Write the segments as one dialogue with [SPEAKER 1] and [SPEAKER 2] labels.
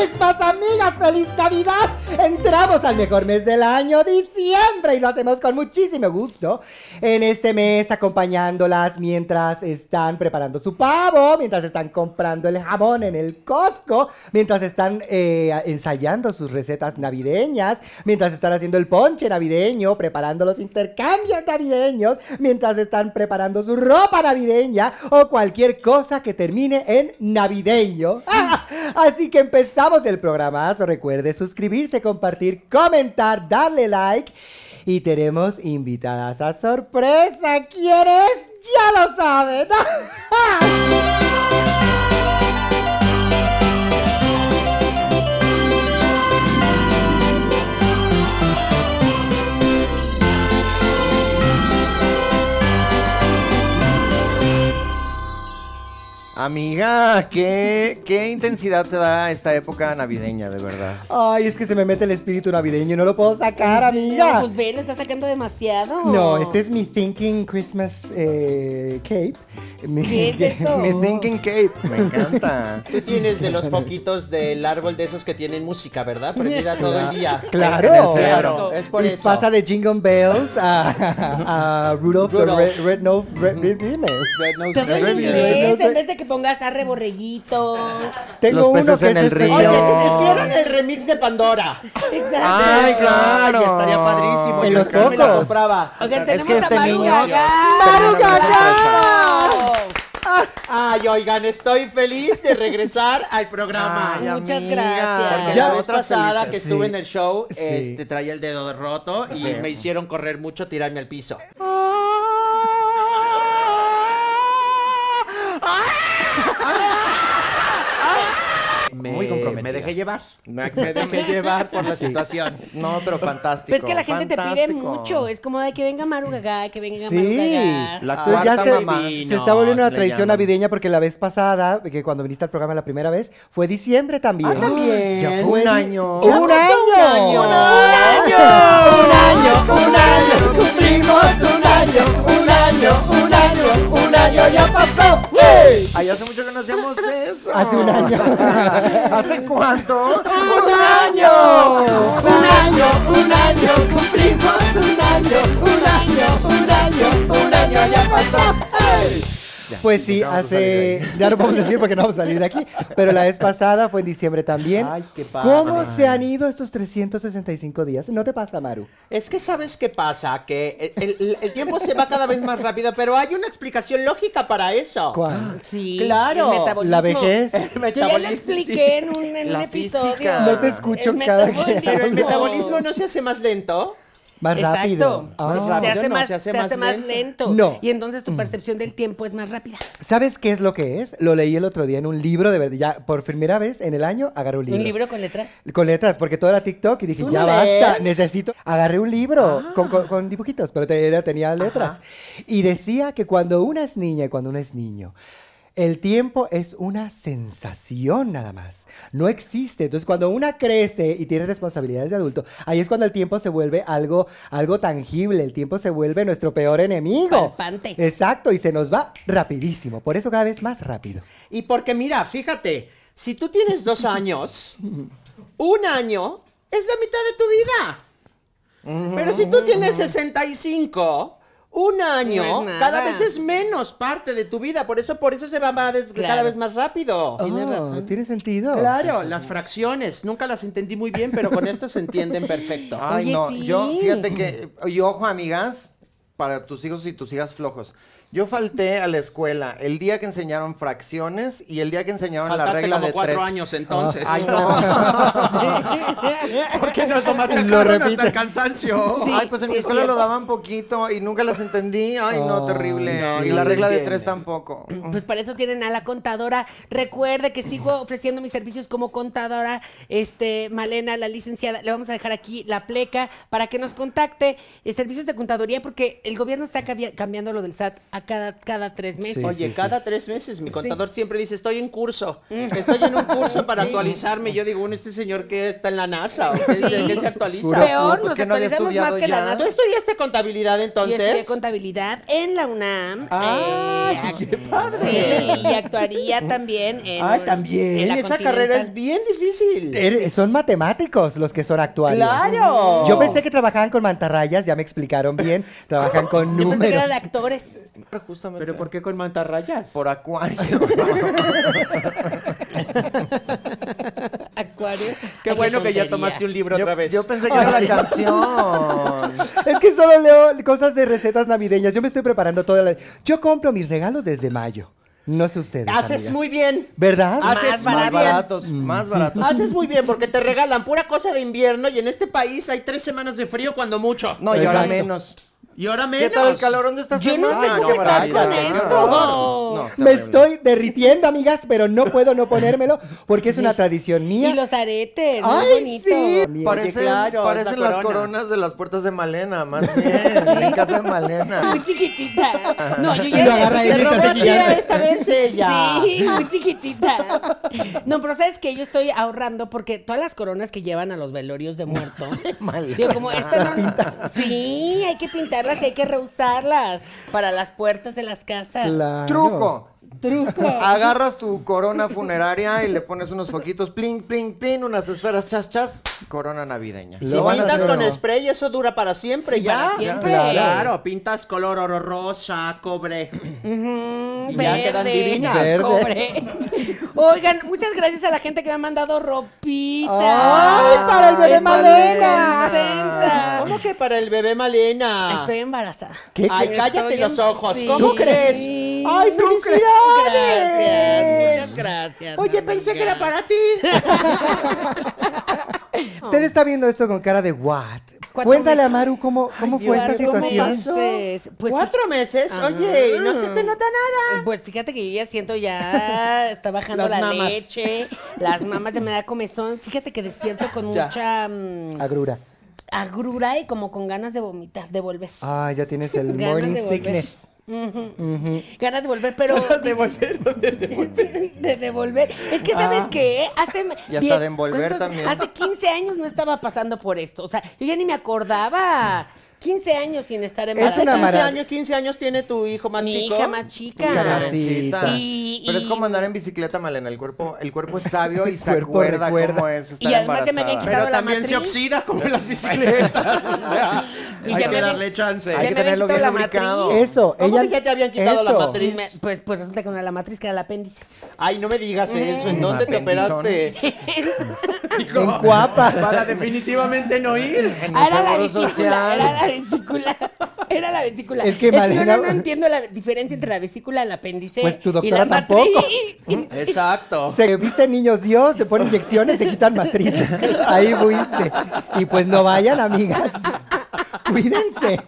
[SPEAKER 1] mismas amigas, feliz Navidad. Entramos al mejor mes del año, diciembre, y lo hacemos con muchísimo gusto. En este mes acompañándolas mientras están preparando su pavo, mientras están comprando el jamón en el Costco, mientras están eh, ensayando sus recetas navideñas, mientras están haciendo el ponche navideño, preparando los intercambios navideños, mientras están preparando su ropa navideña o cualquier cosa que termine en navideño. ¡Ah! Así que empezamos el programazo. Recuerde suscribirse, compartir, comentar, darle like. Y tenemos invitadas a sorpresa. ¿Quién es? Ya lo saben.
[SPEAKER 2] Amiga, ¿qué, qué intensidad te da esta época navideña, de verdad.
[SPEAKER 1] Ay, es que se me mete el espíritu navideño y no lo puedo sacar, amiga.
[SPEAKER 3] No, pues ve, le está sacando demasiado.
[SPEAKER 1] No, este es mi Thinking Christmas eh, Cape. Mi-
[SPEAKER 3] ¿Qué es eso?
[SPEAKER 2] Mi thinking cape, me encanta.
[SPEAKER 4] Tú tienes de los poquitos del árbol de esos que tienen música, ¿verdad? Prendida todo el día.
[SPEAKER 1] Claro,
[SPEAKER 2] En el cerebro.
[SPEAKER 1] claro.
[SPEAKER 4] Es por
[SPEAKER 1] y
[SPEAKER 4] eso.
[SPEAKER 1] pasa de Jingle Bells a, a Rudolph, the
[SPEAKER 4] Rudolph.
[SPEAKER 1] Red, Red Nose Red, Red Nose.
[SPEAKER 3] Todo
[SPEAKER 1] Red
[SPEAKER 3] en
[SPEAKER 1] Nose.
[SPEAKER 3] inglés,
[SPEAKER 1] Red Nose.
[SPEAKER 3] en vez de que pongas arre borreguito.
[SPEAKER 1] Tengo
[SPEAKER 2] Los
[SPEAKER 1] uno
[SPEAKER 2] peces
[SPEAKER 1] que
[SPEAKER 2] en
[SPEAKER 1] es
[SPEAKER 2] el río.
[SPEAKER 4] Oye,
[SPEAKER 1] especial.
[SPEAKER 4] que te hicieran el remix de Pandora.
[SPEAKER 3] Exacto.
[SPEAKER 2] Ay, claro.
[SPEAKER 4] Ay, estaría padrísimo.
[SPEAKER 1] En
[SPEAKER 4] Yo
[SPEAKER 1] los
[SPEAKER 4] sí me la
[SPEAKER 1] cocos.
[SPEAKER 4] compraba.
[SPEAKER 3] Oigan,
[SPEAKER 2] Es
[SPEAKER 3] tenemos
[SPEAKER 2] que este
[SPEAKER 3] a Maru
[SPEAKER 2] niño-
[SPEAKER 3] Gaga.
[SPEAKER 1] ¡Maru
[SPEAKER 2] Tenemos una
[SPEAKER 1] Gaga!
[SPEAKER 4] Ay, oigan, estoy feliz de regresar al programa.
[SPEAKER 2] Ay,
[SPEAKER 3] Muchas
[SPEAKER 2] amiga,
[SPEAKER 3] gracias.
[SPEAKER 4] Porque
[SPEAKER 1] Ya
[SPEAKER 4] la vez
[SPEAKER 2] otras
[SPEAKER 4] pasada
[SPEAKER 2] felices.
[SPEAKER 4] que
[SPEAKER 1] Sí.
[SPEAKER 4] estuve en el show,
[SPEAKER 1] Sí.
[SPEAKER 4] este, traía el dedo roto y me hicieron correr mucho, tirarme al piso. Me,
[SPEAKER 2] Muy comprometida.
[SPEAKER 4] me dejé llevar.
[SPEAKER 2] Me-
[SPEAKER 4] Me dejé llevar por la situación.
[SPEAKER 2] No, pero fantástico.
[SPEAKER 3] Pero es que la gente te pide
[SPEAKER 2] fantástico.
[SPEAKER 3] mucho. Es como de que venga Maru Gaga, que venga Maru
[SPEAKER 1] Sí,
[SPEAKER 3] Gaga.
[SPEAKER 2] La
[SPEAKER 1] Pues ya
[SPEAKER 2] cuarta
[SPEAKER 1] se,
[SPEAKER 2] mamá.
[SPEAKER 1] se está volviendo una
[SPEAKER 2] le
[SPEAKER 1] tradición
[SPEAKER 2] llaman.
[SPEAKER 1] navideña porque la vez pasada, que cuando viniste al programa la primera vez, fue diciembre también.
[SPEAKER 2] Ah, también.
[SPEAKER 1] Ya fue
[SPEAKER 2] Un
[SPEAKER 1] di-
[SPEAKER 2] año.
[SPEAKER 1] ¡Un
[SPEAKER 2] Ya
[SPEAKER 1] año!
[SPEAKER 2] pasó
[SPEAKER 1] ¡Un año!
[SPEAKER 2] un año.
[SPEAKER 1] ¡Un año! ¡Un año! ¡Cumplimos un año! ¡Un año! ¡Un año! ¡Un año ya pasó! ¡Hey!
[SPEAKER 2] Ay, hace mucho que no hacíamos eso.
[SPEAKER 1] Hace un año.
[SPEAKER 2] ¿Hace cuánto?
[SPEAKER 1] ¡Un año! ¡Un año! ¡Un año! ¡Cumplimos un año! ¡Un año! ¡Un año! ¡Un año ya pasó! ¡Hey!
[SPEAKER 2] Ya,
[SPEAKER 1] Pues sí,
[SPEAKER 2] ya vamos a salir de
[SPEAKER 1] hace. Ya no vamos a decir porque no vamos a salir de aquí. Pero la vez pasada fue en diciembre también.
[SPEAKER 4] Ay, qué padre.
[SPEAKER 1] ¿Cómo se han ido estos 365 días? No te pasa, Maru.
[SPEAKER 4] Es que sabes qué pasa, que el, el- el tiempo se va cada vez más rápido, pero hay una explicación lógica para eso.
[SPEAKER 1] ¿Cuál?
[SPEAKER 3] Sí,
[SPEAKER 4] Claro.
[SPEAKER 3] el metabolismo.
[SPEAKER 1] La vejez.
[SPEAKER 3] Yo ya lo expliqué en un, en
[SPEAKER 2] La
[SPEAKER 3] un episodio.
[SPEAKER 2] física.
[SPEAKER 1] No te escucho
[SPEAKER 3] El
[SPEAKER 1] cada que
[SPEAKER 3] metabolismo.
[SPEAKER 1] hablo.
[SPEAKER 4] El metabolismo no se hace más lento.
[SPEAKER 1] Más
[SPEAKER 3] Exacto.
[SPEAKER 1] rápido. Ah.
[SPEAKER 4] Más rápido.
[SPEAKER 3] Se hace
[SPEAKER 4] no,
[SPEAKER 3] más,
[SPEAKER 4] se hace
[SPEAKER 3] se hace
[SPEAKER 4] más
[SPEAKER 3] más
[SPEAKER 4] lento.
[SPEAKER 3] lento.
[SPEAKER 1] No. Mm.
[SPEAKER 3] Y entonces tu percepción del tiempo es más rápida.
[SPEAKER 1] ¿Sabes qué es lo que es? Lo leí el otro día en un libro, de verdad. Ya por primera vez en el año agarré un libro.
[SPEAKER 3] Un libro con letras.
[SPEAKER 1] Con letras, porque todo era TikTok y dije,
[SPEAKER 4] ¿Tú
[SPEAKER 1] ya
[SPEAKER 4] lees?
[SPEAKER 1] basta, necesito. Agarré un libro con, con- con dibujitos, pero te- era- tenía letras. Y decía que cuando una es niña y cuando uno es niño, el tiempo es una sensación nada más. No existe. Entonces, cuando una crece y tiene responsabilidades de adulto, ahí es cuando el tiempo se vuelve algo, algo tangible. El tiempo se vuelve nuestro peor enemigo.
[SPEAKER 3] Palpante.
[SPEAKER 1] Exacto, y se nos va rapidísimo. Por eso cada vez más rápido.
[SPEAKER 4] Y porque mira, fíjate, si tú tienes dos años, un año es la mitad de tu vida. Pero si tú tienes 65, un año
[SPEAKER 3] No es nada.
[SPEAKER 4] cada vez es menos parte de tu vida. Por eso, por eso se va más des-
[SPEAKER 3] Claro.
[SPEAKER 4] cada vez más rápido.
[SPEAKER 3] Tienes
[SPEAKER 1] Ah.
[SPEAKER 3] razón.
[SPEAKER 1] Oh, ¿Tiene sentido?
[SPEAKER 4] Claro, las fracciones, nunca las entendí muy bien, pero con esto se entienden perfecto.
[SPEAKER 2] Ay,
[SPEAKER 3] Oye,
[SPEAKER 2] no,
[SPEAKER 3] sí.
[SPEAKER 2] yo, fíjate que, y ojo, amigas, para tus hijos y tus hijas flojos. Yo falté a la escuela el día que enseñaron fracciones y el día que enseñaron la
[SPEAKER 4] Faltaste
[SPEAKER 2] regla
[SPEAKER 4] como
[SPEAKER 2] de
[SPEAKER 4] cuatro
[SPEAKER 2] tres.
[SPEAKER 4] años entonces.
[SPEAKER 2] Ay, no.
[SPEAKER 4] ¿Por qué nos lo machacaron
[SPEAKER 1] Lo
[SPEAKER 4] hasta
[SPEAKER 1] repite.
[SPEAKER 4] el cansancio?
[SPEAKER 3] Sí,
[SPEAKER 2] Ay, pues en
[SPEAKER 3] sí
[SPEAKER 2] mi
[SPEAKER 3] es
[SPEAKER 2] escuela lo
[SPEAKER 3] cierto.
[SPEAKER 2] daban poquito y nunca las entendí. Ay, no,
[SPEAKER 1] Ay,
[SPEAKER 2] terrible.
[SPEAKER 4] no,
[SPEAKER 2] y
[SPEAKER 4] no
[SPEAKER 2] la
[SPEAKER 4] se
[SPEAKER 2] regla de
[SPEAKER 4] entiende.
[SPEAKER 2] tres tampoco.
[SPEAKER 3] Pues para eso tienen a la contadora. Recuerde que sigo ofreciendo mis servicios como contadora. Este, Malena, la licenciada, le vamos a dejar aquí la pleca para que nos contacte. eh, servicios de contaduría, porque el gobierno está cambi- cambiando lo del SAT a a cada, cada tres meses.
[SPEAKER 1] Sí,
[SPEAKER 4] Oye,
[SPEAKER 1] sí,
[SPEAKER 4] cada tres meses mi contador siempre dice, estoy en curso, estoy en un curso para
[SPEAKER 3] Mm. Sí.
[SPEAKER 4] actualizarme. Yo digo, "Bueno, este señor que está en la NASA, ¿o qué, de qué se actualiza?
[SPEAKER 2] Puro
[SPEAKER 3] Peor,
[SPEAKER 2] curso,
[SPEAKER 3] nos
[SPEAKER 2] pues, que no había
[SPEAKER 3] actualizamos más
[SPEAKER 2] estudiado
[SPEAKER 3] que la
[SPEAKER 2] ya.
[SPEAKER 4] ¿Tú
[SPEAKER 3] NASA.
[SPEAKER 4] estudiaste contabilidad
[SPEAKER 3] Yo estudié
[SPEAKER 4] entonces?
[SPEAKER 3] contabilidad en la UNAM.
[SPEAKER 4] ¡Ay,
[SPEAKER 3] Eh,
[SPEAKER 4] Ah, qué padre!
[SPEAKER 3] Sí, y actuaría también en.
[SPEAKER 4] Ay,
[SPEAKER 3] un- en
[SPEAKER 4] también.
[SPEAKER 3] la
[SPEAKER 4] Esa carrera es
[SPEAKER 3] Continental.
[SPEAKER 4] bien
[SPEAKER 2] Eh,
[SPEAKER 4] difícil.
[SPEAKER 1] Eres- Son matemáticos los que son actuarios.
[SPEAKER 4] ¡Claro!
[SPEAKER 1] Yo pensé que trabajaban con mantarrayas, ya me explicaron bien. Trabajan con
[SPEAKER 3] Yo pensé que era de
[SPEAKER 1] números.
[SPEAKER 3] actores.
[SPEAKER 2] Pero justamente.
[SPEAKER 4] ¿Pero por qué con mantarrayas?
[SPEAKER 2] Por acuario.
[SPEAKER 3] Acuario.
[SPEAKER 4] Qué
[SPEAKER 3] Ay,
[SPEAKER 4] bueno que ya
[SPEAKER 3] tontería.
[SPEAKER 4] tomaste un libro
[SPEAKER 2] yo,
[SPEAKER 4] otra vez.
[SPEAKER 2] yo pensé que era la canción.
[SPEAKER 1] Es que solo leo cosas de recetas navideñas. Yo me estoy preparando toda la... Yo compro mis regalos desde mayo. No sé ustedes,
[SPEAKER 4] Haces
[SPEAKER 1] amigas.
[SPEAKER 4] muy bien.
[SPEAKER 1] ¿Verdad?
[SPEAKER 3] Más
[SPEAKER 4] Haces muy
[SPEAKER 2] más
[SPEAKER 3] barato.
[SPEAKER 4] bien.
[SPEAKER 2] baratos,
[SPEAKER 1] Mm.
[SPEAKER 2] más baratos.
[SPEAKER 4] Haces muy bien porque te regalan pura cosa de invierno y en este país hay tres semanas de frío cuando mucho.
[SPEAKER 2] No, y ahora
[SPEAKER 1] Exacto.
[SPEAKER 2] menos.
[SPEAKER 4] Y ahora
[SPEAKER 2] ¿Qué
[SPEAKER 4] menos.
[SPEAKER 2] tal el calorón de esta
[SPEAKER 3] Yo no
[SPEAKER 2] semana?
[SPEAKER 3] sé cómo
[SPEAKER 2] qué
[SPEAKER 3] estás
[SPEAKER 2] maravilla,
[SPEAKER 3] con
[SPEAKER 2] qué
[SPEAKER 3] esto.
[SPEAKER 2] horror. No,
[SPEAKER 1] Me
[SPEAKER 2] terrible.
[SPEAKER 1] estoy derritiendo, amigas, pero no puedo no ponérmelo porque es una tradición mía.
[SPEAKER 3] Y los aretes, muy
[SPEAKER 1] ¡Ay,
[SPEAKER 3] bonito.
[SPEAKER 1] sí! Bien,
[SPEAKER 2] Parecen,
[SPEAKER 4] que claro,
[SPEAKER 2] parecen
[SPEAKER 4] es la
[SPEAKER 2] las
[SPEAKER 4] corona.
[SPEAKER 2] coronas de las puertas de Malena, más bien. en casa de Malena.
[SPEAKER 3] Muy chiquitita. No, yo
[SPEAKER 1] Y
[SPEAKER 3] ya
[SPEAKER 1] lo agarra
[SPEAKER 4] Te
[SPEAKER 1] él y
[SPEAKER 4] robó
[SPEAKER 1] se
[SPEAKER 4] a ti
[SPEAKER 1] maquillando.
[SPEAKER 4] esta vez ella.
[SPEAKER 3] Sí, muy chiquitita. No, pero sabes que yo estoy ahorrando porque todas las coronas que llevan a los velorios de muerto, digo, como este no- Sí, hay que pintarlas y hay que reusarlas para las puertas de las casas.
[SPEAKER 1] Claro.
[SPEAKER 2] Truco.
[SPEAKER 3] Truco.
[SPEAKER 2] Agarras tu corona funeraria y le pones unos foquitos, pling, pling, pling, unas esferas, chas, chas. Corona navideña.
[SPEAKER 1] Lo
[SPEAKER 4] Si
[SPEAKER 1] van a
[SPEAKER 4] pintas
[SPEAKER 1] hacer,
[SPEAKER 4] con
[SPEAKER 1] ¿no?
[SPEAKER 4] spray, eso dura para siempre ya.
[SPEAKER 3] Para siempre.
[SPEAKER 4] Claro. Claro, pintas color oro rosa, cobre.
[SPEAKER 3] Mm,
[SPEAKER 4] Y ya quedan divinas.
[SPEAKER 1] Verde.
[SPEAKER 3] Sobre. Oigan, muchas gracias a la gente que me ha mandado ropita.
[SPEAKER 1] ¡Ay, para el bebé
[SPEAKER 3] Estoy
[SPEAKER 1] Malena!
[SPEAKER 3] contenta.
[SPEAKER 4] ¿Cómo que para el bebé Malena?
[SPEAKER 3] Ah. Estoy embarazada.
[SPEAKER 1] ¿Qué?
[SPEAKER 4] Ay, cállate
[SPEAKER 3] Estoy
[SPEAKER 4] los
[SPEAKER 3] en-
[SPEAKER 4] ojos.
[SPEAKER 3] sí.
[SPEAKER 4] ¿Cómo
[SPEAKER 3] ¿Tú
[SPEAKER 4] crees?
[SPEAKER 3] crees?
[SPEAKER 4] ¡Ay,
[SPEAKER 3] ¿Tú
[SPEAKER 4] felicidades!
[SPEAKER 3] Gracias, muchas gracias.
[SPEAKER 4] Oye,
[SPEAKER 3] amiga.
[SPEAKER 4] pensé que era para ti.
[SPEAKER 1] Usted está viendo esto con cara de what.
[SPEAKER 3] Cuatro
[SPEAKER 1] Cuéntale a
[SPEAKER 3] meses.
[SPEAKER 1] Maru cómo, cómo
[SPEAKER 3] Ay,
[SPEAKER 1] fue
[SPEAKER 3] Dios,
[SPEAKER 1] esta
[SPEAKER 3] ¿cómo
[SPEAKER 1] situación.
[SPEAKER 3] pasó? Meses, pues-
[SPEAKER 4] ¿Cuatro meses? Oye, y no se te nota nada.
[SPEAKER 3] Pues fíjate que yo ya siento ya está bajando
[SPEAKER 4] Las
[SPEAKER 3] la
[SPEAKER 4] mamas.
[SPEAKER 3] leche, las mamas ya me da comezón. Fíjate que despierto con
[SPEAKER 4] Ya.
[SPEAKER 3] mucha mm,
[SPEAKER 1] Agrura.
[SPEAKER 3] agrura y como con ganas de vomitar, de volver.
[SPEAKER 1] Ah, ya tienes el
[SPEAKER 3] ganas
[SPEAKER 1] morning
[SPEAKER 3] de volver.
[SPEAKER 1] sickness.
[SPEAKER 3] Ujú. Ganas de volver, pero. de volver, de devolver. Es que, ¿sabes qué? Hace.
[SPEAKER 2] Y hasta
[SPEAKER 3] 10,
[SPEAKER 2] de envolver
[SPEAKER 3] ¿cuántos?
[SPEAKER 2] también.
[SPEAKER 3] Hace 15 años no estaba pasando por esto. O sea, yo ya ni me acordaba. 15 años sin estar
[SPEAKER 1] Es
[SPEAKER 3] embarazada.
[SPEAKER 1] una
[SPEAKER 4] 15
[SPEAKER 1] maravilla.
[SPEAKER 4] años, 15 años tiene tu hijo más
[SPEAKER 3] Mi
[SPEAKER 4] chico.
[SPEAKER 3] hija más chica.
[SPEAKER 1] Caracito.
[SPEAKER 2] Carecita.
[SPEAKER 3] Y-
[SPEAKER 2] Pero es
[SPEAKER 3] y-
[SPEAKER 2] como andar en bicicleta, Malena. El cuerpo, el cuerpo es sabio y se
[SPEAKER 1] Cuerpo
[SPEAKER 2] acuerda
[SPEAKER 1] recuerda.
[SPEAKER 2] cómo es estar
[SPEAKER 3] Y además ya me habían
[SPEAKER 2] embarazada.
[SPEAKER 3] quitado
[SPEAKER 4] Pero
[SPEAKER 3] la
[SPEAKER 4] también se
[SPEAKER 3] matriz.
[SPEAKER 4] oxida como las bicicletas. o sea,
[SPEAKER 3] Y
[SPEAKER 4] hay
[SPEAKER 3] ya
[SPEAKER 4] que
[SPEAKER 3] me-
[SPEAKER 4] darle chance.
[SPEAKER 2] Hay
[SPEAKER 3] Ya
[SPEAKER 2] que
[SPEAKER 3] me
[SPEAKER 2] tenerlo
[SPEAKER 3] habían
[SPEAKER 2] bien
[SPEAKER 3] quitado la
[SPEAKER 2] lubricado.
[SPEAKER 3] matriz.
[SPEAKER 1] Eso,
[SPEAKER 4] ¿Cómo
[SPEAKER 1] ella.
[SPEAKER 4] que ya te habían quitado la
[SPEAKER 1] eso.
[SPEAKER 4] matriz?
[SPEAKER 3] Y me- pues, pues resulta que una la matriz que era el apéndice.
[SPEAKER 4] Ay, no me digas eso.
[SPEAKER 3] Mm.
[SPEAKER 4] ¿En dónde te
[SPEAKER 2] Apendizón.
[SPEAKER 4] operaste?
[SPEAKER 1] En Cuapa.
[SPEAKER 4] Para definitivamente no ir.
[SPEAKER 2] En el
[SPEAKER 3] Ah, era la
[SPEAKER 2] seguro
[SPEAKER 3] vesícula,
[SPEAKER 2] social.
[SPEAKER 3] era la vesícula. Era la vesícula.
[SPEAKER 1] Es que
[SPEAKER 3] yo
[SPEAKER 1] Malena-
[SPEAKER 3] no, no entiendo la diferencia entre la vesícula, el apéndice.
[SPEAKER 1] Pues tu
[SPEAKER 3] y
[SPEAKER 1] doctora
[SPEAKER 3] la matriz.
[SPEAKER 1] tampoco.
[SPEAKER 4] Exacto.
[SPEAKER 1] Se visten niños Dios, se ponen inyecciones, se quitan matrices. Ahí fuiste. Y pues no vayan, amigas. Cuídense.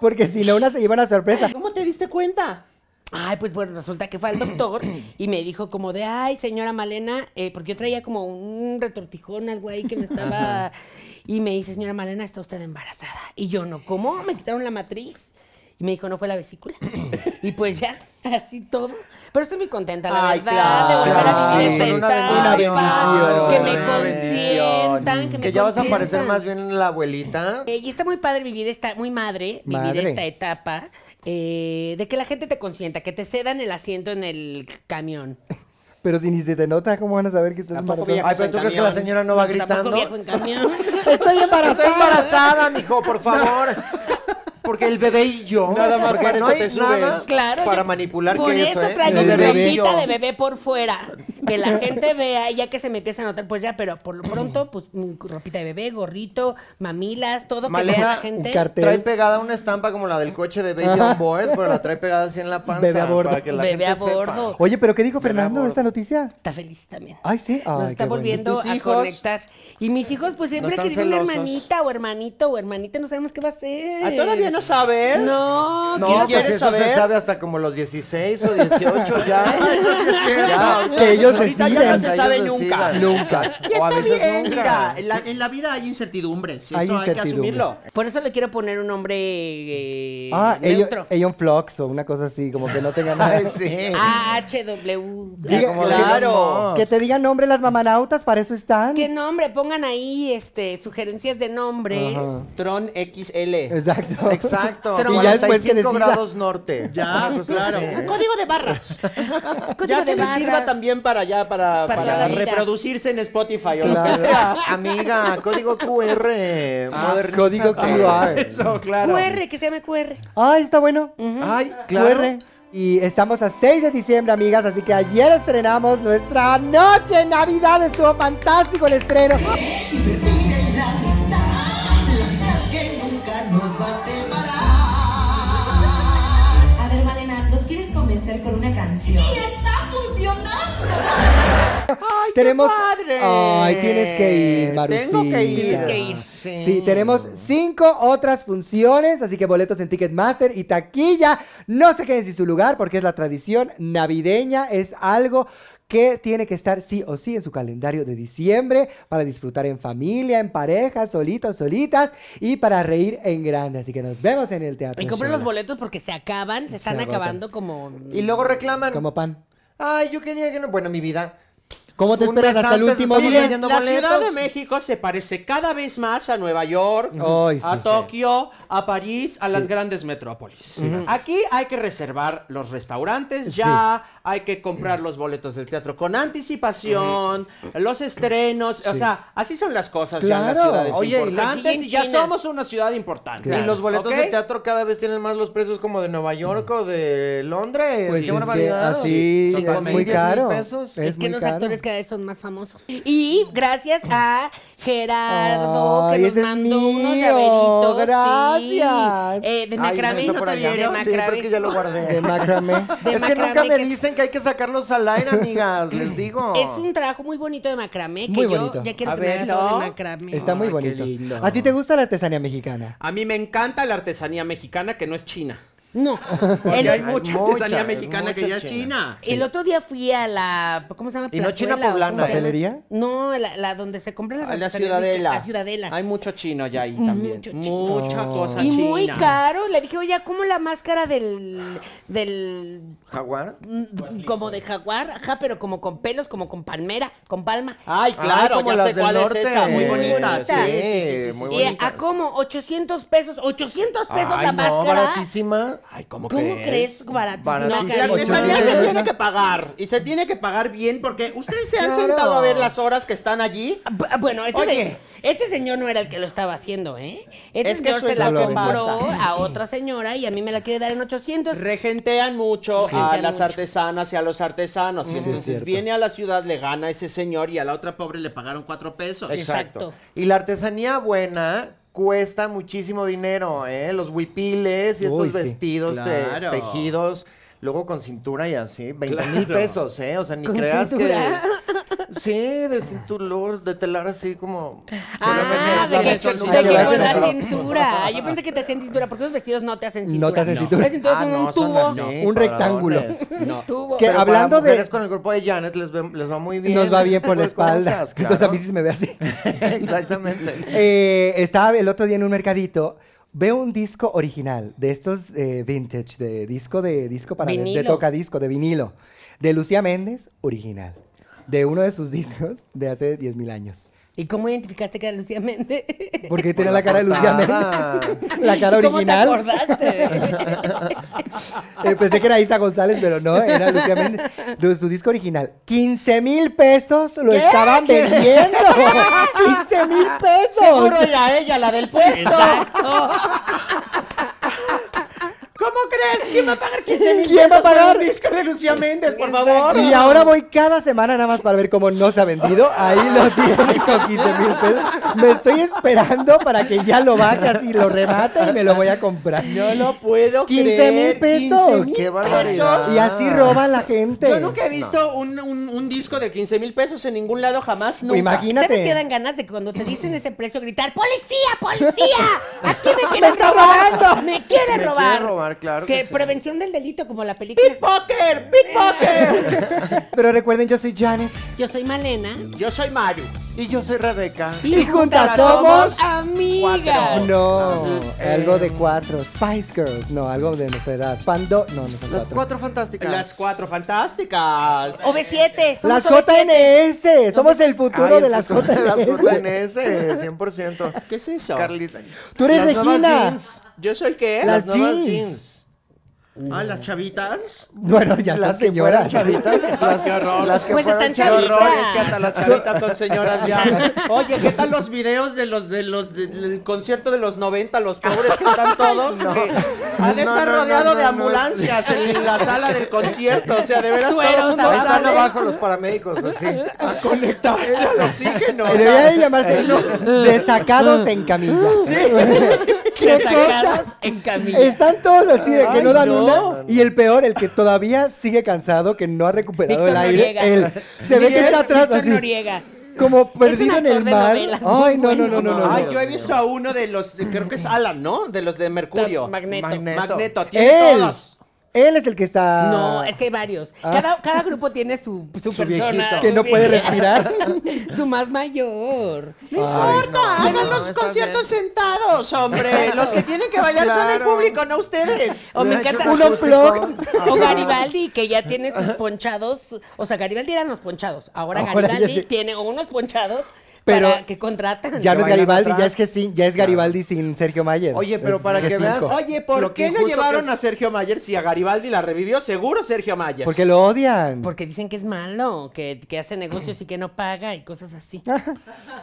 [SPEAKER 1] Porque si no, una se lleva una sorpresa.
[SPEAKER 4] ¿Cómo te diste cuenta?
[SPEAKER 3] Ay, pues bueno, resulta que fue al doctor y me dijo como de, ay, señora Malena, eh, porque yo traía como un retortijón, algo ahí que me estaba... Y me dice, señora Malena, está usted embarazada. Y yo, no, ¿cómo? Me quitaron la matriz. Y me dijo, no fue la vesícula. y pues ya, así todo. Pero estoy muy contenta, la
[SPEAKER 4] Ay,
[SPEAKER 3] verdad,
[SPEAKER 4] claro.
[SPEAKER 3] de volver a vivir
[SPEAKER 2] Claro, una
[SPEAKER 3] en esta
[SPEAKER 1] bendición.
[SPEAKER 3] etapa, Que me
[SPEAKER 2] Una
[SPEAKER 4] bendición.
[SPEAKER 3] consientan, que me
[SPEAKER 2] Que ya vas a parecer
[SPEAKER 3] consientan.
[SPEAKER 2] más bien la abuelita.
[SPEAKER 3] Eh, y está muy padre vivir esta, muy madre, vivir
[SPEAKER 1] Madre.
[SPEAKER 3] esta etapa eh, de que la gente te consienta, que te cedan el asiento en el camión.
[SPEAKER 1] Pero si ni se te nota, ¿cómo van a saber que estás
[SPEAKER 4] Tampoco
[SPEAKER 1] embarazada?
[SPEAKER 4] viajas
[SPEAKER 2] Ay, pero
[SPEAKER 4] en
[SPEAKER 2] tú crees que la
[SPEAKER 4] camión.
[SPEAKER 2] señora no va
[SPEAKER 3] Tampoco
[SPEAKER 2] gritando.
[SPEAKER 3] viajo en camión.
[SPEAKER 1] Estoy
[SPEAKER 2] Estoy
[SPEAKER 1] embarazada.
[SPEAKER 2] embarazada, mijo, por favor. Porque el bebé y yo.
[SPEAKER 4] Nada más
[SPEAKER 2] porque
[SPEAKER 4] para eso te subes.
[SPEAKER 3] claro.
[SPEAKER 2] para
[SPEAKER 3] yo-
[SPEAKER 2] manipular
[SPEAKER 3] Por
[SPEAKER 2] que
[SPEAKER 3] eso
[SPEAKER 2] eso, ¿eh?
[SPEAKER 3] traigo
[SPEAKER 1] El
[SPEAKER 3] mi
[SPEAKER 1] bebé.
[SPEAKER 3] ropita de bebé por fuera. Que la gente vea, y ya que se me empieza a notar, pues ya, pero por lo pronto, pues mi ropita de bebé, gorrito, mamilas, todo que vea
[SPEAKER 2] Malena,
[SPEAKER 3] la gente.
[SPEAKER 1] un cartel.
[SPEAKER 2] Trae pegada una estampa como la del coche de Baby on Board, pero la trae pegada así en la panza.
[SPEAKER 1] Bebé a bordo.
[SPEAKER 2] Para que la gente
[SPEAKER 3] Bebé a bordo.
[SPEAKER 2] sepa.
[SPEAKER 1] Oye, pero ¿qué dijo
[SPEAKER 2] Bebé
[SPEAKER 1] Fernando de
[SPEAKER 2] amor.
[SPEAKER 1] esta noticia?
[SPEAKER 3] Está feliz también.
[SPEAKER 1] Ay, sí. Ay,
[SPEAKER 3] Nos está
[SPEAKER 1] qué bueno.
[SPEAKER 3] volviendo
[SPEAKER 4] ¿Tus
[SPEAKER 3] a
[SPEAKER 4] hijos?
[SPEAKER 3] conectar. Y mis hijos, pues siempre
[SPEAKER 2] están
[SPEAKER 3] han querido una
[SPEAKER 2] celosos.
[SPEAKER 3] hermanita o hermanito o hermanita, no sabemos qué va a ser.
[SPEAKER 4] Ah, ¿Todavía no sabes?
[SPEAKER 3] No,
[SPEAKER 2] No,
[SPEAKER 3] quiero
[SPEAKER 2] pues
[SPEAKER 4] ¿Quieres
[SPEAKER 2] eso se
[SPEAKER 4] saber?
[SPEAKER 2] sabe hasta como los 16 o 18 ya.
[SPEAKER 1] Que ellos ellos
[SPEAKER 4] ahorita
[SPEAKER 1] deciden.
[SPEAKER 4] ya no se
[SPEAKER 2] Ellos
[SPEAKER 4] sabe
[SPEAKER 2] deciden.
[SPEAKER 4] nunca.
[SPEAKER 2] Nunca.
[SPEAKER 4] Y
[SPEAKER 2] O a
[SPEAKER 4] está
[SPEAKER 2] veces
[SPEAKER 4] bien,
[SPEAKER 2] nunca.
[SPEAKER 4] mira, en la, en la vida hay incertidumbres, eso
[SPEAKER 1] Hay
[SPEAKER 4] hay, que
[SPEAKER 1] incertidumbres.
[SPEAKER 4] asumirlo.
[SPEAKER 3] Por eso le quiero poner un nombre eh,
[SPEAKER 1] Ah, ellos
[SPEAKER 3] neutro.
[SPEAKER 1] ellos Flox o una cosa así, como que no tengan nada.
[SPEAKER 2] Ay, sí.
[SPEAKER 4] Ah,
[SPEAKER 3] AHW.
[SPEAKER 1] Diga-
[SPEAKER 2] Como
[SPEAKER 4] claro.
[SPEAKER 2] digamos.
[SPEAKER 1] Que te digan nombre las mamanautas, para eso están.
[SPEAKER 3] ¿Qué nombre? Pongan ahí este sugerencias de nombres.
[SPEAKER 1] Ajá.
[SPEAKER 4] Tron XL.
[SPEAKER 1] Exacto.
[SPEAKER 2] Exacto.
[SPEAKER 3] Pero
[SPEAKER 2] Y
[SPEAKER 3] ya
[SPEAKER 2] ya
[SPEAKER 1] después
[SPEAKER 2] después
[SPEAKER 1] que decida.
[SPEAKER 2] grados norte.
[SPEAKER 4] Ya, pues
[SPEAKER 2] Una cosa
[SPEAKER 4] claro.
[SPEAKER 2] así.
[SPEAKER 4] Un código de barras.
[SPEAKER 3] Ah, Código
[SPEAKER 4] ya
[SPEAKER 3] de
[SPEAKER 4] que le
[SPEAKER 3] barras.
[SPEAKER 4] sirva también para ya,
[SPEAKER 3] Para
[SPEAKER 4] para, para
[SPEAKER 3] toda la vida.
[SPEAKER 4] reproducirse en Spotify o lo que sea.
[SPEAKER 2] Claro. Amiga, código QR.
[SPEAKER 4] Ah,
[SPEAKER 2] modernízate.
[SPEAKER 1] Ah, código QR.
[SPEAKER 4] Eso, claro.
[SPEAKER 3] QR, que se llame QR.
[SPEAKER 1] Ay, Ah, está bueno.
[SPEAKER 2] Ay, claro.
[SPEAKER 1] QR. Y estamos a 6 de diciembre, amigas, así que ayer estrenamos nuestra noche en Navidad. Estuvo fantástico el estreno.
[SPEAKER 5] y vivir en la amistad, la amistad que nunca nos va a separar.
[SPEAKER 6] A ver, Malena, ¿nos quieres convencer con una canción?
[SPEAKER 5] Y está funcionando.
[SPEAKER 4] Ay, qué
[SPEAKER 1] tenemos.
[SPEAKER 4] padre.
[SPEAKER 1] Ay, tienes que ir, Marucita.
[SPEAKER 4] Tengo que ir.
[SPEAKER 3] Tienes que ir.
[SPEAKER 1] Sí. tenemos cinco otras funciones, así que boletos en Ticketmaster y taquilla. No se queden sin su lugar porque es la tradición navideña, es algo que tiene que estar sí o sí en su calendario de diciembre para disfrutar en familia, en pareja, solitos, solitas y para reír en grande. Así que nos vemos en el teatro.
[SPEAKER 3] Y compren
[SPEAKER 1] Shola.
[SPEAKER 3] los boletos porque se acaban, se están
[SPEAKER 1] agotan.
[SPEAKER 3] acabando como.
[SPEAKER 2] Y luego reclaman.
[SPEAKER 1] Como pan.
[SPEAKER 2] Ay, yo quería que no. Bueno, mi vida.
[SPEAKER 1] ¿Cómo te
[SPEAKER 2] Un
[SPEAKER 1] esperas
[SPEAKER 2] mes
[SPEAKER 1] hasta el
[SPEAKER 2] antes
[SPEAKER 1] último
[SPEAKER 2] estamos
[SPEAKER 1] día?
[SPEAKER 2] leyendo-
[SPEAKER 4] La Ciudad de
[SPEAKER 2] boletos.
[SPEAKER 4] México se parece cada vez más a Nueva York,
[SPEAKER 1] Ay, sí.
[SPEAKER 4] a Tokio, a París, a las grandes metrópolis. Aquí hay que reservar los restaurantes ya, hay que comprar los boletos del teatro con anticipación, los estrenos, o sea, así son las cosas ya en las
[SPEAKER 1] Claro.
[SPEAKER 4] ciudades
[SPEAKER 2] Oye, y la-
[SPEAKER 4] importantes
[SPEAKER 3] Aquí en
[SPEAKER 4] y ya
[SPEAKER 3] China.
[SPEAKER 4] somos una ciudad importante.
[SPEAKER 1] Claro.
[SPEAKER 2] Y los boletos
[SPEAKER 4] ¿ok?
[SPEAKER 2] de teatro cada vez tienen más los precios como de Nueva York o de Londres.
[SPEAKER 1] Pues es
[SPEAKER 2] Qué
[SPEAKER 1] que
[SPEAKER 2] barbaridad.
[SPEAKER 1] así
[SPEAKER 2] Son
[SPEAKER 1] es
[SPEAKER 2] como
[SPEAKER 1] muy
[SPEAKER 2] 10,000
[SPEAKER 1] caro. Eh, Es
[SPEAKER 2] pesos.
[SPEAKER 3] Es, que
[SPEAKER 1] muy
[SPEAKER 3] los
[SPEAKER 1] caro.
[SPEAKER 3] actores cada vez son más famosos. Y gracias a Gerardo,
[SPEAKER 1] Ay,
[SPEAKER 3] que nos
[SPEAKER 1] ese es
[SPEAKER 3] mandó unos
[SPEAKER 1] mío,
[SPEAKER 3] llaveritos. sí.
[SPEAKER 1] gracias.
[SPEAKER 3] Eh, de
[SPEAKER 2] Ay,
[SPEAKER 3] macramé.
[SPEAKER 2] está por
[SPEAKER 3] De
[SPEAKER 2] allá. Sí, pero
[SPEAKER 3] macramé.
[SPEAKER 2] es que ya lo guardé.
[SPEAKER 1] De macramé.
[SPEAKER 3] De
[SPEAKER 2] es que nunca
[SPEAKER 3] macramé
[SPEAKER 2] me
[SPEAKER 3] que es-
[SPEAKER 2] dicen que hay que sacarlos al aire, amigas. Les digo.
[SPEAKER 3] Es un trabajo muy bonito de macramé que
[SPEAKER 1] Muy
[SPEAKER 3] yo
[SPEAKER 1] bonito.
[SPEAKER 3] ya quiero
[SPEAKER 2] A
[SPEAKER 3] que me haga
[SPEAKER 4] verlo.
[SPEAKER 3] todo de macramé.
[SPEAKER 1] Está muy
[SPEAKER 4] Ay, qué
[SPEAKER 1] bonito.
[SPEAKER 4] lindo.
[SPEAKER 1] ¿A ti te gusta la artesanía mexicana?
[SPEAKER 4] A mí me encanta la artesanía mexicana que no es china.
[SPEAKER 3] No.
[SPEAKER 4] Porque
[SPEAKER 3] El,
[SPEAKER 4] hay
[SPEAKER 2] Hay
[SPEAKER 4] mucha
[SPEAKER 2] mucha,
[SPEAKER 4] artesanía
[SPEAKER 2] hay
[SPEAKER 4] mexicana que
[SPEAKER 2] mucha
[SPEAKER 4] ya es china.
[SPEAKER 3] el otro día fui a la. ¿Cómo se llama?
[SPEAKER 2] Y no
[SPEAKER 3] Plazuela,
[SPEAKER 2] China
[SPEAKER 3] ¿o cómo
[SPEAKER 2] Poblana,
[SPEAKER 3] se llama?
[SPEAKER 1] ¿Galería?
[SPEAKER 3] No, la, la donde se compran las
[SPEAKER 4] A Ah, la
[SPEAKER 3] artesanías
[SPEAKER 4] Ciudadela.
[SPEAKER 3] mexicanas, La Ciudadela.
[SPEAKER 4] Hay mucho chino ya ahí también.
[SPEAKER 3] Mucho chino.
[SPEAKER 4] Mucha cosa
[SPEAKER 3] y
[SPEAKER 4] china.
[SPEAKER 3] muy caro. Le dije, oye, ¿cómo la máscara del. del.
[SPEAKER 2] jaguar.
[SPEAKER 3] mm, como de jaguar? Ajá, pero como con pelos, como con palmera, con palma.
[SPEAKER 4] Ay, claro,
[SPEAKER 2] Ay, como
[SPEAKER 4] ya
[SPEAKER 2] las
[SPEAKER 4] sé
[SPEAKER 2] del
[SPEAKER 4] cuál
[SPEAKER 2] norte.
[SPEAKER 4] es esa. Muy bonita.
[SPEAKER 3] Bonita.
[SPEAKER 4] Sí, sí, sí, sí,
[SPEAKER 2] muy
[SPEAKER 4] sí.
[SPEAKER 3] Y
[SPEAKER 2] bonitas.
[SPEAKER 3] a como 800 pesos, 800 pesos
[SPEAKER 2] Ay,
[SPEAKER 3] la
[SPEAKER 2] no,
[SPEAKER 3] máscara.
[SPEAKER 2] baratísima.
[SPEAKER 4] ah, Ay,
[SPEAKER 3] ¿Cómo
[SPEAKER 4] ¿cómo,
[SPEAKER 3] crees? Baratísima.
[SPEAKER 2] Baratísima.
[SPEAKER 4] La
[SPEAKER 3] Karen.
[SPEAKER 4] artesanía se
[SPEAKER 1] 800.
[SPEAKER 4] tiene que pagar. Y se tiene que pagar bien porque ustedes se han
[SPEAKER 2] Claro.
[SPEAKER 4] sentado a ver las horas que están allí.
[SPEAKER 3] B- Bueno, este,
[SPEAKER 4] Oye.
[SPEAKER 3] señor, este señor no era el que lo estaba haciendo, ¿eh? Este
[SPEAKER 4] Es que
[SPEAKER 3] señor
[SPEAKER 4] eso
[SPEAKER 3] se
[SPEAKER 4] es
[SPEAKER 3] la
[SPEAKER 4] lo que
[SPEAKER 3] compró
[SPEAKER 4] pasa.
[SPEAKER 3] a otra señora y a mí me la quiere dar en 800.
[SPEAKER 4] Regentean mucho a
[SPEAKER 3] Regentean
[SPEAKER 4] las
[SPEAKER 3] mucho.
[SPEAKER 4] artesanas y a los artesanos. Y
[SPEAKER 1] es
[SPEAKER 4] entonces
[SPEAKER 1] cierto.
[SPEAKER 4] viene a la ciudad, le gana ese señor y a la otra pobre le pagaron cuatro pesos.
[SPEAKER 3] Exacto.
[SPEAKER 2] Y la artesanía buena cuesta muchísimo dinero, ¿eh? Los huipiles y estos
[SPEAKER 1] Uy, sí.
[SPEAKER 2] vestidos te-
[SPEAKER 4] Claro.
[SPEAKER 2] tejidos, luego con cintura y así, 20 mil
[SPEAKER 4] Claro.
[SPEAKER 2] pesos, ¿eh? O sea, ni
[SPEAKER 3] ¿Con
[SPEAKER 2] creas
[SPEAKER 3] cintura?
[SPEAKER 2] que... Sí, de cintura, luego de telar así como...
[SPEAKER 3] Ah,
[SPEAKER 2] Solamente
[SPEAKER 3] de que,
[SPEAKER 2] es la
[SPEAKER 3] de
[SPEAKER 2] mezcla
[SPEAKER 1] nunca
[SPEAKER 3] que
[SPEAKER 1] lo
[SPEAKER 2] nunca.
[SPEAKER 1] hacen,
[SPEAKER 3] con la
[SPEAKER 1] ¿no?
[SPEAKER 3] cintura. Yo pensé que te hacían cintura, porque esos vestidos no te hacen cintura.
[SPEAKER 1] No te hacen cintura.
[SPEAKER 3] Las cinturas
[SPEAKER 2] Ah,
[SPEAKER 3] son un
[SPEAKER 2] no, son
[SPEAKER 3] tubo.
[SPEAKER 2] así,
[SPEAKER 1] Un
[SPEAKER 2] cuadradones.
[SPEAKER 1] rectángulo.
[SPEAKER 4] No.
[SPEAKER 3] tubo.
[SPEAKER 1] ¿Qué?
[SPEAKER 2] Pero
[SPEAKER 1] hablando
[SPEAKER 2] para
[SPEAKER 1] de-
[SPEAKER 2] mujeres con el cuerpo de Janet les, ve- les va muy bien.
[SPEAKER 1] Nos va bien
[SPEAKER 2] ese
[SPEAKER 1] por la
[SPEAKER 2] tipo de
[SPEAKER 1] espalda.
[SPEAKER 2] cosas, claro.
[SPEAKER 1] Entonces a mí sí se me ve así.
[SPEAKER 2] Exactamente.
[SPEAKER 1] Eh, estaba el otro día en un mercadito. Veo un disco original de estos eh, vintage, de disco de disco para de- de,
[SPEAKER 3] Vinilo.
[SPEAKER 1] toca disco, de vinilo. De Lucía Méndez, original. De uno de sus discos de hace 10.000 años.
[SPEAKER 3] ¿Y cómo identificaste que era Lucía Méndez?
[SPEAKER 1] Porque tiene la
[SPEAKER 2] eh, Por Pues la
[SPEAKER 1] cara de Lucía
[SPEAKER 2] portada.
[SPEAKER 1] Méndez. La cara
[SPEAKER 3] ¿Cómo te
[SPEAKER 1] original.
[SPEAKER 3] acordaste?
[SPEAKER 1] Eh, pensé que era Isa González, pero no, era Lucía Méndez. De su disco original. 15 mil pesos lo estaban vendiendo. 15 mil pesos.
[SPEAKER 4] Seguro era ella la del puesto. ¿Cómo crees? ¿Quién va a pagar 15 mil
[SPEAKER 1] ¿Quién va a
[SPEAKER 4] pesos por
[SPEAKER 1] pagar?
[SPEAKER 4] un disco de Lucía Méndez, por favor?
[SPEAKER 1] Y ahora voy cada semana nada más para ver cómo no se ha vendido. Ahí lo tiene con 15 mil pesos. Me estoy esperando para que ya lo baje así, lo remate y me lo voy a comprar.
[SPEAKER 4] Yo no puedo
[SPEAKER 1] 15
[SPEAKER 4] creer.
[SPEAKER 1] mil
[SPEAKER 4] 15
[SPEAKER 1] pesos.
[SPEAKER 4] mil
[SPEAKER 2] Qué barbaridad.
[SPEAKER 1] Y así roba la gente.
[SPEAKER 4] Yo nunca he visto un, un- un disco de 15 mil pesos en ningún lado, jamás, nunca.
[SPEAKER 1] Imagínate.
[SPEAKER 3] ¿Sabes qué dan ganas de que cuando te dicen ese precio gritar ¡Policía, policía! ¡Aquí me quieren
[SPEAKER 1] está
[SPEAKER 3] robar! ¡Me quieren
[SPEAKER 2] Me
[SPEAKER 3] robar!
[SPEAKER 2] quiere robar, claro.
[SPEAKER 3] que
[SPEAKER 2] sí.
[SPEAKER 3] prevención del delito, como la película.
[SPEAKER 4] ¡Pickpocket! ¡Pickpocket!
[SPEAKER 1] Pero recuerden, yo soy Janet.
[SPEAKER 3] Yo soy Malena.
[SPEAKER 4] Yo soy Mario.
[SPEAKER 2] Y yo soy Rebeca.
[SPEAKER 1] Y juntas somos
[SPEAKER 3] amigas.
[SPEAKER 1] Oh, No,
[SPEAKER 2] Eh.
[SPEAKER 1] algo de cuatro. Spice Girls. No, algo de nuestra edad. Pando. No, no son
[SPEAKER 2] Las
[SPEAKER 1] cuatro.
[SPEAKER 2] cuatro fantásticas.
[SPEAKER 4] Las cuatro fantásticas.
[SPEAKER 3] OV7. somos
[SPEAKER 1] Las
[SPEAKER 3] OV7.
[SPEAKER 1] JNS. Somos el
[SPEAKER 2] Ay,
[SPEAKER 1] futuro de
[SPEAKER 2] el
[SPEAKER 1] las
[SPEAKER 2] futuro de las
[SPEAKER 1] JNS.
[SPEAKER 2] JNS, 100%.
[SPEAKER 4] ¿Qué es eso?
[SPEAKER 2] Carlita.
[SPEAKER 1] Tú eres
[SPEAKER 2] Las nuevas
[SPEAKER 1] Regina.
[SPEAKER 2] jeans,
[SPEAKER 4] ¿Yo soy qué?
[SPEAKER 1] Las
[SPEAKER 2] Las nuevas
[SPEAKER 1] jeans.
[SPEAKER 2] jeans. Uh.
[SPEAKER 4] Ah, las chavitas.
[SPEAKER 1] Bueno, ya las
[SPEAKER 2] Las que
[SPEAKER 1] señoras.
[SPEAKER 2] fueron chavitas. Las que horror. Las que
[SPEAKER 3] Pues
[SPEAKER 2] fueron
[SPEAKER 3] están
[SPEAKER 4] Qué
[SPEAKER 3] Chavitas.
[SPEAKER 4] horror, es que hasta las chavitas son señoras ya. Oye, ¿qué tal los videos de los de los de- del concierto de los 90, los pobres que están todos? Que ha de
[SPEAKER 2] No,
[SPEAKER 4] estar
[SPEAKER 2] no, no,
[SPEAKER 4] rodeado
[SPEAKER 2] no,
[SPEAKER 4] de
[SPEAKER 2] no.
[SPEAKER 4] ambulancias en la sala del concierto, o sea, de veras
[SPEAKER 3] Sueros,
[SPEAKER 4] todo el mundo
[SPEAKER 2] Ahí
[SPEAKER 3] abrazos.
[SPEAKER 4] sale
[SPEAKER 2] están abajo los paramédicos, así.
[SPEAKER 4] a conectarse al oxígeno. o sea,
[SPEAKER 1] Debería de llamarse Desacados en camilla. ¿Qué
[SPEAKER 3] Sacadas
[SPEAKER 1] cosa?
[SPEAKER 3] en camilla.
[SPEAKER 1] Están todos así de que
[SPEAKER 4] Ay,
[SPEAKER 1] no dan
[SPEAKER 4] no.
[SPEAKER 1] una. Y el peor, el que todavía sigue cansado, que no ha recuperado
[SPEAKER 3] Víctor
[SPEAKER 1] el aire.
[SPEAKER 3] Noriega.
[SPEAKER 1] él. Se ve que está atrás
[SPEAKER 3] Víctor
[SPEAKER 1] así.
[SPEAKER 3] Noriega.
[SPEAKER 1] Como perdido en
[SPEAKER 3] un
[SPEAKER 1] el
[SPEAKER 3] actor de
[SPEAKER 1] mar.
[SPEAKER 3] novelas
[SPEAKER 1] Ay, no,
[SPEAKER 3] muy
[SPEAKER 1] no, no, no,
[SPEAKER 2] bueno.
[SPEAKER 1] no.
[SPEAKER 4] Ay,
[SPEAKER 1] no.
[SPEAKER 4] yo he visto a uno de los, creo que es Alan, ¿no? De los de Mercurio.
[SPEAKER 3] Magneto.
[SPEAKER 2] Magneto.
[SPEAKER 4] Magneto, tiene
[SPEAKER 1] Él.
[SPEAKER 4] todos.
[SPEAKER 1] Él es el que está.
[SPEAKER 3] No, es que hay varios.
[SPEAKER 1] Ah.
[SPEAKER 3] Cada, cada grupo tiene su, su, persona.
[SPEAKER 2] viejito.
[SPEAKER 1] Que
[SPEAKER 3] su
[SPEAKER 1] no puede
[SPEAKER 3] vieja.
[SPEAKER 1] respirar.
[SPEAKER 3] su más mayor.
[SPEAKER 1] Ay,
[SPEAKER 4] importa, hagan
[SPEAKER 2] no,
[SPEAKER 4] los
[SPEAKER 2] está
[SPEAKER 4] conciertos
[SPEAKER 2] bien.
[SPEAKER 4] sentados, hombre. Los que tienen que bailar son el
[SPEAKER 2] Claro.
[SPEAKER 4] público, no ustedes.
[SPEAKER 3] O me
[SPEAKER 2] Ay,
[SPEAKER 3] encanta.
[SPEAKER 2] yo-
[SPEAKER 1] Uno
[SPEAKER 2] acústico.
[SPEAKER 1] plug.
[SPEAKER 3] O
[SPEAKER 2] Ajá.
[SPEAKER 3] Garibaldi, que ya tiene sus ponchados. O sea, Garibaldi eran los ponchados. Ahora,
[SPEAKER 1] Ahora ya
[SPEAKER 3] Garibaldi
[SPEAKER 1] sí.
[SPEAKER 3] tiene unos ponchados
[SPEAKER 1] Pero
[SPEAKER 3] para que contratan.
[SPEAKER 1] Ya
[SPEAKER 2] Que
[SPEAKER 1] no es
[SPEAKER 2] bailan
[SPEAKER 1] Garibaldi, ya
[SPEAKER 2] atrás.
[SPEAKER 1] es que sí, ya es Garibaldi sin Sergio Mayer.
[SPEAKER 2] Oye, pero
[SPEAKER 1] Es
[SPEAKER 2] para que
[SPEAKER 1] G5.
[SPEAKER 2] veas-
[SPEAKER 4] Oye, ¿por
[SPEAKER 2] Lo que
[SPEAKER 4] qué no
[SPEAKER 2] injusto
[SPEAKER 4] llevaron
[SPEAKER 2] que es.
[SPEAKER 4] a Sergio Mayer si a Garibaldi la revivió? Seguro Sergio Mayer.
[SPEAKER 1] Porque lo odian.
[SPEAKER 3] Porque dicen que es malo, que, que hace negocios y que no paga y cosas así.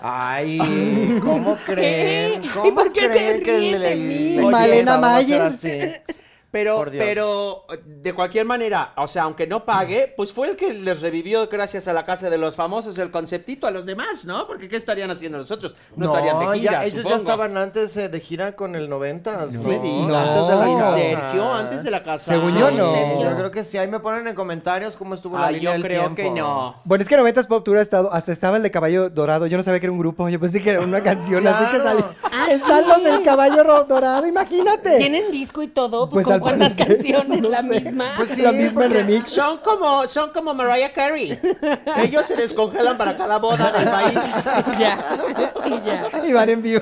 [SPEAKER 2] Ay, ¿cómo creen?
[SPEAKER 3] ¿Y
[SPEAKER 2] ¿Cómo
[SPEAKER 3] por qué se
[SPEAKER 2] creen que
[SPEAKER 3] ríen de
[SPEAKER 2] le-
[SPEAKER 3] mí?
[SPEAKER 2] le-
[SPEAKER 1] Malena
[SPEAKER 2] vamos a hacer
[SPEAKER 1] Mayer.
[SPEAKER 2] así?
[SPEAKER 4] Pero,
[SPEAKER 2] Por Dios.
[SPEAKER 4] pero, de cualquier manera, o sea, aunque no pague, pues fue el que les revivió gracias a la casa de los famosos el conceptito a los demás, ¿no? Porque ¿qué estarían haciendo los otros? No, estarían de gira,
[SPEAKER 2] ya, ellos
[SPEAKER 4] supongo.
[SPEAKER 2] ya estaban antes eh, de gira con el 90. No,
[SPEAKER 1] no.
[SPEAKER 4] Antes de la
[SPEAKER 1] No.
[SPEAKER 4] casa. Sergio, antes de la casa.
[SPEAKER 1] Según yo, no.
[SPEAKER 3] Sergio.
[SPEAKER 2] Yo creo que sí. Ahí me ponen en comentarios cómo estuvo la
[SPEAKER 4] Ay,
[SPEAKER 2] línea
[SPEAKER 4] yo
[SPEAKER 2] del
[SPEAKER 4] creo que
[SPEAKER 2] tiempo.
[SPEAKER 4] no.
[SPEAKER 1] Bueno, es que 90s Pop Tour ha estado, hasta estaba el de Caballo Dorado. Yo no sabía que era un grupo, yo pensé que era una canción, así que
[SPEAKER 2] Claro.
[SPEAKER 1] salió. Están los del Caballo ro- Dorado, imagínate.
[SPEAKER 3] Ah, Tienen disco y todo, pues,
[SPEAKER 1] Pues,
[SPEAKER 3] con
[SPEAKER 1] al
[SPEAKER 3] cuántas
[SPEAKER 1] parecer,
[SPEAKER 3] canciones,
[SPEAKER 1] no
[SPEAKER 3] la
[SPEAKER 1] sé.
[SPEAKER 3] misma.
[SPEAKER 1] Pues, La misma en
[SPEAKER 4] porque
[SPEAKER 1] remix.
[SPEAKER 4] Son como, son como Mariah Carey. Ellos se descongelan para cada boda del país.
[SPEAKER 3] Y ya, y ya.
[SPEAKER 1] Y van en vivo.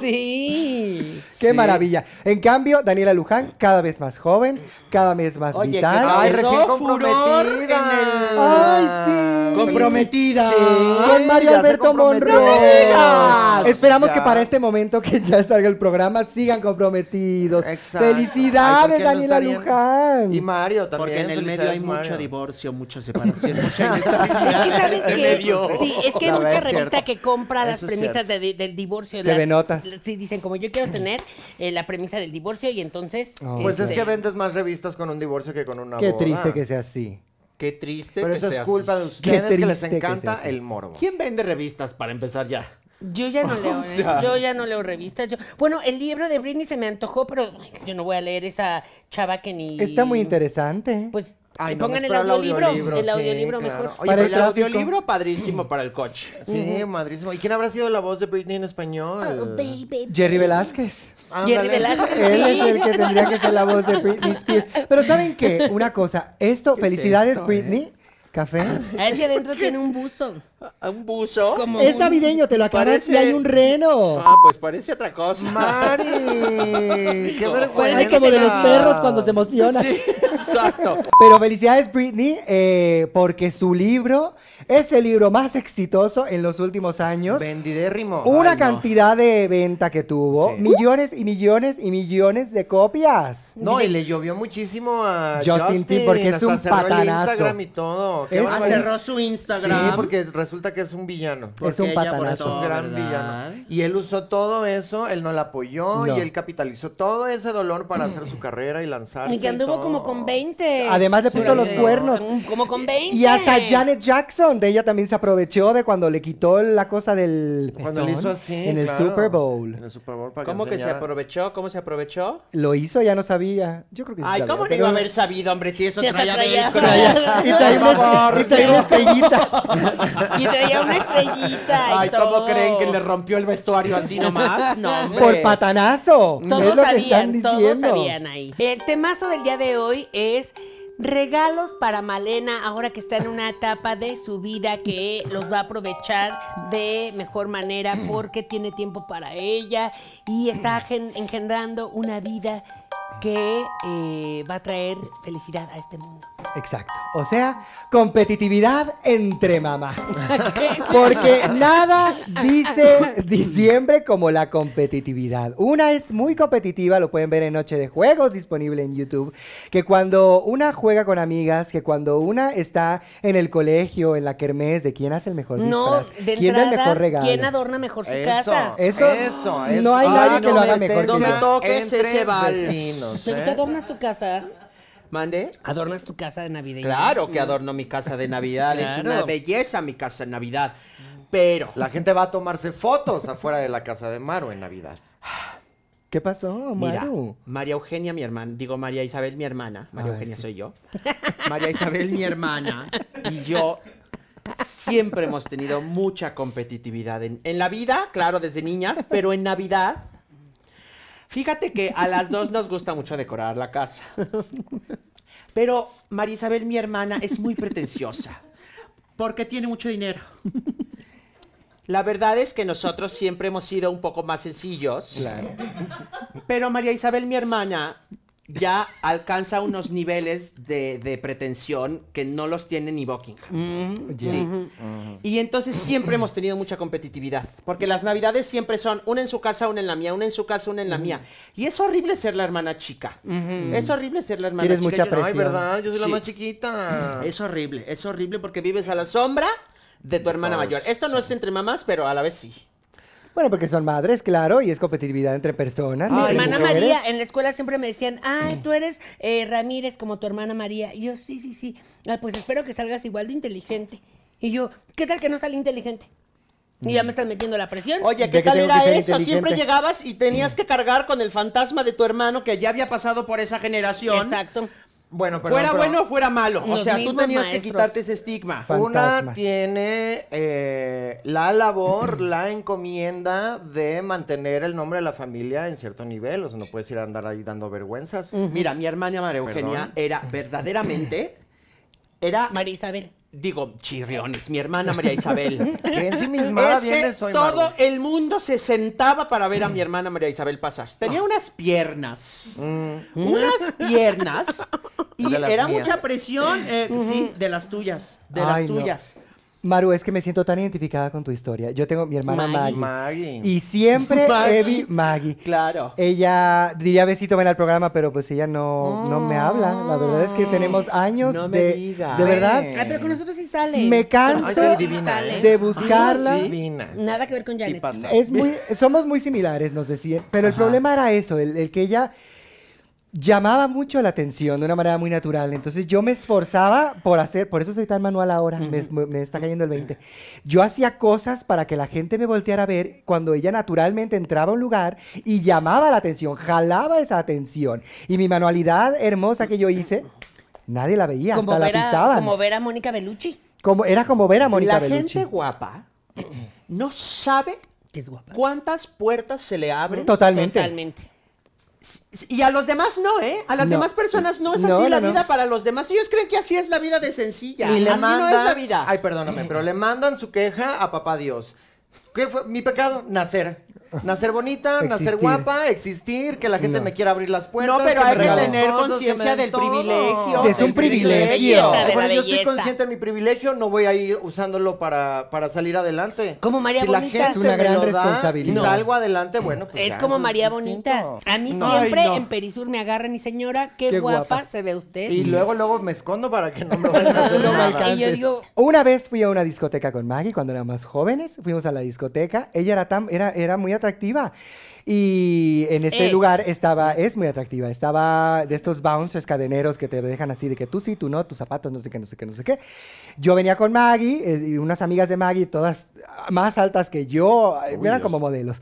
[SPEAKER 3] Sí.
[SPEAKER 1] Qué
[SPEAKER 4] Sí.
[SPEAKER 1] maravilla. En cambio, Daniela Luján, cada vez más joven, cada vez más
[SPEAKER 4] Oye, ¿qué
[SPEAKER 1] vital.
[SPEAKER 4] tal?
[SPEAKER 2] Ay,
[SPEAKER 4] Causó
[SPEAKER 2] recién
[SPEAKER 4] furor
[SPEAKER 2] comprometida.
[SPEAKER 4] en el-
[SPEAKER 1] Ay, sí.
[SPEAKER 4] Comprometida.
[SPEAKER 1] Sí, Ah, con Mario
[SPEAKER 2] ya se
[SPEAKER 1] Alberto
[SPEAKER 2] comprometió.
[SPEAKER 1] Monroe.
[SPEAKER 2] ¡No me digas!
[SPEAKER 1] Esperamos
[SPEAKER 2] Ya.
[SPEAKER 1] que para este momento que ya salga el programa sigan comprometidos.
[SPEAKER 2] Exacto. Ay, ¿por
[SPEAKER 1] Felicidades,
[SPEAKER 2] qué no
[SPEAKER 1] Daniela
[SPEAKER 2] estarían?
[SPEAKER 1] Luján.
[SPEAKER 2] Y Mario también.
[SPEAKER 4] Porque en el
[SPEAKER 2] felicidades,
[SPEAKER 4] medio hay mucho
[SPEAKER 2] Mario.
[SPEAKER 4] divorcio, mucha separación, mucha
[SPEAKER 3] Es
[SPEAKER 4] inestabilidad.
[SPEAKER 3] que sabes
[SPEAKER 4] en este
[SPEAKER 3] que
[SPEAKER 4] medio.
[SPEAKER 3] sí, es que hay
[SPEAKER 2] La
[SPEAKER 3] mucha
[SPEAKER 2] verdad es
[SPEAKER 3] revista
[SPEAKER 2] cierto.
[SPEAKER 3] que compra las
[SPEAKER 2] Eso es
[SPEAKER 3] premisas
[SPEAKER 2] cierto.
[SPEAKER 3] de- de- del divorcio.
[SPEAKER 1] TV
[SPEAKER 3] las-
[SPEAKER 1] notas.
[SPEAKER 3] Sí, dicen como yo quiero tener eh, la premisa del divorcio y entonces.
[SPEAKER 1] Oh,
[SPEAKER 2] Pues es
[SPEAKER 1] Sí.
[SPEAKER 4] Este.
[SPEAKER 2] que vendes más revistas con un divorcio que con una
[SPEAKER 1] Qué
[SPEAKER 2] boda.
[SPEAKER 1] triste que sea así.
[SPEAKER 4] Qué triste
[SPEAKER 2] Pero
[SPEAKER 4] que
[SPEAKER 2] eso es
[SPEAKER 4] seas-
[SPEAKER 2] culpa de ustedes que les
[SPEAKER 1] triste que
[SPEAKER 2] encanta
[SPEAKER 1] seas.
[SPEAKER 2] el morbo.
[SPEAKER 4] ¿Quién vende revistas para empezar ya?
[SPEAKER 3] Yo ya no leo, ¿eh?
[SPEAKER 4] sea.
[SPEAKER 3] yo ya no leo revistas. Yo... Bueno, el libro de Britney se me antojó, pero ay, yo no voy a leer esa chava que ni.
[SPEAKER 1] Está muy interesante.
[SPEAKER 3] Pues
[SPEAKER 2] Ay,
[SPEAKER 3] que
[SPEAKER 2] no,
[SPEAKER 3] pongan el
[SPEAKER 2] mejor el
[SPEAKER 3] audiolibro,
[SPEAKER 2] audiolibro,
[SPEAKER 3] el
[SPEAKER 2] sí,
[SPEAKER 3] audiolibro
[SPEAKER 2] claro.
[SPEAKER 3] mejor.
[SPEAKER 2] Oye,
[SPEAKER 1] Para
[SPEAKER 4] Para
[SPEAKER 1] el
[SPEAKER 4] el
[SPEAKER 1] tráfico.
[SPEAKER 4] audiolibro padrísimo para el coche.
[SPEAKER 2] Sí, madrísimo. ¿Y quién habrá sido la voz de Britney en español?
[SPEAKER 1] Ah, Jerry Velázquez.
[SPEAKER 2] Ándale.
[SPEAKER 3] Jerry Velázquez.
[SPEAKER 1] Él es el que tendría que ser la voz de Britney Spears. Pero ¿saben qué? Una cosa, esto,
[SPEAKER 4] es
[SPEAKER 1] felicidades
[SPEAKER 4] esto, eh?
[SPEAKER 1] Britney, café.
[SPEAKER 3] Es que adentro tiene un buzo.
[SPEAKER 4] ¿A un buzo?
[SPEAKER 3] Como
[SPEAKER 1] Oh, Es
[SPEAKER 3] un-
[SPEAKER 1] navideño, te lo acabas
[SPEAKER 4] Parece-
[SPEAKER 1] y hay un reno.
[SPEAKER 4] Ah, pues parece otra cosa.
[SPEAKER 2] Mari, qué vergüenza.
[SPEAKER 1] Parece como de los perros cuando se emociona.
[SPEAKER 4] Sí, exacto.
[SPEAKER 1] Pero felicidades Britney, eh, porque su libro es el libro más exitoso en los últimos años.
[SPEAKER 2] Vendidérrimo.
[SPEAKER 1] Una
[SPEAKER 2] Ay, no.
[SPEAKER 1] cantidad de venta que tuvo,
[SPEAKER 2] Sí.
[SPEAKER 1] millones y millones y millones de copias.
[SPEAKER 2] No, y le llovió muchísimo a
[SPEAKER 1] Justin
[SPEAKER 2] Justin,
[SPEAKER 1] Timberlake, es
[SPEAKER 2] hasta
[SPEAKER 1] un
[SPEAKER 2] cerró el
[SPEAKER 1] patanazo.
[SPEAKER 2] Instagram y todo. Qué
[SPEAKER 1] Es-
[SPEAKER 4] Ah,
[SPEAKER 2] bárbaro.
[SPEAKER 4] cerró su
[SPEAKER 2] Sí,
[SPEAKER 4] Instagram.
[SPEAKER 2] porque resulta que es un villano.
[SPEAKER 1] Es un
[SPEAKER 4] ella por
[SPEAKER 1] patanazo.
[SPEAKER 4] todo,
[SPEAKER 2] un gran
[SPEAKER 4] ¿verdad?
[SPEAKER 2] villano. Y él usó todo eso, él no la apoyó
[SPEAKER 1] No.
[SPEAKER 2] y él capitalizó todo ese dolor para hacer su carrera y lanzarse.
[SPEAKER 3] Y que anduvo
[SPEAKER 2] todo.
[SPEAKER 3] como con 20.
[SPEAKER 1] Además le puso
[SPEAKER 3] Pero,
[SPEAKER 1] los
[SPEAKER 3] eh,
[SPEAKER 1] cuernos.
[SPEAKER 3] Como con 20.
[SPEAKER 1] Y hasta Janet Jackson, de ella también se aprovechó de cuando le quitó la cosa del
[SPEAKER 2] Cuando le
[SPEAKER 1] pezón
[SPEAKER 2] hizo así.
[SPEAKER 1] en el
[SPEAKER 2] claro,
[SPEAKER 1] Super
[SPEAKER 2] En
[SPEAKER 1] Bowl.
[SPEAKER 2] el Super Bowl. Para
[SPEAKER 4] ¿Cómo que se
[SPEAKER 2] enseñara.
[SPEAKER 4] aprovechó? ¿Cómo se aprovechó?
[SPEAKER 1] Lo hizo, ya no sabía. Yo creo que sí
[SPEAKER 4] Ay,
[SPEAKER 1] sabía,
[SPEAKER 4] ¿cómo no
[SPEAKER 1] pero-
[SPEAKER 4] iba a haber sabido, hombre? Si eso
[SPEAKER 3] Si hasta
[SPEAKER 4] traía
[SPEAKER 3] traía-
[SPEAKER 4] velcro.
[SPEAKER 1] Traía- y traía una- y traía una estrellita.
[SPEAKER 3] Y traía una estrellita. y
[SPEAKER 4] Ay, ¿cómo
[SPEAKER 3] todo.
[SPEAKER 4] creen que le rompió el vestuario así nomás? No, hombre.
[SPEAKER 1] Por patanazo.
[SPEAKER 3] Todos
[SPEAKER 1] es lo que
[SPEAKER 3] sabían,
[SPEAKER 1] están
[SPEAKER 3] todos
[SPEAKER 1] diciendo.
[SPEAKER 3] sabían ahí. El temazo del día de hoy es regalos para Malena ahora que está en una etapa de su vida que los va a aprovechar de mejor manera porque tiene tiempo para ella y está gen- engendrando una vida que eh, va a traer felicidad a este mundo.
[SPEAKER 1] Exacto. O sea, competitividad entre mamás. Porque nada dice diciembre como la competitividad. Una es muy competitiva, lo pueden ver en Noche de Juegos disponible en YouTube, que cuando una juega con amigas, que cuando una está en el colegio, en la kermés, de quién hace el mejor
[SPEAKER 3] No,
[SPEAKER 1] disfraz,
[SPEAKER 3] de
[SPEAKER 1] quién da el
[SPEAKER 3] entrada,
[SPEAKER 1] mejor regalo.
[SPEAKER 3] ¿quién adorna mejor su
[SPEAKER 2] Eso,
[SPEAKER 3] casa?
[SPEAKER 1] Eso,
[SPEAKER 2] eso, eso.
[SPEAKER 1] no hay
[SPEAKER 2] Ay,
[SPEAKER 1] nadie que
[SPEAKER 2] no
[SPEAKER 1] lo haga
[SPEAKER 2] me
[SPEAKER 1] mejor que
[SPEAKER 4] No me
[SPEAKER 1] yo.
[SPEAKER 4] toques
[SPEAKER 2] Entre
[SPEAKER 4] ese vals.
[SPEAKER 2] vecinos,
[SPEAKER 3] ¿Pero
[SPEAKER 2] ¿eh?
[SPEAKER 3] tú adornas tu casa?
[SPEAKER 4] ¿Mande? Mm.
[SPEAKER 3] ¿Adornas tu casa de Navidad?
[SPEAKER 4] Claro que adorno mi casa de Navidad. Es
[SPEAKER 3] Claro.
[SPEAKER 4] una belleza mi casa de Navidad. Pero...
[SPEAKER 2] La gente va a tomarse fotos afuera de la casa de Maru en Navidad.
[SPEAKER 1] ¿Qué pasó,
[SPEAKER 4] Mira,
[SPEAKER 1] Maru?
[SPEAKER 4] María Eugenia, mi hermana, digo María Isabel, mi hermana, María
[SPEAKER 1] Ah,
[SPEAKER 4] Eugenia
[SPEAKER 1] sí.
[SPEAKER 4] soy yo, María Isabel, mi hermana, y yo siempre hemos tenido mucha competitividad en, en la vida, claro, desde niñas, pero en Navidad, fíjate que a las dos nos gusta mucho decorar la casa, pero María Isabel, mi hermana, es muy pretenciosa, porque tiene mucho dinero. La verdad es que nosotros siempre hemos sido un poco más sencillos.
[SPEAKER 1] Claro.
[SPEAKER 4] Pero María Isabel, mi hermana, ya alcanza unos niveles de, de pretensión que no los tiene ni
[SPEAKER 1] Mm.
[SPEAKER 4] Buckingham. Sí. Y entonces siempre hemos tenido mucha competitividad, porque las navidades siempre son una en su casa, una en la mía, una en su casa, una en la mía. Y es horrible ser la hermana chica. Es horrible ser la hermana
[SPEAKER 1] Tienes
[SPEAKER 4] chica.
[SPEAKER 1] mucha
[SPEAKER 4] Yo-
[SPEAKER 1] presión.
[SPEAKER 2] Ay, ¿verdad? Yo soy la
[SPEAKER 4] Sí.
[SPEAKER 2] más chiquita.
[SPEAKER 4] Es horrible, es horrible porque vives a la sombra de tu hermana
[SPEAKER 2] todos,
[SPEAKER 4] mayor. Esto no es entre mamás, pero a la vez sí.
[SPEAKER 1] Bueno, porque son madres, claro, y es competitividad entre personas.
[SPEAKER 3] Mi
[SPEAKER 1] entre
[SPEAKER 3] hermana
[SPEAKER 1] mujeres.
[SPEAKER 3] María, en la escuela siempre me decían, ay, tú eres eh, Ramírez como tu hermana María. Y yo, sí, sí, sí. "Ay, pues espero que salgas igual de inteligente. Y yo, ¿qué tal que no salí inteligente? Y ya me estás metiendo la presión.
[SPEAKER 4] Oye,
[SPEAKER 1] De
[SPEAKER 4] ¿qué
[SPEAKER 1] que
[SPEAKER 4] tal
[SPEAKER 1] tengo que
[SPEAKER 4] era
[SPEAKER 1] ser
[SPEAKER 4] eso? Siempre
[SPEAKER 1] inteligente.
[SPEAKER 4] llegabas y tenías que cargar con el fantasma de tu hermano que ya había pasado por esa generación.
[SPEAKER 3] Exacto.
[SPEAKER 2] Bueno, pero.
[SPEAKER 4] fuera
[SPEAKER 2] pero
[SPEAKER 4] bueno o fuera malo. O
[SPEAKER 3] Los
[SPEAKER 4] sea, tú
[SPEAKER 3] mismos
[SPEAKER 4] tenías que
[SPEAKER 3] maestros.
[SPEAKER 4] quitarte ese estigma.
[SPEAKER 1] Fa-
[SPEAKER 2] Una
[SPEAKER 1] Fantasmas.
[SPEAKER 2] tiene eh, la labor, la encomienda de mantener el nombre de la familia en cierto nivel. O sea, no puedes ir a andar ahí dando vergüenzas.
[SPEAKER 4] Mira, mi hermana María Eugenia
[SPEAKER 2] Perdón.
[SPEAKER 4] era verdaderamente. Era.
[SPEAKER 3] María Isabel.
[SPEAKER 4] Digo, chirriones, mi hermana María Isabel.
[SPEAKER 2] Que ensimismada
[SPEAKER 4] Es
[SPEAKER 2] viene
[SPEAKER 4] que
[SPEAKER 2] soy
[SPEAKER 4] todo
[SPEAKER 2] Maru.
[SPEAKER 4] el mundo se sentaba para ver a mi hermana María Isabel pasar.
[SPEAKER 1] Ah.
[SPEAKER 4] Tenía unas piernas.
[SPEAKER 2] Mm.
[SPEAKER 4] Unas piernas. Y
[SPEAKER 2] De las
[SPEAKER 4] era
[SPEAKER 2] mías.
[SPEAKER 4] mucha presión. eh, Sí, de las tuyas. De
[SPEAKER 1] Ay,
[SPEAKER 4] las
[SPEAKER 1] no.
[SPEAKER 4] tuyas.
[SPEAKER 1] Maru, es que me siento tan identificada con tu historia. Yo tengo mi hermana
[SPEAKER 3] Maggie.
[SPEAKER 1] Maggie.
[SPEAKER 2] Maggie.
[SPEAKER 1] Y siempre
[SPEAKER 4] Maggie.
[SPEAKER 1] Evi Maggie.
[SPEAKER 4] Claro.
[SPEAKER 1] Ella diría besito ven al programa, pero pues ella no, no me habla. La verdad es que tenemos años
[SPEAKER 4] No me
[SPEAKER 1] de.
[SPEAKER 4] digas.
[SPEAKER 1] De verdad.
[SPEAKER 2] Ay,
[SPEAKER 3] Ay, Ah, pero con nosotros sí sale.
[SPEAKER 1] Me
[SPEAKER 2] Ay,
[SPEAKER 1] canso
[SPEAKER 2] soy
[SPEAKER 3] Con nosotros sí
[SPEAKER 2] divina,
[SPEAKER 3] sale.
[SPEAKER 2] ¿eh?
[SPEAKER 1] de buscarla.
[SPEAKER 2] Sí, divina.
[SPEAKER 3] Nada que ver con Janet.
[SPEAKER 2] Tipaza.
[SPEAKER 1] Es muy, somos muy similares, nos decían. Pero el problema era eso, el, el que ella llamaba mucho la atención de una manera muy natural. Entonces yo me esforzaba por hacer, por eso soy tan manual ahora, me es- me, me está cayendo el 20. Yo hacía cosas para que la gente me volteara a ver cuando ella naturalmente entraba a un lugar y llamaba la atención, jalaba esa atención. Y mi manualidad hermosa que yo hice, nadie la veía,
[SPEAKER 3] Como
[SPEAKER 1] hasta
[SPEAKER 3] ver,
[SPEAKER 1] la
[SPEAKER 3] a,
[SPEAKER 1] pisaban.
[SPEAKER 3] como ver a Mónica Bellucci,
[SPEAKER 1] Como- era como ver a Mónica
[SPEAKER 4] La
[SPEAKER 1] Bellucci.
[SPEAKER 4] gente guapa no sabe
[SPEAKER 3] que es guapa.
[SPEAKER 4] cuántas puertas se le abren.
[SPEAKER 1] Totalmente.
[SPEAKER 3] Totalmente.
[SPEAKER 4] Y a los demás no, ¿eh? A las
[SPEAKER 1] No.
[SPEAKER 4] demás personas no es
[SPEAKER 1] No,
[SPEAKER 4] así la
[SPEAKER 1] no, no.
[SPEAKER 4] vida para los demás. Ellos creen que así es la vida de sencilla.
[SPEAKER 2] Y le
[SPEAKER 4] así
[SPEAKER 2] mandan,
[SPEAKER 4] no es la vida.
[SPEAKER 2] Ay, perdóname, pero le mandan su queja a papá Dios. ¿Qué fue mi pecado? Nacer. Nacer bonita, nacer
[SPEAKER 1] Existir.
[SPEAKER 2] guapa, existir, que la gente me quiera abrir las puertas.
[SPEAKER 4] No, pero
[SPEAKER 2] me
[SPEAKER 4] hay que
[SPEAKER 2] regalen
[SPEAKER 4] tener
[SPEAKER 2] cosas, que
[SPEAKER 4] conciencia
[SPEAKER 2] me den
[SPEAKER 4] del
[SPEAKER 2] todo.
[SPEAKER 4] privilegio.
[SPEAKER 1] Es un
[SPEAKER 4] El
[SPEAKER 1] privilegio.
[SPEAKER 3] La de la
[SPEAKER 2] Bueno, yo estoy
[SPEAKER 3] belleza.
[SPEAKER 2] consciente de mi privilegio, no voy a ir usándolo para, para salir adelante.
[SPEAKER 3] Como María
[SPEAKER 2] si
[SPEAKER 3] Bonita.
[SPEAKER 2] La gente
[SPEAKER 1] Es una
[SPEAKER 2] me
[SPEAKER 1] gran
[SPEAKER 2] lo da
[SPEAKER 1] responsabilidad.
[SPEAKER 2] Y salgo adelante, bueno, pues
[SPEAKER 3] Es
[SPEAKER 2] ya,
[SPEAKER 3] como
[SPEAKER 2] eso
[SPEAKER 3] María
[SPEAKER 2] distinto.
[SPEAKER 3] Bonita. A mí
[SPEAKER 4] No.
[SPEAKER 3] siempre
[SPEAKER 4] Ay, no.
[SPEAKER 3] en Perisur me agarran y señora, qué,
[SPEAKER 1] Qué
[SPEAKER 3] guapa,
[SPEAKER 1] guapa.
[SPEAKER 3] se ve usted.
[SPEAKER 2] Y luego, luego me escondo para que no me vayan a hacer
[SPEAKER 3] No me
[SPEAKER 2] nada.
[SPEAKER 3] alcanza. Y yo digo-
[SPEAKER 1] Una vez fui a una discoteca con Maggie cuando éramos más jóvenes. Fuimos a la discoteca. Ella era tan, era, era muy atractiva. Y en este
[SPEAKER 3] Es.
[SPEAKER 1] lugar estaba, es muy atractiva, estaba de estos bouncers cadeneros que te dejan así de que tú sí, tú no, tus zapatos, no sé qué, no sé qué, no sé qué. Yo venía con Maggie eh, y unas amigas de Maggie, todas ah, más altas que yo, eh, eran como modelos.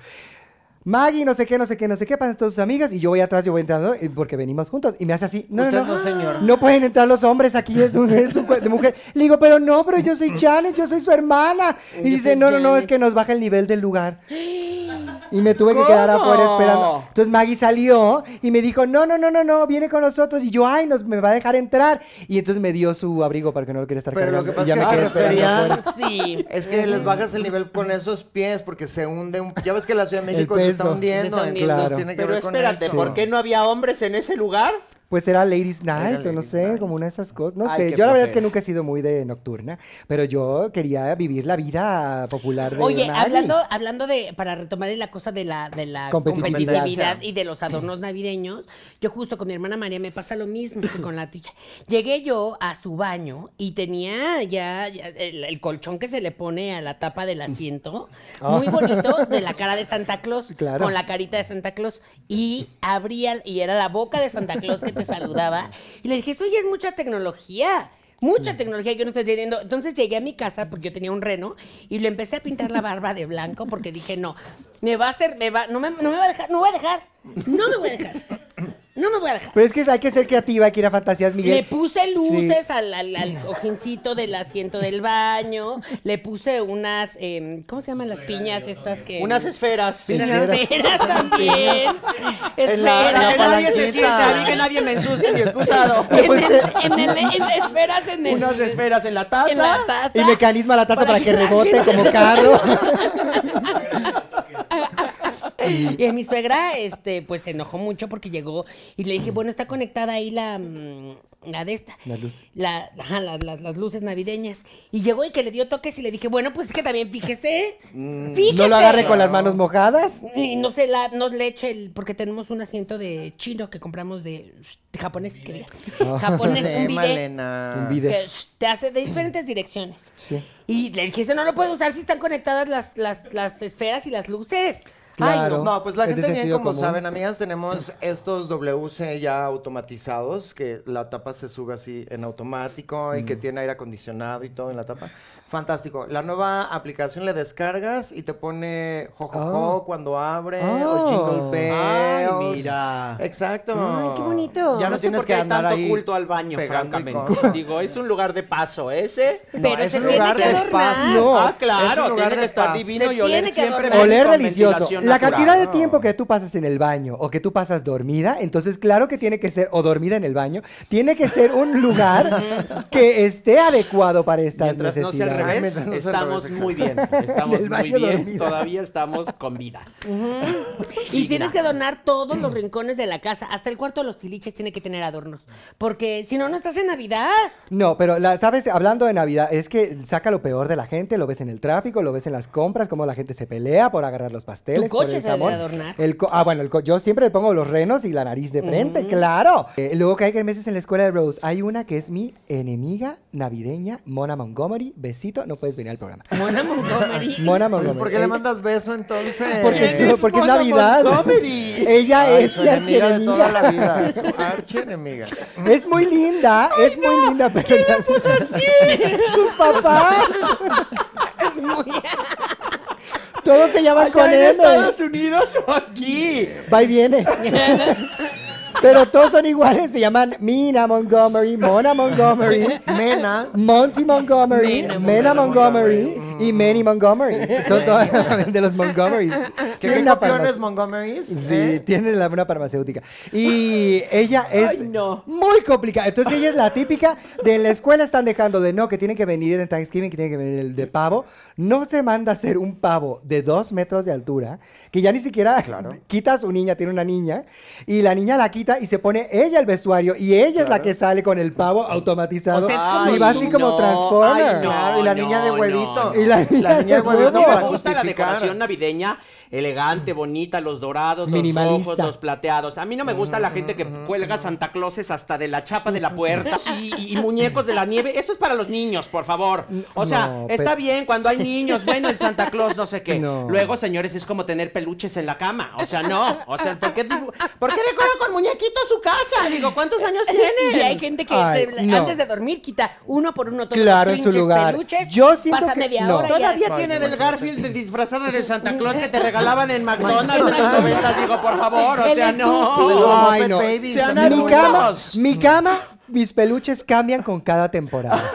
[SPEAKER 1] Maggie, no sé qué, no sé qué, no sé qué, pasan todas sus amigas y yo voy atrás, yo voy entrando eh, porque venimos juntos. Y me hace así, no, no,
[SPEAKER 2] Usted
[SPEAKER 1] no,
[SPEAKER 2] no, señor.
[SPEAKER 1] no pueden entrar los hombres, aquí es un, es un cue- de mujer. Le digo, pero no, pero yo soy Janet, yo soy su hermana. Y dice, no, no, no, es que nos baja el nivel del lugar. Y me tuve que quedar
[SPEAKER 4] ¿Cómo?
[SPEAKER 1] afuera esperando. Entonces Maggie salió y me dijo, no, no, no, no, no, viene con nosotros. Y yo, ay, nos, me va a dejar entrar. Y entonces me dio su abrigo para que no lo quiera estar
[SPEAKER 2] Pero lo
[SPEAKER 1] cargando.
[SPEAKER 2] que
[SPEAKER 1] Y
[SPEAKER 2] pasa
[SPEAKER 1] ya
[SPEAKER 2] es
[SPEAKER 1] me
[SPEAKER 2] que
[SPEAKER 1] quedé
[SPEAKER 2] se
[SPEAKER 1] esperando
[SPEAKER 2] refería-
[SPEAKER 1] afuera.
[SPEAKER 3] Sí.
[SPEAKER 2] Es que les bajas el nivel con esos pies porque se hunde un... Ya ves que la Ciudad de
[SPEAKER 1] El
[SPEAKER 2] México se está
[SPEAKER 1] peso.
[SPEAKER 2] hundiendo,
[SPEAKER 3] Se está
[SPEAKER 2] entonces
[SPEAKER 1] hundiendo.
[SPEAKER 2] pues,
[SPEAKER 1] Claro.
[SPEAKER 2] tiene que
[SPEAKER 4] Pero
[SPEAKER 2] ver con
[SPEAKER 4] espérate,
[SPEAKER 2] eso.
[SPEAKER 4] ¿por qué no había hombres en ese lugar?
[SPEAKER 1] Pues era Ladies Night, o no
[SPEAKER 2] Ladies
[SPEAKER 1] sé,
[SPEAKER 2] Night.
[SPEAKER 1] como una de esas cosas. No
[SPEAKER 4] Ay,
[SPEAKER 1] sé,
[SPEAKER 4] qué
[SPEAKER 1] yo la verdad es
[SPEAKER 4] flojera.
[SPEAKER 1] que nunca he sido muy de nocturna, pero yo quería vivir la vida popular de
[SPEAKER 3] Oye,
[SPEAKER 1] Maggie.
[SPEAKER 3] hablando, hablando de, para retomar la cosa de la, de la
[SPEAKER 1] Competitividad.
[SPEAKER 3] competitividad. y de los adornos navideños, yo justo con mi hermana María me pasa lo mismo que con la tuya. Llegué yo a su baño y tenía ya, ya el, el colchón que se le pone a la tapa del asiento, muy
[SPEAKER 1] Ah.
[SPEAKER 3] bonito, de la cara de Santa Claus,
[SPEAKER 1] Claro.
[SPEAKER 3] con la carita de Santa Claus, y abría, y era la boca de Santa Claus que te saludaba, y le dije, esto ya es mucha tecnología. Mucha tecnología que yo no estoy teniendo. Entonces llegué a mi casa porque yo tenía un reno y le empecé a pintar la barba de blanco porque dije, no, me va a hacer, me va, no me, no me va a dejar, no voy a dejar, no me voy a dejar, no me voy a dejar.
[SPEAKER 1] Pero es que hay que ser creativa, hay que ir a fantasías, Miguel.
[SPEAKER 3] Le puse luces
[SPEAKER 1] Sí.
[SPEAKER 3] al, al, al cojincito del asiento del baño, le puse unas, em, ¿cómo se llaman las piñas estas que?
[SPEAKER 4] Unas esferas.
[SPEAKER 3] Unas esferas también.
[SPEAKER 4] Para
[SPEAKER 3] Esferas.
[SPEAKER 4] que nadie se sienta, a mí que nadie me ensucie mi excusado.
[SPEAKER 3] En
[SPEAKER 1] Pues,
[SPEAKER 3] el- en el- en esferas en el.
[SPEAKER 4] Unas Pues, esferas en la
[SPEAKER 3] en la
[SPEAKER 4] taza.
[SPEAKER 3] taza.
[SPEAKER 1] Y mecanisma la taza para, que, rebote como carro.
[SPEAKER 3] Y a mi suegra, este, pues se enojó mucho porque llegó y le dije, bueno, está conectada ahí la, mm, la de esta.
[SPEAKER 1] La luz.
[SPEAKER 3] La- ajá, la- la- las luces navideñas. Y llegó y que le dio toques y le dije, bueno, pues es que también fíjese. fíjese.
[SPEAKER 1] Mm, No lo agarre con las manos mojadas.
[SPEAKER 3] Y no se la, nos le eche el, porque tenemos un asiento de chino que compramos de, de japonés, quería.
[SPEAKER 1] Ah.
[SPEAKER 3] Japonés,
[SPEAKER 2] Sí,
[SPEAKER 3] un bidet
[SPEAKER 2] Malena.
[SPEAKER 1] Un bidet.
[SPEAKER 3] que te hace de diferentes direcciones.
[SPEAKER 1] Sí.
[SPEAKER 3] Y le dije, eso no lo puede usar si están conectadas las, las, las esferas y las luces.
[SPEAKER 2] Ay,
[SPEAKER 1] Claro.
[SPEAKER 2] no, no, pues la
[SPEAKER 1] es de
[SPEAKER 2] gente bien,
[SPEAKER 1] sentido
[SPEAKER 2] como
[SPEAKER 1] común.
[SPEAKER 2] saben, amigas, tenemos estos WC ya automatizados, que la tapa se sube así en automático y que tiene aire acondicionado y todo en la tapa. Fantástico. La nueva aplicación le descargas y te pone jojojo cuando abre
[SPEAKER 1] Oh.
[SPEAKER 2] o jingle bells.
[SPEAKER 4] Ay, mira.
[SPEAKER 2] Exacto.
[SPEAKER 3] Ay, qué bonito.
[SPEAKER 2] Ya no,
[SPEAKER 4] no sé
[SPEAKER 2] tienes
[SPEAKER 4] por qué
[SPEAKER 2] que
[SPEAKER 4] hay
[SPEAKER 2] andar
[SPEAKER 4] tanto
[SPEAKER 2] ahí
[SPEAKER 4] culto al baño,
[SPEAKER 2] pegando y
[SPEAKER 4] francamente.
[SPEAKER 2] cosas.
[SPEAKER 4] Digo, es un lugar de paso ese.
[SPEAKER 3] Pero
[SPEAKER 2] es
[SPEAKER 3] se
[SPEAKER 2] un
[SPEAKER 3] tiene
[SPEAKER 2] lugar
[SPEAKER 3] que
[SPEAKER 2] de
[SPEAKER 3] adornar.
[SPEAKER 2] paz,
[SPEAKER 1] No.
[SPEAKER 4] ah,
[SPEAKER 2] es un
[SPEAKER 4] claro,
[SPEAKER 2] lugar
[SPEAKER 4] tiene
[SPEAKER 2] de
[SPEAKER 4] que estar
[SPEAKER 2] paz.
[SPEAKER 4] divino
[SPEAKER 3] Se
[SPEAKER 4] y oler
[SPEAKER 3] tiene que
[SPEAKER 4] siempre
[SPEAKER 3] adornar.
[SPEAKER 4] bien
[SPEAKER 1] Oler
[SPEAKER 4] con
[SPEAKER 1] delicioso.
[SPEAKER 4] ventilación
[SPEAKER 1] La
[SPEAKER 4] natural.
[SPEAKER 1] cantidad de
[SPEAKER 2] No.
[SPEAKER 1] tiempo que tú pasas en el baño o que tú pasas dormida, entonces claro que tiene que ser, o dormida en el baño, tiene que ser un lugar que esté adecuado para estas
[SPEAKER 4] Mientras no sea al
[SPEAKER 1] necesidades.
[SPEAKER 4] revés,
[SPEAKER 2] Mientras no sea al
[SPEAKER 4] estamos
[SPEAKER 2] revés,
[SPEAKER 4] muy bien.
[SPEAKER 1] En
[SPEAKER 4] Estamos
[SPEAKER 1] el
[SPEAKER 4] muy
[SPEAKER 1] baño
[SPEAKER 4] bien.
[SPEAKER 1] dormida.
[SPEAKER 4] Todavía estamos con vida.
[SPEAKER 3] Y tienes que adornar todos los rincones de la casa. Hasta el cuarto de los tiliches tiene que tener adornos. Porque si no, no estás en Navidad.
[SPEAKER 1] No, pero la, sabes, hablando de Navidad, es que saca lo peor de la gente, lo ves en el tráfico, lo ves en las compras, cómo la gente se pelea por agarrar los pasteles.
[SPEAKER 3] Tu
[SPEAKER 1] por
[SPEAKER 3] coche
[SPEAKER 1] el
[SPEAKER 3] se debe
[SPEAKER 1] jamón.
[SPEAKER 3] adornar.
[SPEAKER 1] El co- ah, bueno, el co- yo siempre le pongo los renos y la nariz de frente, claro. Eh, luego que hay que meses en la escuela de Rose, hay una que es mi enemiga navideña, Mona Montgomery. Besito, no puedes venir al programa.
[SPEAKER 3] Mona Montgomery.
[SPEAKER 1] Mona Montgomery.
[SPEAKER 2] ¿Por qué le
[SPEAKER 1] Ella-
[SPEAKER 2] mandas beso entonces?
[SPEAKER 1] porque, es-
[SPEAKER 4] Eres
[SPEAKER 1] porque es
[SPEAKER 4] Mona
[SPEAKER 1] Navidad.
[SPEAKER 4] Montgomery.
[SPEAKER 1] Ella
[SPEAKER 2] Ay,
[SPEAKER 1] es
[SPEAKER 2] su
[SPEAKER 1] mi
[SPEAKER 2] enemiga de toda la
[SPEAKER 1] archienemiga.
[SPEAKER 2] vida, su archienemiga.
[SPEAKER 1] Es muy linda, es muy linda, pero. la puso así? Sus papás.
[SPEAKER 3] Es muy-
[SPEAKER 1] Todos se llaman
[SPEAKER 4] Allá
[SPEAKER 1] con
[SPEAKER 4] en
[SPEAKER 1] N.
[SPEAKER 4] Estados Unidos o aquí.
[SPEAKER 1] Va y viene. Pero todos son iguales, se llaman Mina Montgomery, Mona Montgomery,
[SPEAKER 2] Mena.
[SPEAKER 1] Monty Montgomery,
[SPEAKER 3] Mena
[SPEAKER 1] Mena,
[SPEAKER 2] Montgomery.
[SPEAKER 1] Montgomery, y
[SPEAKER 2] Mm.
[SPEAKER 1] Manny Montgomery. Son todos de los Montgomerys.
[SPEAKER 2] ¿Qué,
[SPEAKER 1] Tienen
[SPEAKER 2] qué
[SPEAKER 1] una
[SPEAKER 2] campeones
[SPEAKER 1] farmacia-
[SPEAKER 2] Montgomerys? ¿Eh?
[SPEAKER 1] Sí, tiene la, una farmacéutica. Y ella es
[SPEAKER 4] ¿Eh? Ay, no.
[SPEAKER 1] muy complicada. Entonces ella es la típica de en la escuela están dejando de no, que tiene que venir en Thanksgiving, que tiene que venir el de pavo. No se manda a hacer un pavo de dos metros de altura, que ya ni siquiera quita a su niña, tiene una niña, y la niña la quita y se pone ella el vestuario y ella es la que sale con el pavo automatizado
[SPEAKER 3] O sea, es como
[SPEAKER 1] y va así como
[SPEAKER 4] no,
[SPEAKER 1] Transformer.
[SPEAKER 4] ay, no,
[SPEAKER 2] Claro, y la niña de
[SPEAKER 4] no,
[SPEAKER 2] huevito.
[SPEAKER 4] no, no.
[SPEAKER 1] Y la niña
[SPEAKER 2] La niña de
[SPEAKER 1] de
[SPEAKER 4] A mí
[SPEAKER 1] huevo.
[SPEAKER 2] huevo.
[SPEAKER 4] me gusta la
[SPEAKER 2] justificar.
[SPEAKER 4] decoración navideña, elegante, bonita, los dorados, los
[SPEAKER 1] Minimalista.
[SPEAKER 4] rojos, los plateados. A mí no me gusta la gente que cuelga Santa Clauses hasta de la chapa de la puerta sí, y, y muñecos de la nieve. Eso es para los niños, por favor. O sea,
[SPEAKER 1] No,
[SPEAKER 4] está
[SPEAKER 1] pero-
[SPEAKER 4] bien cuando hay niños, bueno, el Santa Claus, no sé qué.
[SPEAKER 1] No.
[SPEAKER 4] Luego, señores, es como tener peluches en la cama. O sea, no. O sea, ¿por qué, dibu- ¿por qué decora con muñequitos su casa? Digo, ¿cuántos años
[SPEAKER 3] Y
[SPEAKER 4] tiene?
[SPEAKER 3] hay gente que
[SPEAKER 1] Pues Ay,
[SPEAKER 3] se-
[SPEAKER 1] no.
[SPEAKER 3] antes de dormir quita uno por uno todos
[SPEAKER 1] Claro,
[SPEAKER 3] los
[SPEAKER 1] en su
[SPEAKER 3] trinches,
[SPEAKER 1] lugar.
[SPEAKER 3] peluches,
[SPEAKER 1] Yo siento
[SPEAKER 3] pasa
[SPEAKER 1] que-
[SPEAKER 3] media
[SPEAKER 1] no.
[SPEAKER 3] hora y ya
[SPEAKER 4] Todavía
[SPEAKER 3] es-
[SPEAKER 4] tiene del Garfield de disfrazada de Santa Claus que te regalaban en McDonald's en los 90. Digo, por favor, o
[SPEAKER 3] Él
[SPEAKER 4] sea,
[SPEAKER 3] es
[SPEAKER 4] no.
[SPEAKER 3] estúpido.
[SPEAKER 1] Oh, Ay,
[SPEAKER 2] Muppet
[SPEAKER 1] no.
[SPEAKER 2] Babies
[SPEAKER 1] Sean
[SPEAKER 2] también.
[SPEAKER 1] Mi cama, mi cama, mis peluches cambian con cada temporada.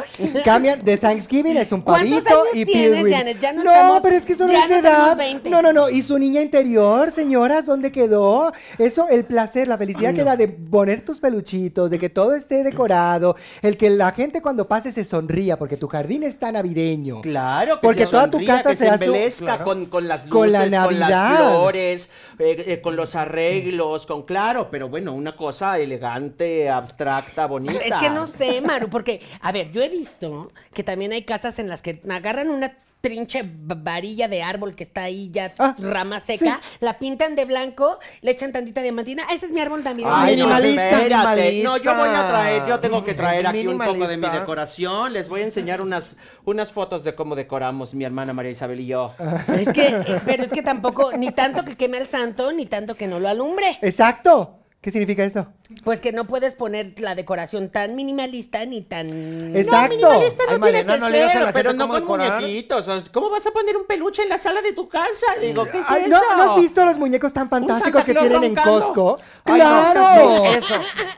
[SPEAKER 1] cambian, de Thanksgiving es un
[SPEAKER 3] ¿Cuántos
[SPEAKER 1] pavito
[SPEAKER 3] años
[SPEAKER 1] y
[SPEAKER 3] tienes,
[SPEAKER 1] Pee Wees.
[SPEAKER 3] Janet? Ya no
[SPEAKER 1] no,
[SPEAKER 3] estamos-
[SPEAKER 1] pero es que eso no
[SPEAKER 3] ya
[SPEAKER 1] es
[SPEAKER 3] no tenemos
[SPEAKER 1] edad.
[SPEAKER 3] 20.
[SPEAKER 1] No, no, no. Y su niña interior, señoras, ¿dónde quedó? Eso, el placer, la felicidad que da de poner tus peluchitos, de que todo esté decorado, el que la gente cuando pase se sonría porque tu jardín está navideño.
[SPEAKER 4] Claro, que
[SPEAKER 1] Porque
[SPEAKER 4] se
[SPEAKER 1] toda tu
[SPEAKER 4] sonría,
[SPEAKER 1] casa
[SPEAKER 4] que
[SPEAKER 1] se
[SPEAKER 4] se
[SPEAKER 1] hace un-
[SPEAKER 4] embelezca
[SPEAKER 1] Claro.
[SPEAKER 4] con, con las
[SPEAKER 1] Con
[SPEAKER 4] luces,
[SPEAKER 1] la
[SPEAKER 4] con, las
[SPEAKER 1] Navidad.
[SPEAKER 4] flores, eh, eh, con los arreglos, con claro, pero bueno, una cosa elegante, abstracta, bonita.
[SPEAKER 3] Es que no sé, Maru, porque, a ver, yo he visto que también hay casas en las que agarran una trinche v- varilla de árbol que está ahí ya
[SPEAKER 1] Ah,
[SPEAKER 3] rama seca, la pintan de blanco, le echan tantita diamantina. "Ah, Ese es mi árbol también.
[SPEAKER 1] Ay, minimalista,
[SPEAKER 4] No, espérate.
[SPEAKER 2] minimalista.
[SPEAKER 4] No, yo voy a traer, yo tengo que traer aquí un poco de mi
[SPEAKER 2] Minimalista.
[SPEAKER 4] decoración. Les voy a enseñar unas, unas fotos de cómo decoramos mi hermana María Isabel y yo.
[SPEAKER 3] Es que, pero es que tampoco, ni tanto que queme al santo, ni tanto que no lo alumbre.
[SPEAKER 1] Exacto. ¿Qué significa eso?
[SPEAKER 3] Pues que no puedes poner la decoración tan minimalista ni tan...
[SPEAKER 1] Exacto.
[SPEAKER 4] minimalista no
[SPEAKER 2] Ay,
[SPEAKER 4] tiene
[SPEAKER 2] Mariana,
[SPEAKER 4] que
[SPEAKER 2] no le
[SPEAKER 4] ser,
[SPEAKER 2] digas a la gente
[SPEAKER 4] pero no
[SPEAKER 2] cómo
[SPEAKER 4] con
[SPEAKER 2] decorar.
[SPEAKER 4] muñequitos. O sea, ¿Cómo vas a poner un peluche en la sala de tu casa? Digo, ¿qué es
[SPEAKER 1] Ay,
[SPEAKER 4] eso?
[SPEAKER 1] ¿no, ¿no has visto los muñecos tan fantásticos
[SPEAKER 4] Santa
[SPEAKER 1] que
[SPEAKER 4] Claus
[SPEAKER 1] tienen en
[SPEAKER 4] roncando.
[SPEAKER 1] Costco?
[SPEAKER 2] Ay,
[SPEAKER 1] ¡Claro!
[SPEAKER 2] no, sí, eso.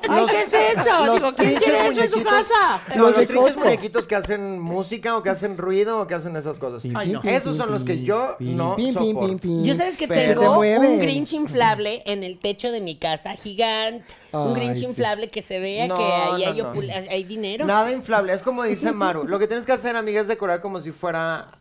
[SPEAKER 4] Ay, ¿qué es eso? Digo, ¿quién
[SPEAKER 2] trinches
[SPEAKER 4] quiere eso en su
[SPEAKER 2] muñequitos-
[SPEAKER 4] casa?
[SPEAKER 2] No,
[SPEAKER 1] Los
[SPEAKER 2] los,
[SPEAKER 1] de
[SPEAKER 2] trinches
[SPEAKER 1] Costco.
[SPEAKER 2] muñequitos que hacen música o que hacen ruido o que hacen esas cosas.
[SPEAKER 4] Ay, no.
[SPEAKER 2] Esos son los que yo no soporto.
[SPEAKER 3] Yo sabes que
[SPEAKER 2] Pero-
[SPEAKER 1] Mm, se
[SPEAKER 3] tengo
[SPEAKER 1] mueve.
[SPEAKER 3] un Grinch inflable en el techo de mi casa, gigante. un
[SPEAKER 1] Ay,
[SPEAKER 3] Grinch
[SPEAKER 1] sí.
[SPEAKER 3] inflable que se vea
[SPEAKER 2] No,
[SPEAKER 3] que ahí
[SPEAKER 2] no,
[SPEAKER 3] hay,
[SPEAKER 2] no.
[SPEAKER 3] opul- hay dinero.
[SPEAKER 2] Nada inflable, es como dice Maru. Lo que tienes que hacer, amiga, es decorar como si fuera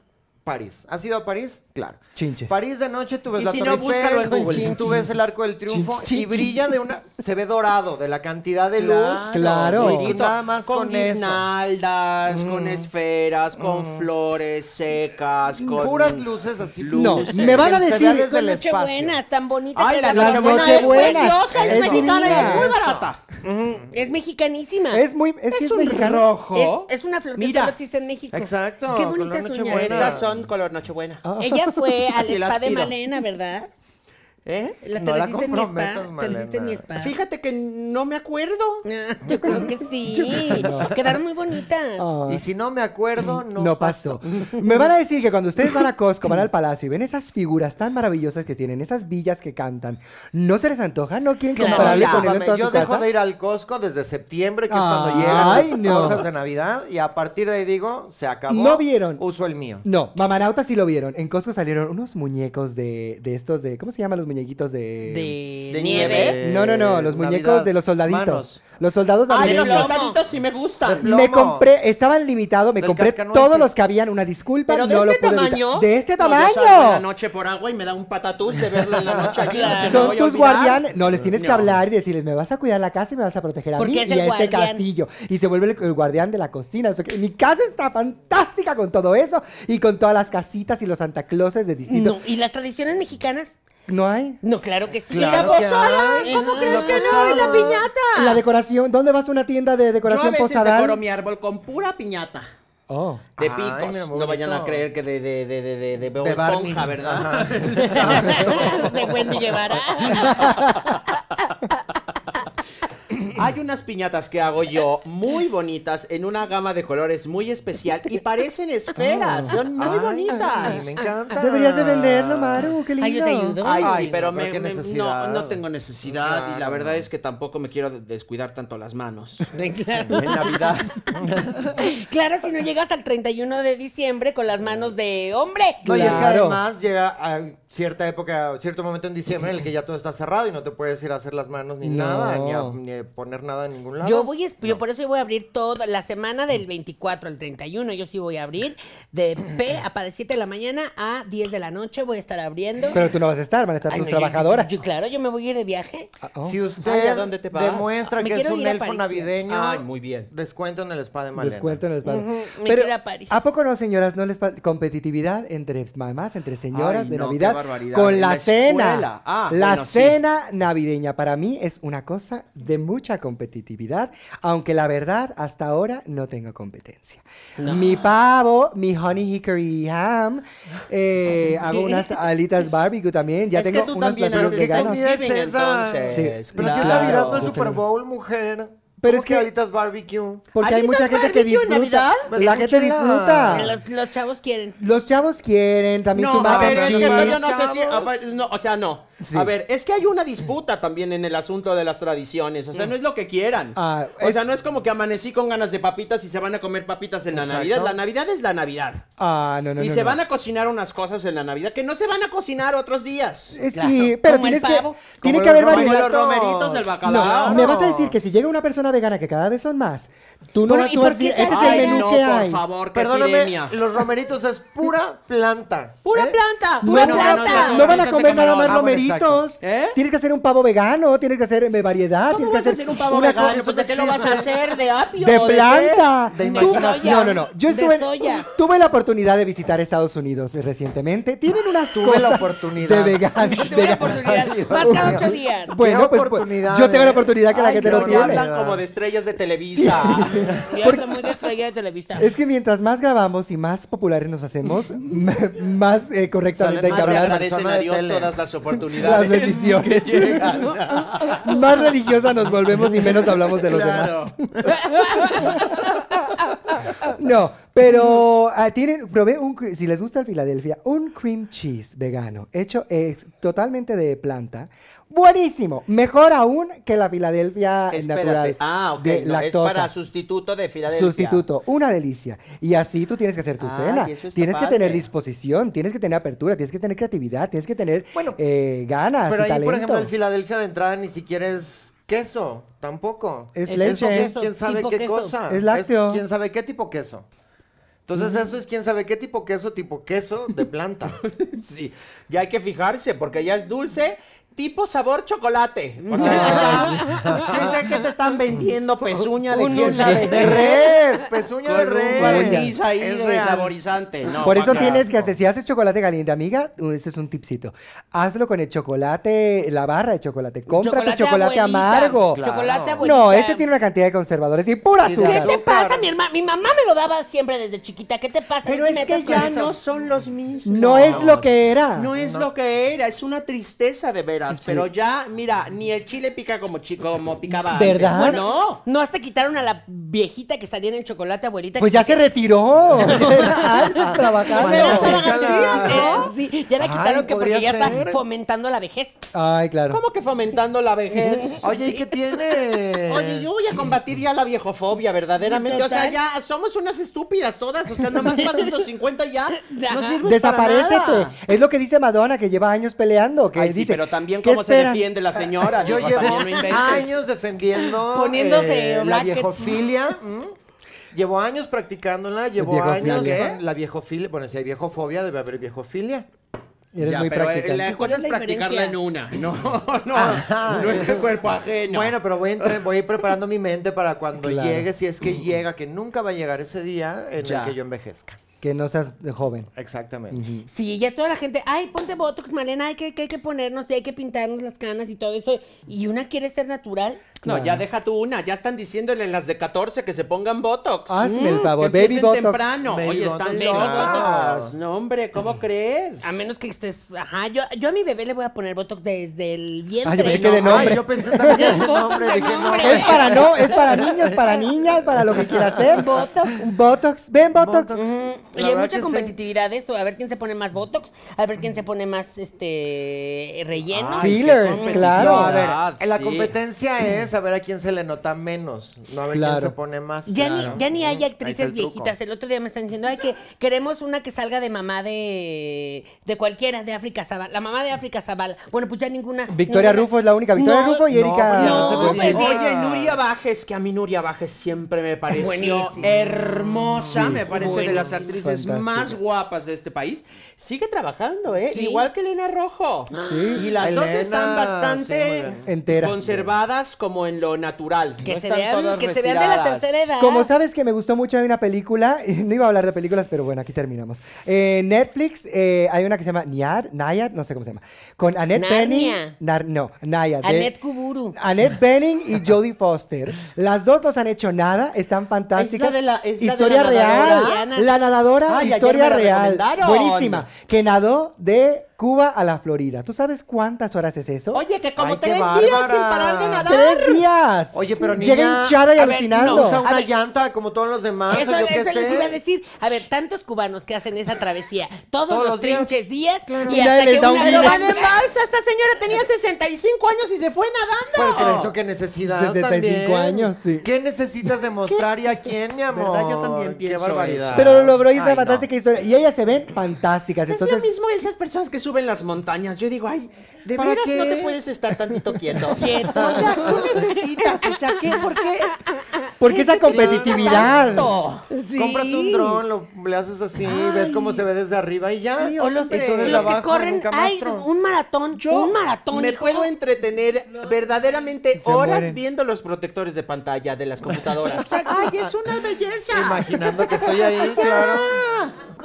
[SPEAKER 2] París. ¿Has ido a París? Claro.
[SPEAKER 1] Chinches.
[SPEAKER 2] París de noche, tú ves
[SPEAKER 4] Y
[SPEAKER 2] la
[SPEAKER 4] si
[SPEAKER 2] Torre
[SPEAKER 4] no, búscalo en
[SPEAKER 2] Eiffel,
[SPEAKER 4] Google.
[SPEAKER 2] chin, tú ves el Arco del Triunfo
[SPEAKER 1] Chinches.
[SPEAKER 2] y brilla de una... Se ve dorado de la cantidad de luz.
[SPEAKER 4] Claro,
[SPEAKER 1] Claro. Mm.
[SPEAKER 2] Y tú
[SPEAKER 4] bonito.
[SPEAKER 2] nada más con, eso. Mm.
[SPEAKER 4] guirnaldas, con esferas, con flores secas, con
[SPEAKER 2] Puras luces así.
[SPEAKER 1] No,
[SPEAKER 2] luces.
[SPEAKER 1] me van a
[SPEAKER 2] Que se
[SPEAKER 1] decir-
[SPEAKER 2] vea desde
[SPEAKER 3] Con
[SPEAKER 2] el espacio.
[SPEAKER 3] Nochebuenas, tan bonitas.
[SPEAKER 4] Ay,
[SPEAKER 3] que
[SPEAKER 4] la
[SPEAKER 3] las-
[SPEAKER 1] Las
[SPEAKER 4] Nochebuena es
[SPEAKER 1] Nochebuenas.
[SPEAKER 4] preciosa, es
[SPEAKER 1] Es
[SPEAKER 4] mexicana y es
[SPEAKER 1] divina.
[SPEAKER 4] muy barata.
[SPEAKER 3] Es mexicanísima.
[SPEAKER 1] Es muy. Es, que es mexicano.
[SPEAKER 4] rojo.
[SPEAKER 3] Es, es una flor que
[SPEAKER 4] Mira,
[SPEAKER 3] solo existe en México.
[SPEAKER 2] exacto,
[SPEAKER 3] Qué
[SPEAKER 2] con la
[SPEAKER 3] bonitas uñas.
[SPEAKER 2] Nochebuena.
[SPEAKER 4] Estas son color nochebuena.
[SPEAKER 1] Ah.
[SPEAKER 3] Ella fue al
[SPEAKER 4] Así las
[SPEAKER 3] spa de
[SPEAKER 4] pido.
[SPEAKER 3] Malena, ¿verdad?
[SPEAKER 4] ¿Eh?
[SPEAKER 3] La te
[SPEAKER 2] No la
[SPEAKER 3] hiciste en mi
[SPEAKER 2] comprometas,
[SPEAKER 3] spa. Te la hiciste en mi
[SPEAKER 2] Malena.
[SPEAKER 3] spa.
[SPEAKER 4] Fíjate que no me acuerdo.
[SPEAKER 3] Ah, Yo creo que sí. Quedaron muy bonitas.
[SPEAKER 2] Y si no me acuerdo, no,
[SPEAKER 1] Ah. Mm, No, pasó. Me van a decir que cuando ustedes van a Costco, van al palacio y ven esas figuras tan maravillosas que tienen, esas villas que cantan, ¿no se les antoja? ¿No quieren
[SPEAKER 3] Claro.
[SPEAKER 1] comprarle y
[SPEAKER 2] No,
[SPEAKER 1] ponerlo en
[SPEAKER 2] discúlpame,
[SPEAKER 1] toda
[SPEAKER 2] yo
[SPEAKER 1] su
[SPEAKER 2] dejo
[SPEAKER 1] casa?
[SPEAKER 2] de ir al Costco desde septiembre, que es cuando
[SPEAKER 1] Ay,
[SPEAKER 2] llegan las
[SPEAKER 1] no.
[SPEAKER 2] cosas de Navidad, y a partir de ahí digo, se acabó.
[SPEAKER 1] No vieron.
[SPEAKER 2] Uso el mío.
[SPEAKER 1] No, Mamanauta sí lo vieron. En Costco salieron unos muñecos de, de estos de. ¿Cómo se llaman los muñequitos de.?
[SPEAKER 3] De,
[SPEAKER 4] de
[SPEAKER 3] nieve.
[SPEAKER 2] nieve.
[SPEAKER 1] No, no, no, los
[SPEAKER 2] Eh,
[SPEAKER 1] muñecos
[SPEAKER 2] Navidad.
[SPEAKER 1] de los soldaditos.
[SPEAKER 2] Manos.
[SPEAKER 1] Los soldados
[SPEAKER 4] Ay,
[SPEAKER 1] navideños.
[SPEAKER 4] los soldaditos sí me gustan.
[SPEAKER 2] De plomo.
[SPEAKER 1] Me compré, estaban limitados, me
[SPEAKER 2] Del
[SPEAKER 1] compré
[SPEAKER 2] cascanueces.
[SPEAKER 1] todos los que habían, una disculpa,
[SPEAKER 4] Pero de
[SPEAKER 1] no
[SPEAKER 4] este
[SPEAKER 1] lo pude evitar.
[SPEAKER 4] tamaño.
[SPEAKER 1] De este
[SPEAKER 4] no, yo salgo en la
[SPEAKER 1] tamaño.
[SPEAKER 4] noche por agua y me da un patatús de verlo en la noche. allí, no se me
[SPEAKER 1] Son
[SPEAKER 4] voy a
[SPEAKER 1] tus
[SPEAKER 4] olvidar.
[SPEAKER 1] guardianes. No, les tienes que
[SPEAKER 4] No.
[SPEAKER 1] hablar y decirles, me vas a cuidar la casa y me vas a proteger a
[SPEAKER 3] Porque
[SPEAKER 1] mí
[SPEAKER 3] es
[SPEAKER 1] y
[SPEAKER 3] el
[SPEAKER 1] a este
[SPEAKER 3] guardián.
[SPEAKER 1] castillo. Y se vuelve el, el guardián de la cocina. Eso que- mi casa está fantástica con todo eso y con todas las casitas y los Santa Clauses de distintos.
[SPEAKER 3] No, ¿Y las tradiciones mexicanas?
[SPEAKER 1] No, hay.
[SPEAKER 3] No, claro que sí.
[SPEAKER 2] Claro
[SPEAKER 3] La
[SPEAKER 2] que
[SPEAKER 3] pozole,
[SPEAKER 2] hay.
[SPEAKER 3] ¿Cómo
[SPEAKER 2] La
[SPEAKER 3] crees que no?
[SPEAKER 2] pozole.
[SPEAKER 3] Y la piñata.
[SPEAKER 1] La decoración, ¿dónde vas a una tienda de
[SPEAKER 4] Yo a
[SPEAKER 1] decoración
[SPEAKER 4] veces decoro
[SPEAKER 1] posadal?
[SPEAKER 4] mi árbol con pura piñata.
[SPEAKER 1] Oh.
[SPEAKER 4] De
[SPEAKER 2] Ay,
[SPEAKER 4] picos.
[SPEAKER 2] mira,
[SPEAKER 4] no vayan a
[SPEAKER 2] bonito.
[SPEAKER 4] creer que de, de, de, de, de, de Bob
[SPEAKER 2] De Barney.
[SPEAKER 4] esponja, ¿verdad?
[SPEAKER 2] Ajá.
[SPEAKER 3] de Wendy Guevara.
[SPEAKER 4] Hay unas piñatas que hago yo muy bonitas en una gama de colores muy especial y parecen esferas. Son muy
[SPEAKER 2] Ah. Ay,
[SPEAKER 4] bonitas.
[SPEAKER 2] Me encanta.
[SPEAKER 1] Ah, Deberías de venderlo, Maru, qué lindo.
[SPEAKER 3] Ay, yo te ayudo.
[SPEAKER 4] Ay,
[SPEAKER 2] Ay,
[SPEAKER 4] sí,
[SPEAKER 2] no,
[SPEAKER 4] pero
[SPEAKER 2] pero
[SPEAKER 4] me-
[SPEAKER 2] qué
[SPEAKER 4] me- no,
[SPEAKER 2] necesidad.
[SPEAKER 4] no tengo necesidad y la
[SPEAKER 2] Claro.
[SPEAKER 4] verdad es que tampoco me quiero descuidar tanto las manos.
[SPEAKER 3] Claro.
[SPEAKER 4] En Navidad.
[SPEAKER 3] Claro, si no llegas al 31 de diciembre con las manos de hombre.
[SPEAKER 2] No, y es que
[SPEAKER 1] Claro.
[SPEAKER 2] además llega a cierta época, a cierto momento en diciembre en el que ya todo está cerrado y no te puedes ir a hacer las manos ni
[SPEAKER 1] No.
[SPEAKER 2] nada, ni a ni a poner poner nada en ningún lado.
[SPEAKER 3] Yo voy, a- yo por eso yo voy a abrir toda la semana del 24 al 31. Yo sí voy a abrir de P a pa- de 7 de la mañana a 10 de la noche. Voy a estar abriendo.
[SPEAKER 1] Pero tú no vas a estar, van a estar
[SPEAKER 3] Ay,
[SPEAKER 1] tus
[SPEAKER 3] no, yo-
[SPEAKER 1] trabajadoras.
[SPEAKER 3] yo- claro, yo me voy a ir de viaje.
[SPEAKER 1] Ah, oh.
[SPEAKER 2] Si
[SPEAKER 4] Ay,
[SPEAKER 2] usted
[SPEAKER 4] ¿a dónde te vas?
[SPEAKER 2] demuestra
[SPEAKER 3] Ah, Me
[SPEAKER 2] que es
[SPEAKER 3] quiero
[SPEAKER 2] un
[SPEAKER 3] ir a
[SPEAKER 2] elfo
[SPEAKER 3] París.
[SPEAKER 2] navideño,
[SPEAKER 4] Ay, muy bien.
[SPEAKER 2] descuento en el spa de Malena.
[SPEAKER 1] Descuento en el espalda.
[SPEAKER 3] me
[SPEAKER 1] Pero,
[SPEAKER 3] quiero ir a París.
[SPEAKER 1] ¿a poco no, señoras? ¿No les pa- competitividad entre mamás, entre señoras
[SPEAKER 4] Ay,
[SPEAKER 1] de
[SPEAKER 4] no, qué
[SPEAKER 1] Navidad?
[SPEAKER 4] barbaridad.
[SPEAKER 1] Con
[SPEAKER 4] En
[SPEAKER 1] la,
[SPEAKER 4] la
[SPEAKER 1] cena.
[SPEAKER 4] escuela. Ah,
[SPEAKER 1] la
[SPEAKER 4] bueno, sí.
[SPEAKER 1] cena navideña para mí es una cosa de mucha competitividad, aunque la verdad hasta ahora no tengo competencia. Mi pavo, mi honey hickory ham, eh, hago unas alitas barbecue también, ya
[SPEAKER 4] Es que
[SPEAKER 1] tengo
[SPEAKER 4] tú
[SPEAKER 1] unos
[SPEAKER 4] también
[SPEAKER 1] platillos
[SPEAKER 4] haces
[SPEAKER 1] veganos.
[SPEAKER 4] comida. Thanksgiving,
[SPEAKER 2] entonces.
[SPEAKER 4] entonces.
[SPEAKER 2] Pero si es
[SPEAKER 1] Claro.
[SPEAKER 2] Navidad, no es
[SPEAKER 1] Yo
[SPEAKER 2] Super
[SPEAKER 1] sé.
[SPEAKER 2] Bowl, mujer.
[SPEAKER 1] Pero
[SPEAKER 2] ¿Cómo
[SPEAKER 1] es que-
[SPEAKER 2] alitas barbecue. Pues
[SPEAKER 1] Porque hay
[SPEAKER 4] ¿Alitas
[SPEAKER 1] mucha gente que
[SPEAKER 4] barbecue en
[SPEAKER 1] disfruta.
[SPEAKER 2] Navidad?
[SPEAKER 1] La gente
[SPEAKER 2] Escúchala.
[SPEAKER 1] disfruta.
[SPEAKER 3] Los, los chavos quieren.
[SPEAKER 1] Los chavos quieren también su
[SPEAKER 4] No, a
[SPEAKER 1] mac and
[SPEAKER 4] ver, es que esto
[SPEAKER 1] cheese.
[SPEAKER 4] yo no sé si...
[SPEAKER 2] Chavos.
[SPEAKER 4] a ver, no, o sea, no.
[SPEAKER 1] Sí.
[SPEAKER 4] A ver, es que hay una disputa también en el asunto de las tradiciones. O sea, no es lo que quieran.
[SPEAKER 1] Ah,
[SPEAKER 4] O sea,
[SPEAKER 1] es-
[SPEAKER 4] no es como que amanecí con ganas de papitas y se van a comer papitas en la
[SPEAKER 2] Exacto.
[SPEAKER 4] Navidad. La Navidad es la Navidad.
[SPEAKER 1] Ah, no, no,
[SPEAKER 4] y
[SPEAKER 1] no,
[SPEAKER 4] se
[SPEAKER 1] no.
[SPEAKER 4] van a cocinar unas cosas en la Navidad que no se van a cocinar otros días.
[SPEAKER 1] Eh,
[SPEAKER 3] Claro,
[SPEAKER 1] Sí, pero
[SPEAKER 3] como el
[SPEAKER 1] tienes que,
[SPEAKER 3] pavo.
[SPEAKER 1] tiene
[SPEAKER 2] Como
[SPEAKER 1] que haber
[SPEAKER 2] los
[SPEAKER 4] Como
[SPEAKER 1] variedad.
[SPEAKER 4] los romeritos, el
[SPEAKER 1] No,
[SPEAKER 4] bacalao.
[SPEAKER 1] me vas a decir que si llega una persona vegana que cada vez son más, tú no
[SPEAKER 3] Bueno,
[SPEAKER 1] vas
[SPEAKER 3] ¿y
[SPEAKER 1] tú vas a
[SPEAKER 3] por qué
[SPEAKER 1] decir, este es
[SPEAKER 3] tanto
[SPEAKER 1] el
[SPEAKER 4] Ay,
[SPEAKER 1] menú
[SPEAKER 4] no,
[SPEAKER 1] que
[SPEAKER 4] por
[SPEAKER 1] hay.
[SPEAKER 4] favor, qué
[SPEAKER 2] Perdóname,
[SPEAKER 4] epidemia.
[SPEAKER 2] los romeritos es pura planta.
[SPEAKER 4] ¡Pura planta!
[SPEAKER 1] No,
[SPEAKER 4] Bueno,
[SPEAKER 1] no,
[SPEAKER 4] bueno,
[SPEAKER 3] plata.
[SPEAKER 1] no,
[SPEAKER 4] los
[SPEAKER 1] van a
[SPEAKER 4] romeritos
[SPEAKER 1] comer
[SPEAKER 4] de
[SPEAKER 1] nada más
[SPEAKER 4] camarón.
[SPEAKER 2] Ah, bueno,
[SPEAKER 1] romeritos.
[SPEAKER 4] ¿Eh?
[SPEAKER 1] Tienes que hacer un pavo vegano, tienes que hacer eh, variedad,
[SPEAKER 4] ¿Cómo
[SPEAKER 1] tienes que
[SPEAKER 4] vas a
[SPEAKER 1] hacer,
[SPEAKER 4] hacer un pavo
[SPEAKER 1] una
[SPEAKER 4] vegano?
[SPEAKER 1] cosa-
[SPEAKER 4] Pues, ¿De qué lo vas a hacer? ¿De apio?
[SPEAKER 1] de
[SPEAKER 4] o qué?
[SPEAKER 1] planta.
[SPEAKER 2] de
[SPEAKER 1] Tú-
[SPEAKER 2] imaginación.
[SPEAKER 1] no, no, no. Yo
[SPEAKER 3] De
[SPEAKER 1] estuve,
[SPEAKER 3] soya.
[SPEAKER 1] tuve la oportunidad de visitar Estados Unidos eh, recientemente. Tienen unas
[SPEAKER 2] Tuve la
[SPEAKER 1] cosas
[SPEAKER 2] oportunidad.
[SPEAKER 1] de vegan,
[SPEAKER 3] Tuve la
[SPEAKER 1] vegan-
[SPEAKER 3] oportunidad.
[SPEAKER 2] Dios
[SPEAKER 3] Más cada
[SPEAKER 2] mío.
[SPEAKER 3] ocho días.
[SPEAKER 1] Bueno, pues, pues,
[SPEAKER 2] oportunidad,
[SPEAKER 1] yo tengo la
[SPEAKER 2] ¿eh?
[SPEAKER 1] oportunidad que la
[SPEAKER 2] Ay,
[SPEAKER 1] gente
[SPEAKER 2] qué
[SPEAKER 1] no
[SPEAKER 4] Porque
[SPEAKER 1] tiene.
[SPEAKER 4] hablan como de estrellas de Televisa.
[SPEAKER 3] Yo estoy muy distraída de Televisa.
[SPEAKER 1] Es que mientras más grabamos y más populares nos hacemos, m- más eh, correctamente hay
[SPEAKER 2] Salen
[SPEAKER 1] que
[SPEAKER 4] Además, le
[SPEAKER 1] hablar.
[SPEAKER 2] cabrón,
[SPEAKER 4] agradecen
[SPEAKER 2] persona
[SPEAKER 4] a
[SPEAKER 2] de
[SPEAKER 4] Dios
[SPEAKER 2] tele.
[SPEAKER 4] todas las oportunidades.
[SPEAKER 1] Las bendiciones. más religiosa nos volvemos y menos hablamos de los
[SPEAKER 4] Claro.
[SPEAKER 1] demás. No, pero ah, tienen, probé un, cre- si les gusta el Filadelfia, un cream cheese vegano, hecho ex- totalmente de planta. Buenísimo, mejor aún que la Filadelfia
[SPEAKER 4] Espérate.
[SPEAKER 1] natural.
[SPEAKER 4] Ah, ok.
[SPEAKER 1] de
[SPEAKER 4] no, es
[SPEAKER 1] lactosa.
[SPEAKER 4] para sustituto de Filadelfia.
[SPEAKER 1] Sustituto, una delicia. Y así tú tienes que hacer tu
[SPEAKER 4] Ay,
[SPEAKER 1] cena.
[SPEAKER 4] eso está
[SPEAKER 1] Tienes que tener
[SPEAKER 4] padre.
[SPEAKER 1] disposición, tienes que tener apertura, tienes que tener creatividad, tienes que tener
[SPEAKER 2] Bueno,
[SPEAKER 1] eh, ganas
[SPEAKER 2] Pero
[SPEAKER 1] y
[SPEAKER 2] ahí,
[SPEAKER 1] talento.
[SPEAKER 2] por ejemplo, en Filadelfia de entrada ni siquiera es queso, tampoco.
[SPEAKER 1] Es
[SPEAKER 2] Eh,
[SPEAKER 1] leche.
[SPEAKER 2] eso es quién sabe
[SPEAKER 3] Tipo
[SPEAKER 2] qué
[SPEAKER 3] queso.
[SPEAKER 2] cosa.
[SPEAKER 1] Es lácteo.
[SPEAKER 2] quién sabe qué tipo queso. Entonces eso es quién sabe qué tipo queso, tipo queso de planta.
[SPEAKER 4] Sí. Ya hay que fijarse porque ya es dulce. Tipo sabor chocolate. O sea, ya- ¿quién sabe qué te están vendiendo? Pezuña de
[SPEAKER 3] Un
[SPEAKER 4] quién
[SPEAKER 3] dulce.
[SPEAKER 4] sabe
[SPEAKER 2] de
[SPEAKER 4] qué.
[SPEAKER 2] res, pezuña de
[SPEAKER 4] Con un
[SPEAKER 2] res.
[SPEAKER 4] barniz ahí
[SPEAKER 2] Es
[SPEAKER 4] de
[SPEAKER 2] real.
[SPEAKER 4] saborizante. No,
[SPEAKER 1] Por eso
[SPEAKER 4] guácala.
[SPEAKER 1] tienes que hacer, si haces chocolate caliente, amiga, uh, este es un tipcito. Hazlo con el chocolate, la barra de chocolate. Compra tu chocolate
[SPEAKER 3] abuelita.
[SPEAKER 1] amargo.
[SPEAKER 2] Claro.
[SPEAKER 3] Chocolate abuelita.
[SPEAKER 1] No, ese tiene una cantidad de conservadores y pura
[SPEAKER 2] Sí, de
[SPEAKER 1] azúcar.
[SPEAKER 3] ¿Qué te
[SPEAKER 2] azúcar.
[SPEAKER 3] pasa, mi hermana? Mi mamá me lo daba siempre desde chiquita. ¿Qué te pasa? No
[SPEAKER 4] Pero
[SPEAKER 3] te
[SPEAKER 4] es
[SPEAKER 3] metas
[SPEAKER 4] que
[SPEAKER 3] con
[SPEAKER 4] ya
[SPEAKER 3] eso.
[SPEAKER 4] no son los mismos.
[SPEAKER 1] No es lo que era.
[SPEAKER 4] No es lo que era, es una tristeza de veras. Pero ya, mira, ni el chile pica como chico, como picaba
[SPEAKER 1] ¿Verdad?
[SPEAKER 4] antes. No.
[SPEAKER 3] No, hasta quitaron a la viejita que salía en el chocolate, abuelita.
[SPEAKER 1] Pues
[SPEAKER 3] que-
[SPEAKER 1] ya se retiró. Era antes trabajando.
[SPEAKER 2] Pues era
[SPEAKER 4] Sara García,
[SPEAKER 3] Eh, Sí, ya la
[SPEAKER 2] Ay,
[SPEAKER 3] quitaron que porque
[SPEAKER 2] podría
[SPEAKER 3] ya
[SPEAKER 2] ser.
[SPEAKER 3] está fomentando la vejez.
[SPEAKER 1] Ay, claro.
[SPEAKER 4] ¿Cómo que fomentando la vejez?
[SPEAKER 2] Oye, ¿y qué tiene?
[SPEAKER 4] Oye, yo voy a combatir ya la viejofobia, verdaderamente. O sea,
[SPEAKER 3] Total.
[SPEAKER 4] ya somos unas estúpidas todas. O sea, nada más pasas los 50 y ya. No sirves para
[SPEAKER 1] Desaparécete.
[SPEAKER 4] nada.
[SPEAKER 1] Es lo que dice Madonna, que lleva años peleando. Que
[SPEAKER 4] Ay, sí,
[SPEAKER 1] dice,
[SPEAKER 4] pero también
[SPEAKER 1] "¿Qué
[SPEAKER 4] cómo se
[SPEAKER 1] esperan?".
[SPEAKER 4] defiende la señora.
[SPEAKER 2] Yo
[SPEAKER 4] digo,
[SPEAKER 2] llevo
[SPEAKER 4] también no inventes.
[SPEAKER 2] años defendiendo
[SPEAKER 3] Poniéndose
[SPEAKER 2] eh, la
[SPEAKER 3] brackets.
[SPEAKER 2] viejofilia. ¿m? Llevo años practicándola, llevo
[SPEAKER 1] viejofilia.
[SPEAKER 2] años
[SPEAKER 1] ¿Qué?
[SPEAKER 2] con la viejofilia. Bueno, si hay viejofobia, debe haber viejofilia.
[SPEAKER 1] Eres
[SPEAKER 4] Ya,
[SPEAKER 1] muy
[SPEAKER 4] pero eh,
[SPEAKER 1] práctica.
[SPEAKER 4] la
[SPEAKER 3] ¿Cuál
[SPEAKER 4] cosa
[SPEAKER 3] es
[SPEAKER 4] es
[SPEAKER 3] la
[SPEAKER 4] practicarla
[SPEAKER 3] diferencia?
[SPEAKER 4] en una. No, no,
[SPEAKER 2] Ajá.
[SPEAKER 4] no en el cuerpo ajeno.
[SPEAKER 2] Bueno, pero voy, a entre- voy a ir preparando mi mente para cuando
[SPEAKER 1] Claro.
[SPEAKER 2] llegue, si es que llega, que nunca va a llegar ese día en
[SPEAKER 4] Ya.
[SPEAKER 2] el que yo envejezca.
[SPEAKER 1] Que no seas de joven.
[SPEAKER 2] Exactamente.
[SPEAKER 3] Sí, ya toda la gente, ay, ponte botox, Malena, hay que, que, hay que ponernos, y hay que pintarnos las canas y todo eso. Y una quiere ser natural.
[SPEAKER 4] No, ya deja tú una. Ya están diciéndole en las de 14 que se pongan Botox. Mm,
[SPEAKER 1] Hazme el favor,
[SPEAKER 4] que
[SPEAKER 1] baby
[SPEAKER 4] empiecen
[SPEAKER 1] botox.
[SPEAKER 4] temprano.
[SPEAKER 2] Baby
[SPEAKER 4] Oye, están
[SPEAKER 2] botox,
[SPEAKER 4] locas.
[SPEAKER 2] claro.
[SPEAKER 4] No, hombre, ¿cómo crees?
[SPEAKER 3] A menos que estés, ajá, yo, yo a mi bebé le voy a poner botox desde el
[SPEAKER 1] Ay,
[SPEAKER 3] vientre.
[SPEAKER 1] Ah, yo pensé
[SPEAKER 3] ¿no?
[SPEAKER 1] que de nombre.
[SPEAKER 2] Ay, yo pensé también en ese
[SPEAKER 3] Botox
[SPEAKER 2] nombre.
[SPEAKER 3] de
[SPEAKER 2] Dije, no,
[SPEAKER 3] nombre.
[SPEAKER 1] Es para no, es para niños, para niñas, para lo que quieras hacer. Botox. Botox. Ven, Botox.
[SPEAKER 2] Botox.
[SPEAKER 3] Mm,
[SPEAKER 2] La
[SPEAKER 3] Y
[SPEAKER 2] verdad
[SPEAKER 3] hay
[SPEAKER 2] que
[SPEAKER 3] mucha
[SPEAKER 2] sí.
[SPEAKER 3] competitividad de eso, a ver quién se pone más botox, a ver quién se pone más este relleno.
[SPEAKER 1] Ay, Fillers,
[SPEAKER 4] qué
[SPEAKER 1] claro.
[SPEAKER 2] No, a ver,
[SPEAKER 4] competitividad,
[SPEAKER 2] la
[SPEAKER 4] sí.
[SPEAKER 2] competencia es saber a quién se le nota menos, no a ver
[SPEAKER 1] Claro.
[SPEAKER 2] quién se pone más.
[SPEAKER 3] Ya, ni, ya ni hay
[SPEAKER 2] Ujú, ahí está
[SPEAKER 3] actrices
[SPEAKER 2] el truco.
[SPEAKER 3] viejitas. El otro día me están diciendo, ay, que queremos una que salga de mamá de, de cualquiera, de África Zavala. La mamá de África Zavala. Bueno, pues ya ninguna.
[SPEAKER 1] Victoria
[SPEAKER 3] ninguna-
[SPEAKER 1] Rufo es la única. Victoria
[SPEAKER 3] No,
[SPEAKER 1] Rufo y
[SPEAKER 2] no,
[SPEAKER 1] Erika.
[SPEAKER 2] pues
[SPEAKER 1] Rufo.
[SPEAKER 2] no, se puede.
[SPEAKER 4] oye,
[SPEAKER 2] pues,
[SPEAKER 4] oye,
[SPEAKER 2] ya.
[SPEAKER 4] Nuria Bajes, que a mí Nuria Bajes siempre me pareció
[SPEAKER 3] Buenísima.
[SPEAKER 4] hermosa, me parece de
[SPEAKER 3] buenísima.
[SPEAKER 4] las actrices
[SPEAKER 1] Fantástica.
[SPEAKER 4] más guapas de este país. Sigue trabajando, ¿eh?
[SPEAKER 3] Sí.
[SPEAKER 4] Igual que Elena Rojo.
[SPEAKER 1] Sí.
[SPEAKER 4] Y las dos
[SPEAKER 2] Elena,
[SPEAKER 4] están
[SPEAKER 2] sí, muy
[SPEAKER 4] bastante
[SPEAKER 2] bien.
[SPEAKER 1] Enteras.
[SPEAKER 4] conservadas como en lo natural.
[SPEAKER 3] Que,
[SPEAKER 4] No
[SPEAKER 3] se,
[SPEAKER 4] están
[SPEAKER 3] vean,
[SPEAKER 4] todas
[SPEAKER 3] que se vean de la
[SPEAKER 4] retiradas.
[SPEAKER 3] tercera edad.
[SPEAKER 1] Como sabes que me gustó mucho, hay una película, no iba a hablar de películas, pero bueno, aquí terminamos. Eh, Netflix, eh, hay una que se llama Niad, Nayad, no sé cómo se llama, con Annette Bening,
[SPEAKER 3] Narnia.
[SPEAKER 1] Nar- no, Nayad. de-
[SPEAKER 3] Annette Kuburu.
[SPEAKER 1] Annette Bening y Jodie Foster. Las dos no se han hecho nada, están fantásticas.
[SPEAKER 4] Es la de la- es la de
[SPEAKER 1] historia
[SPEAKER 4] la
[SPEAKER 1] real.
[SPEAKER 4] nadadora.
[SPEAKER 3] Diana.
[SPEAKER 1] La nadadora,
[SPEAKER 4] Ay, ayer
[SPEAKER 1] historia
[SPEAKER 4] me la
[SPEAKER 1] real.
[SPEAKER 4] recomendaron.
[SPEAKER 1] Buenísima. Que nadó de Cuba a la Florida. ¿Tú sabes cuántas horas es eso?
[SPEAKER 4] Oye, que como
[SPEAKER 2] Ay, qué
[SPEAKER 4] tres días
[SPEAKER 2] bárbara.
[SPEAKER 4] sin parar de nadar.
[SPEAKER 1] Tres días.
[SPEAKER 2] Oye, pero niña,
[SPEAKER 1] Llega hinchada y
[SPEAKER 2] a ver,
[SPEAKER 1] alucinando.
[SPEAKER 2] no usa una
[SPEAKER 3] A ver.
[SPEAKER 2] llanta como todos los demás,
[SPEAKER 3] Eso,
[SPEAKER 2] o yo Ah, qué
[SPEAKER 3] eso les
[SPEAKER 2] sé.
[SPEAKER 3] iba a decir. A ver, tantos cubanos que hacen esa travesía todos,
[SPEAKER 2] Todos
[SPEAKER 3] los
[SPEAKER 2] los días.
[SPEAKER 3] pinches días y
[SPEAKER 1] Y
[SPEAKER 3] hasta
[SPEAKER 1] nadie
[SPEAKER 3] que
[SPEAKER 1] les da un
[SPEAKER 3] una
[SPEAKER 1] Pero
[SPEAKER 3] vez-
[SPEAKER 1] van en
[SPEAKER 4] balsa, esta señora tenía 65 años y se fue
[SPEAKER 2] Pero
[SPEAKER 4] nadando.
[SPEAKER 2] por eso que necesidad
[SPEAKER 1] 65
[SPEAKER 2] también.
[SPEAKER 1] años, sí.
[SPEAKER 2] ¿Qué necesitas demostrar y a quién, mi amor?
[SPEAKER 4] ¿Verdad? Yo también pienso
[SPEAKER 2] Qué barbaridad.
[SPEAKER 4] eso.
[SPEAKER 1] Pero lo logró y es una
[SPEAKER 2] Ay, no.
[SPEAKER 1] fantástica historia. Y ellas se ven fantásticas. Entonces,
[SPEAKER 4] es lo mismo esas personas que suben las montañas. Yo digo, ay, de
[SPEAKER 2] ¿Para
[SPEAKER 4] veras
[SPEAKER 2] qué?
[SPEAKER 4] no te puedes estar tantito quieto.
[SPEAKER 3] Quieto.
[SPEAKER 4] O sea, ¿qué necesitas? O sea, ¿qué? ¿Por qué?
[SPEAKER 1] porque esa competitividad.
[SPEAKER 4] Tanto.
[SPEAKER 3] Sí.
[SPEAKER 2] Cómprate un dron, lo le haces así, ves cómo se ve desde arriba y ya.
[SPEAKER 4] Sí,
[SPEAKER 2] y
[SPEAKER 4] o los
[SPEAKER 2] tú
[SPEAKER 4] que-
[SPEAKER 2] desde
[SPEAKER 3] Los que
[SPEAKER 2] abajo,
[SPEAKER 3] corren,
[SPEAKER 2] nunca
[SPEAKER 3] ay,
[SPEAKER 2] maestro.
[SPEAKER 3] un maratón,
[SPEAKER 4] Yo
[SPEAKER 3] un maratón,
[SPEAKER 4] me
[SPEAKER 3] hijo.
[SPEAKER 4] puedo entretener verdaderamente
[SPEAKER 1] Se
[SPEAKER 4] horas
[SPEAKER 1] mueren.
[SPEAKER 4] viendo los protectores de pantalla de las computadoras. ay, es una belleza.
[SPEAKER 2] Imaginando que estoy ahí, claro.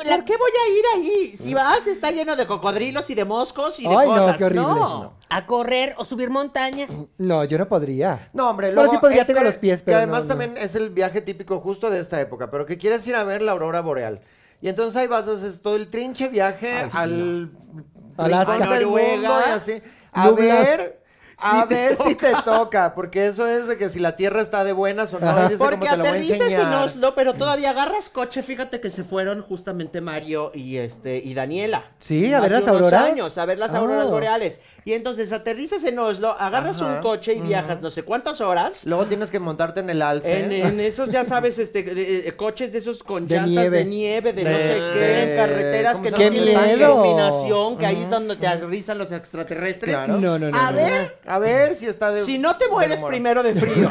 [SPEAKER 3] La-
[SPEAKER 4] ¿Por qué voy a ir ahí? Si vas, está lleno de cocodrilos y de moscos y de
[SPEAKER 1] Ay, no,
[SPEAKER 4] cosas.
[SPEAKER 1] qué horrible.
[SPEAKER 4] No.
[SPEAKER 3] A correr o subir montañas.
[SPEAKER 1] No, yo no podría.
[SPEAKER 2] No, hombre,
[SPEAKER 1] Bueno,
[SPEAKER 2] luego...
[SPEAKER 1] sí podría,
[SPEAKER 2] este,
[SPEAKER 1] tengo los pies, pero
[SPEAKER 2] Que
[SPEAKER 1] no,
[SPEAKER 2] además
[SPEAKER 1] no.
[SPEAKER 2] también es el viaje típico justo de esta época, pero que quieres ir a ver la aurora boreal. Y entonces ahí vas, haces todo el trinche viaje al...
[SPEAKER 1] Alaska.
[SPEAKER 2] rincón del mundo y así. A
[SPEAKER 1] Nublas.
[SPEAKER 2] ver... A ver si te toca, porque eso es de que si la tierra está de buenas o no, y dice como
[SPEAKER 4] Porque
[SPEAKER 2] te lo voy a
[SPEAKER 4] aterrizas en
[SPEAKER 2] enseñar.
[SPEAKER 4] Oslo, pero todavía agarras coche. Fíjate que se fueron justamente Mario y este y Daniela.
[SPEAKER 1] Sí, a ver
[SPEAKER 4] Hace
[SPEAKER 1] las
[SPEAKER 4] unos
[SPEAKER 1] auroras.
[SPEAKER 4] años, a ver las auroras
[SPEAKER 1] Ah.
[SPEAKER 4] boreales. Y entonces aterrizas en Oslo, agarras
[SPEAKER 2] Oh. Ajá,
[SPEAKER 4] un coche y viajas no sé cuántas horas.
[SPEAKER 2] Luego tienes que montarte en el alce.
[SPEAKER 4] En, en esos, ya sabes, este, de- de- coches de esos con
[SPEAKER 1] De
[SPEAKER 4] llantas
[SPEAKER 1] nieve.
[SPEAKER 4] de nieve, de, no
[SPEAKER 2] De-
[SPEAKER 4] sé qué,
[SPEAKER 2] de-
[SPEAKER 4] carreteras
[SPEAKER 2] ¿cómo
[SPEAKER 4] que
[SPEAKER 2] se
[SPEAKER 4] no
[SPEAKER 1] llama? ¡Qué
[SPEAKER 4] tienen
[SPEAKER 1] miedo!
[SPEAKER 4] iluminación, que ahí es donde te aterrizan los extraterrestres.
[SPEAKER 2] Claro.
[SPEAKER 1] No, no, no,
[SPEAKER 4] A
[SPEAKER 1] no,
[SPEAKER 4] ver,
[SPEAKER 2] A ver si está de.
[SPEAKER 4] si no te
[SPEAKER 2] de
[SPEAKER 4] mueres
[SPEAKER 2] humor.
[SPEAKER 4] primero de frío,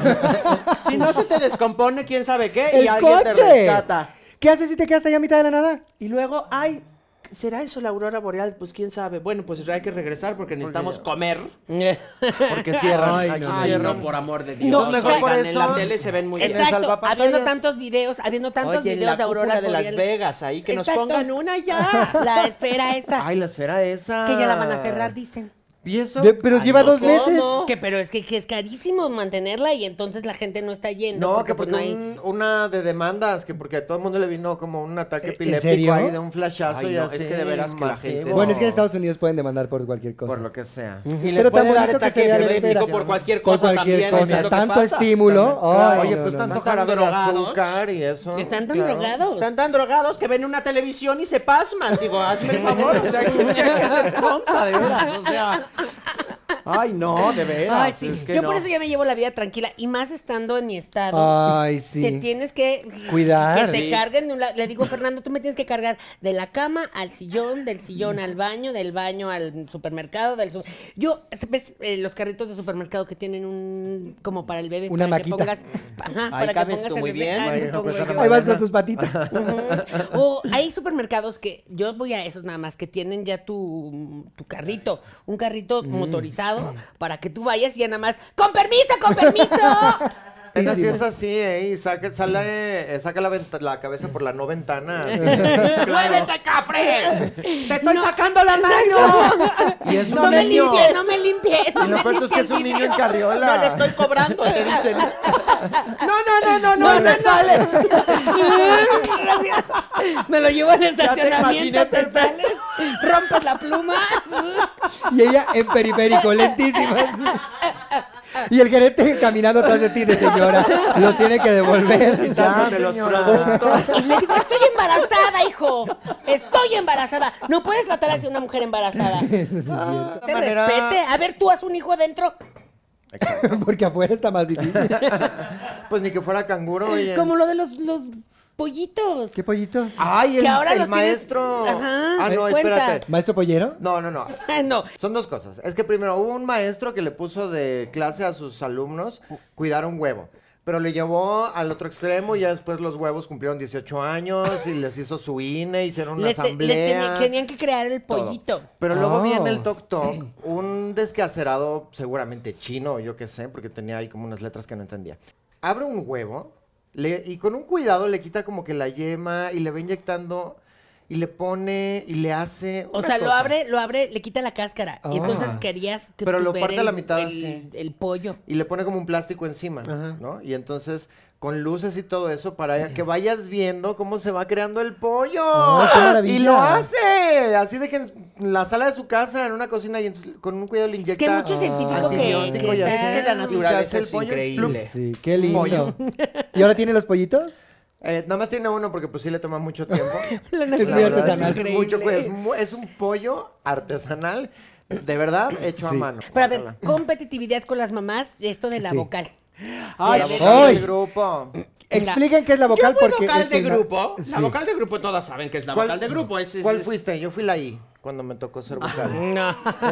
[SPEAKER 4] si no se te descompone quién sabe qué y
[SPEAKER 1] ¡El
[SPEAKER 4] alguien te
[SPEAKER 1] coche!
[SPEAKER 4] rescata.
[SPEAKER 1] ¿Qué haces si te quedas ahí a mitad de la nada?
[SPEAKER 4] Y luego, ay, ¿será eso la aurora boreal? Pues quién sabe. Bueno, pues hay que regresar porque necesitamos comer.
[SPEAKER 2] Porque cierran.
[SPEAKER 1] Ay,
[SPEAKER 2] aquí
[SPEAKER 1] no,
[SPEAKER 4] Ay,
[SPEAKER 2] cierran.
[SPEAKER 4] no, por amor de Dios.
[SPEAKER 3] No, mejor
[SPEAKER 4] oigan,
[SPEAKER 2] por
[SPEAKER 4] en
[SPEAKER 2] eso-
[SPEAKER 4] la tele se ven muy bien.
[SPEAKER 3] Exacto,
[SPEAKER 2] salvapantallas.
[SPEAKER 3] habiendo tantos videos, habiendo tantos
[SPEAKER 4] Oye, en
[SPEAKER 3] videos
[SPEAKER 4] la
[SPEAKER 3] de auroras
[SPEAKER 4] cúpula de Las
[SPEAKER 3] boreales.
[SPEAKER 4] Vegas, ahí que
[SPEAKER 3] Exacto.
[SPEAKER 4] nos pongan una ya.
[SPEAKER 3] La esfera esa,
[SPEAKER 2] Ay, la esfera esa.
[SPEAKER 3] que ya la van a cerrar, dicen.
[SPEAKER 2] ¿Y eso?
[SPEAKER 1] De- pero
[SPEAKER 4] Ay,
[SPEAKER 1] lleva
[SPEAKER 4] no,
[SPEAKER 1] dos
[SPEAKER 4] ¿cómo?
[SPEAKER 1] meses.
[SPEAKER 3] Que pero es que, que es carísimo mantenerla y entonces la gente no está yendo.
[SPEAKER 2] No, que
[SPEAKER 3] pues,
[SPEAKER 2] porque
[SPEAKER 3] no hay-
[SPEAKER 2] un- una de demandas, que porque a todo el mundo le vino como un ataque
[SPEAKER 1] ¿En
[SPEAKER 2] epiléptico
[SPEAKER 1] serio?
[SPEAKER 2] ahí de un flashazo
[SPEAKER 4] Ay,
[SPEAKER 2] y
[SPEAKER 4] no,
[SPEAKER 2] así.
[SPEAKER 4] es que de veras que la gente-
[SPEAKER 2] masivo.
[SPEAKER 1] Bueno, es que en Estados Unidos pueden demandar por cualquier cosa.
[SPEAKER 2] Por lo que sea.
[SPEAKER 4] Y
[SPEAKER 1] Pero tan bonito que se vea la
[SPEAKER 4] epiléptico
[SPEAKER 1] esfera.
[SPEAKER 4] por cualquier
[SPEAKER 1] Por
[SPEAKER 4] cosa
[SPEAKER 1] cualquier
[SPEAKER 4] también,
[SPEAKER 1] cosa.
[SPEAKER 4] es lo que
[SPEAKER 1] Tanto
[SPEAKER 4] pasa.
[SPEAKER 1] estímulo. Ay,
[SPEAKER 2] Oye,
[SPEAKER 1] no,
[SPEAKER 2] pues
[SPEAKER 1] no,
[SPEAKER 2] tanto
[SPEAKER 1] no.
[SPEAKER 4] Están
[SPEAKER 2] jarabe de
[SPEAKER 4] drogados.
[SPEAKER 2] azúcar y eso.
[SPEAKER 3] Están tan
[SPEAKER 2] claro.
[SPEAKER 3] drogados.
[SPEAKER 4] Están tan drogados que ven una televisión y se pasman. Digo, hazme el favor, o sea, que tiene que ser tonta, de veras, o sea. Ay, no, de veras.
[SPEAKER 3] Ay, sí.
[SPEAKER 4] es que
[SPEAKER 3] Yo
[SPEAKER 4] no.
[SPEAKER 3] por eso ya me llevo la vida tranquila y más estando en mi estado.
[SPEAKER 1] Ay, Ah, sí.
[SPEAKER 3] Te tienes que
[SPEAKER 1] Cuidar.
[SPEAKER 3] Que te
[SPEAKER 1] Sí.
[SPEAKER 3] carguen. de un lado. Le digo, Fernando, tú me tienes que cargar de la cama al sillón, del sillón al baño, del baño al supermercado, del su- Yo, ¿ves? Eh, los carritos de supermercado que tienen un como para el bebé,
[SPEAKER 1] Una
[SPEAKER 3] para que
[SPEAKER 1] maquita.
[SPEAKER 3] pongas, ajá,
[SPEAKER 4] Ahí
[SPEAKER 3] para que
[SPEAKER 4] cabes
[SPEAKER 3] pongas
[SPEAKER 4] tú
[SPEAKER 3] el
[SPEAKER 4] muy
[SPEAKER 3] bebé.
[SPEAKER 4] bien,
[SPEAKER 3] Ahí
[SPEAKER 2] María,
[SPEAKER 3] me pongo
[SPEAKER 2] pues,
[SPEAKER 3] yo.
[SPEAKER 1] Ahí vas con tus patitas.
[SPEAKER 3] Ujú. O hay supermercados que yo voy a esos nada más que tienen ya tu, tu carrito, un carrito
[SPEAKER 2] Mm.
[SPEAKER 3] motorizado para que tú vayas y ya nada más ¡Con permiso, con permiso!
[SPEAKER 2] Neta, sí es así, ¿eh? Y saca, sale, eh, saca la, venta- la cabeza por la no ventana. así.
[SPEAKER 4] ¡Muévete, cafre! ¡Te estoy sacando la mano!
[SPEAKER 2] Y es
[SPEAKER 3] No
[SPEAKER 2] un
[SPEAKER 3] me
[SPEAKER 2] niño.
[SPEAKER 3] limpies, no me limpies. no
[SPEAKER 2] Y lo
[SPEAKER 3] me
[SPEAKER 2] cuento es que es un niño en carriola.
[SPEAKER 4] No le estoy cobrando, te dicen. No, no, no, no, no, no, no sales.
[SPEAKER 3] limpies. Me lo llevo al estacionamiento,
[SPEAKER 4] imaginé
[SPEAKER 3] te, sales, rompes la pluma.
[SPEAKER 1] Y ella en periférico, lentísima. Y el gerente caminando atrás de ti de señora. Lo tiene que devolver.
[SPEAKER 2] Ya,
[SPEAKER 4] Dándote los
[SPEAKER 2] señora.
[SPEAKER 3] Y le digo, estoy embarazada, hijo. Estoy embarazada. No puedes tratar así a una mujer embarazada.
[SPEAKER 1] Eso sí es cierto.
[SPEAKER 3] Te
[SPEAKER 2] manera-
[SPEAKER 3] respete. A ver, tú haz un hijo adentro.
[SPEAKER 2] Exacto.
[SPEAKER 1] Porque afuera está más difícil.
[SPEAKER 2] Pues ni que fuera canguro, oye.
[SPEAKER 3] Como lo de los, los pollitos.
[SPEAKER 1] ¿Qué pollitos?
[SPEAKER 2] Ay, el,
[SPEAKER 3] Que ahora
[SPEAKER 2] el
[SPEAKER 3] los tienes-
[SPEAKER 2] maestro.
[SPEAKER 3] Ajá,
[SPEAKER 2] ah, no,
[SPEAKER 3] cuenta.
[SPEAKER 2] espérate.
[SPEAKER 1] ¿Maestro pollero?
[SPEAKER 2] No, no, no.
[SPEAKER 3] Ah, no.
[SPEAKER 2] Son dos cosas. Es que primero hubo un maestro que le puso de clase a sus alumnos cuidar un huevo. Pero le llevó al otro extremo y ya después los huevos cumplieron 18 años y les hizo su INE, hicieron una
[SPEAKER 3] Les, te- les
[SPEAKER 2] asamblea.
[SPEAKER 3] teni- tenían que crear el
[SPEAKER 2] todo.
[SPEAKER 3] pollito.
[SPEAKER 2] Pero luego
[SPEAKER 1] Oh.
[SPEAKER 2] viene el Tok Tok, un descacerado seguramente chino, yo qué sé, porque tenía ahí como unas letras que no entendía. Abre un huevo le- y con un cuidado le quita como que la yema y le va inyectando y le pone y le hace.
[SPEAKER 3] O
[SPEAKER 2] una
[SPEAKER 3] sea, lo
[SPEAKER 2] cosa. Ah.
[SPEAKER 3] abre, lo abre, le quita la cáscara. Y entonces querías que
[SPEAKER 2] Pero lo
[SPEAKER 3] tuviera
[SPEAKER 2] parte a la
[SPEAKER 3] el-
[SPEAKER 2] mitad
[SPEAKER 3] el,
[SPEAKER 2] así.
[SPEAKER 3] el pollo.
[SPEAKER 2] y le pone como un plástico encima, ¿no? Y entonces con luces y todo eso para que vayas viendo cómo se va creando el pollo.
[SPEAKER 1] Oh, qué maravilla.
[SPEAKER 2] y lo hace, así de que en la sala de su casa, en una cocina y entonces con un cuidado le inyecta.
[SPEAKER 3] que hay muchos científicos que-
[SPEAKER 2] antibiótico
[SPEAKER 3] que
[SPEAKER 2] y así.
[SPEAKER 3] están- Es que la
[SPEAKER 2] Y se
[SPEAKER 4] naturaleza
[SPEAKER 2] hace el
[SPEAKER 4] es
[SPEAKER 2] pollo,
[SPEAKER 4] increíble.
[SPEAKER 2] plups.
[SPEAKER 1] Sí, qué lindo.
[SPEAKER 2] Pollo.
[SPEAKER 1] ¿Y ahora tiene los pollitos?
[SPEAKER 2] Eh, nada más tiene uno porque pues sí le toma mucho tiempo.
[SPEAKER 3] La
[SPEAKER 1] Es muy
[SPEAKER 2] La verdad,
[SPEAKER 1] artesanal.
[SPEAKER 2] es mucho, pues, es mu- es un pollo artesanal, de verdad, hecho
[SPEAKER 1] Sí.
[SPEAKER 2] a mano.
[SPEAKER 3] Pero a ver,
[SPEAKER 2] Guácala.
[SPEAKER 3] competitividad con las mamás, esto de la
[SPEAKER 1] Sí.
[SPEAKER 3] vocal.
[SPEAKER 4] Ay,
[SPEAKER 2] La
[SPEAKER 3] Ay.
[SPEAKER 2] vocal del
[SPEAKER 1] Ay.
[SPEAKER 2] grupo.
[SPEAKER 1] Expliquen qué es la vocal
[SPEAKER 4] Yo fui
[SPEAKER 1] porque
[SPEAKER 4] vocal
[SPEAKER 1] es
[SPEAKER 4] de
[SPEAKER 1] una-
[SPEAKER 4] grupo. La
[SPEAKER 1] Sí.
[SPEAKER 4] vocal de grupo todas saben que es la vocal de grupo. Es, es-
[SPEAKER 2] ¿Cuál
[SPEAKER 4] es-
[SPEAKER 2] fuiste? Yo fui la I cuando me tocó ser vocal.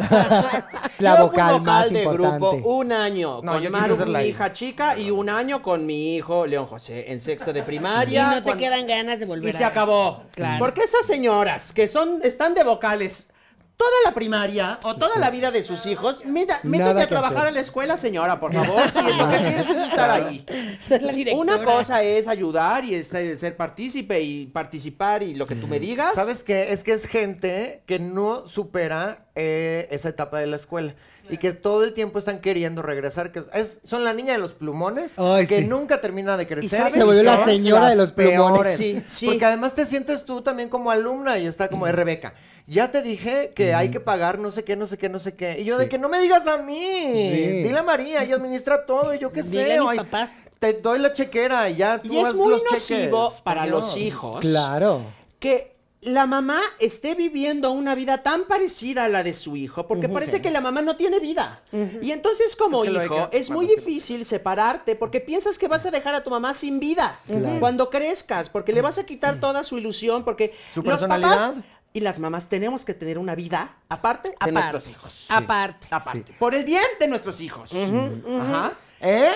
[SPEAKER 1] La
[SPEAKER 4] Yo fui
[SPEAKER 1] vocal más
[SPEAKER 4] de
[SPEAKER 1] importante.
[SPEAKER 4] grupo un año
[SPEAKER 2] No,
[SPEAKER 4] con
[SPEAKER 2] yo quise
[SPEAKER 4] Maru,
[SPEAKER 2] ser la
[SPEAKER 4] mi
[SPEAKER 2] I.
[SPEAKER 4] hija chica, y un año con mi hijo León José en sexto de
[SPEAKER 3] Y
[SPEAKER 4] primaria.
[SPEAKER 3] no te
[SPEAKER 4] cuando-
[SPEAKER 3] quedan ganas de volver.
[SPEAKER 4] Y se
[SPEAKER 3] a-
[SPEAKER 4] acabó.
[SPEAKER 3] Claro.
[SPEAKER 4] Porque esas señoras que son, están de vocales toda la primaria o toda la vida de sus hijos, mira, métete
[SPEAKER 1] Nada
[SPEAKER 4] a
[SPEAKER 1] que
[SPEAKER 4] trabajar
[SPEAKER 1] hacer.
[SPEAKER 4] a la escuela, señora, por favor. Si lo que quieres es estar ahí.
[SPEAKER 3] Ser la directora.
[SPEAKER 4] Una cosa es ayudar y es- eh, ser partícipe y participar y lo que tú me digas.
[SPEAKER 2] ¿Sabes qué? Es que es gente que no supera eh, esa etapa de la escuela y que todo el tiempo están queriendo regresar. Que es, son la niña de los plumones
[SPEAKER 1] Ay,
[SPEAKER 2] que
[SPEAKER 1] sí.
[SPEAKER 2] nunca termina de crecer.
[SPEAKER 1] sabes Se volvió la
[SPEAKER 2] son
[SPEAKER 1] señora
[SPEAKER 2] las
[SPEAKER 1] de los plumones.
[SPEAKER 2] peores.
[SPEAKER 4] Sí, sí.
[SPEAKER 2] Porque además te sientes tú también como alumna y está como de Rebeca. Ya te dije que hay que pagar no sé qué, no sé qué, no sé qué. Y yo de que no me digas a mí.
[SPEAKER 1] Sí.
[SPEAKER 2] Dile a María, ella administra todo y yo qué sé.
[SPEAKER 3] Dile a mis
[SPEAKER 2] ay,
[SPEAKER 3] papás.
[SPEAKER 2] Te doy la chequera y ya tú
[SPEAKER 4] Y es
[SPEAKER 2] haz
[SPEAKER 4] muy
[SPEAKER 2] los
[SPEAKER 4] nocivo
[SPEAKER 2] cheques.
[SPEAKER 4] para los
[SPEAKER 2] Dios.
[SPEAKER 4] hijos
[SPEAKER 1] Claro.
[SPEAKER 4] que la mamá esté viviendo una vida tan parecida a la de su hijo, porque parece que la mamá no tiene vida. Y entonces como
[SPEAKER 2] Es que lo hay
[SPEAKER 4] hijo
[SPEAKER 2] que-
[SPEAKER 4] es
[SPEAKER 2] bueno,
[SPEAKER 4] muy
[SPEAKER 2] es que-
[SPEAKER 4] difícil separarte porque piensas que vas a dejar a tu mamá sin vida
[SPEAKER 1] Claro.
[SPEAKER 4] cuando crezcas, porque le vas a quitar toda su ilusión, porque
[SPEAKER 2] Su
[SPEAKER 4] los papás
[SPEAKER 2] personalidad.
[SPEAKER 4] y las mamás tenemos que tener una vida aparte de
[SPEAKER 3] Aparte.
[SPEAKER 4] nuestros hijos.
[SPEAKER 3] Aparte.
[SPEAKER 4] Aparte. Por el bien de nuestros hijos. Ajá.
[SPEAKER 2] ¿Eh?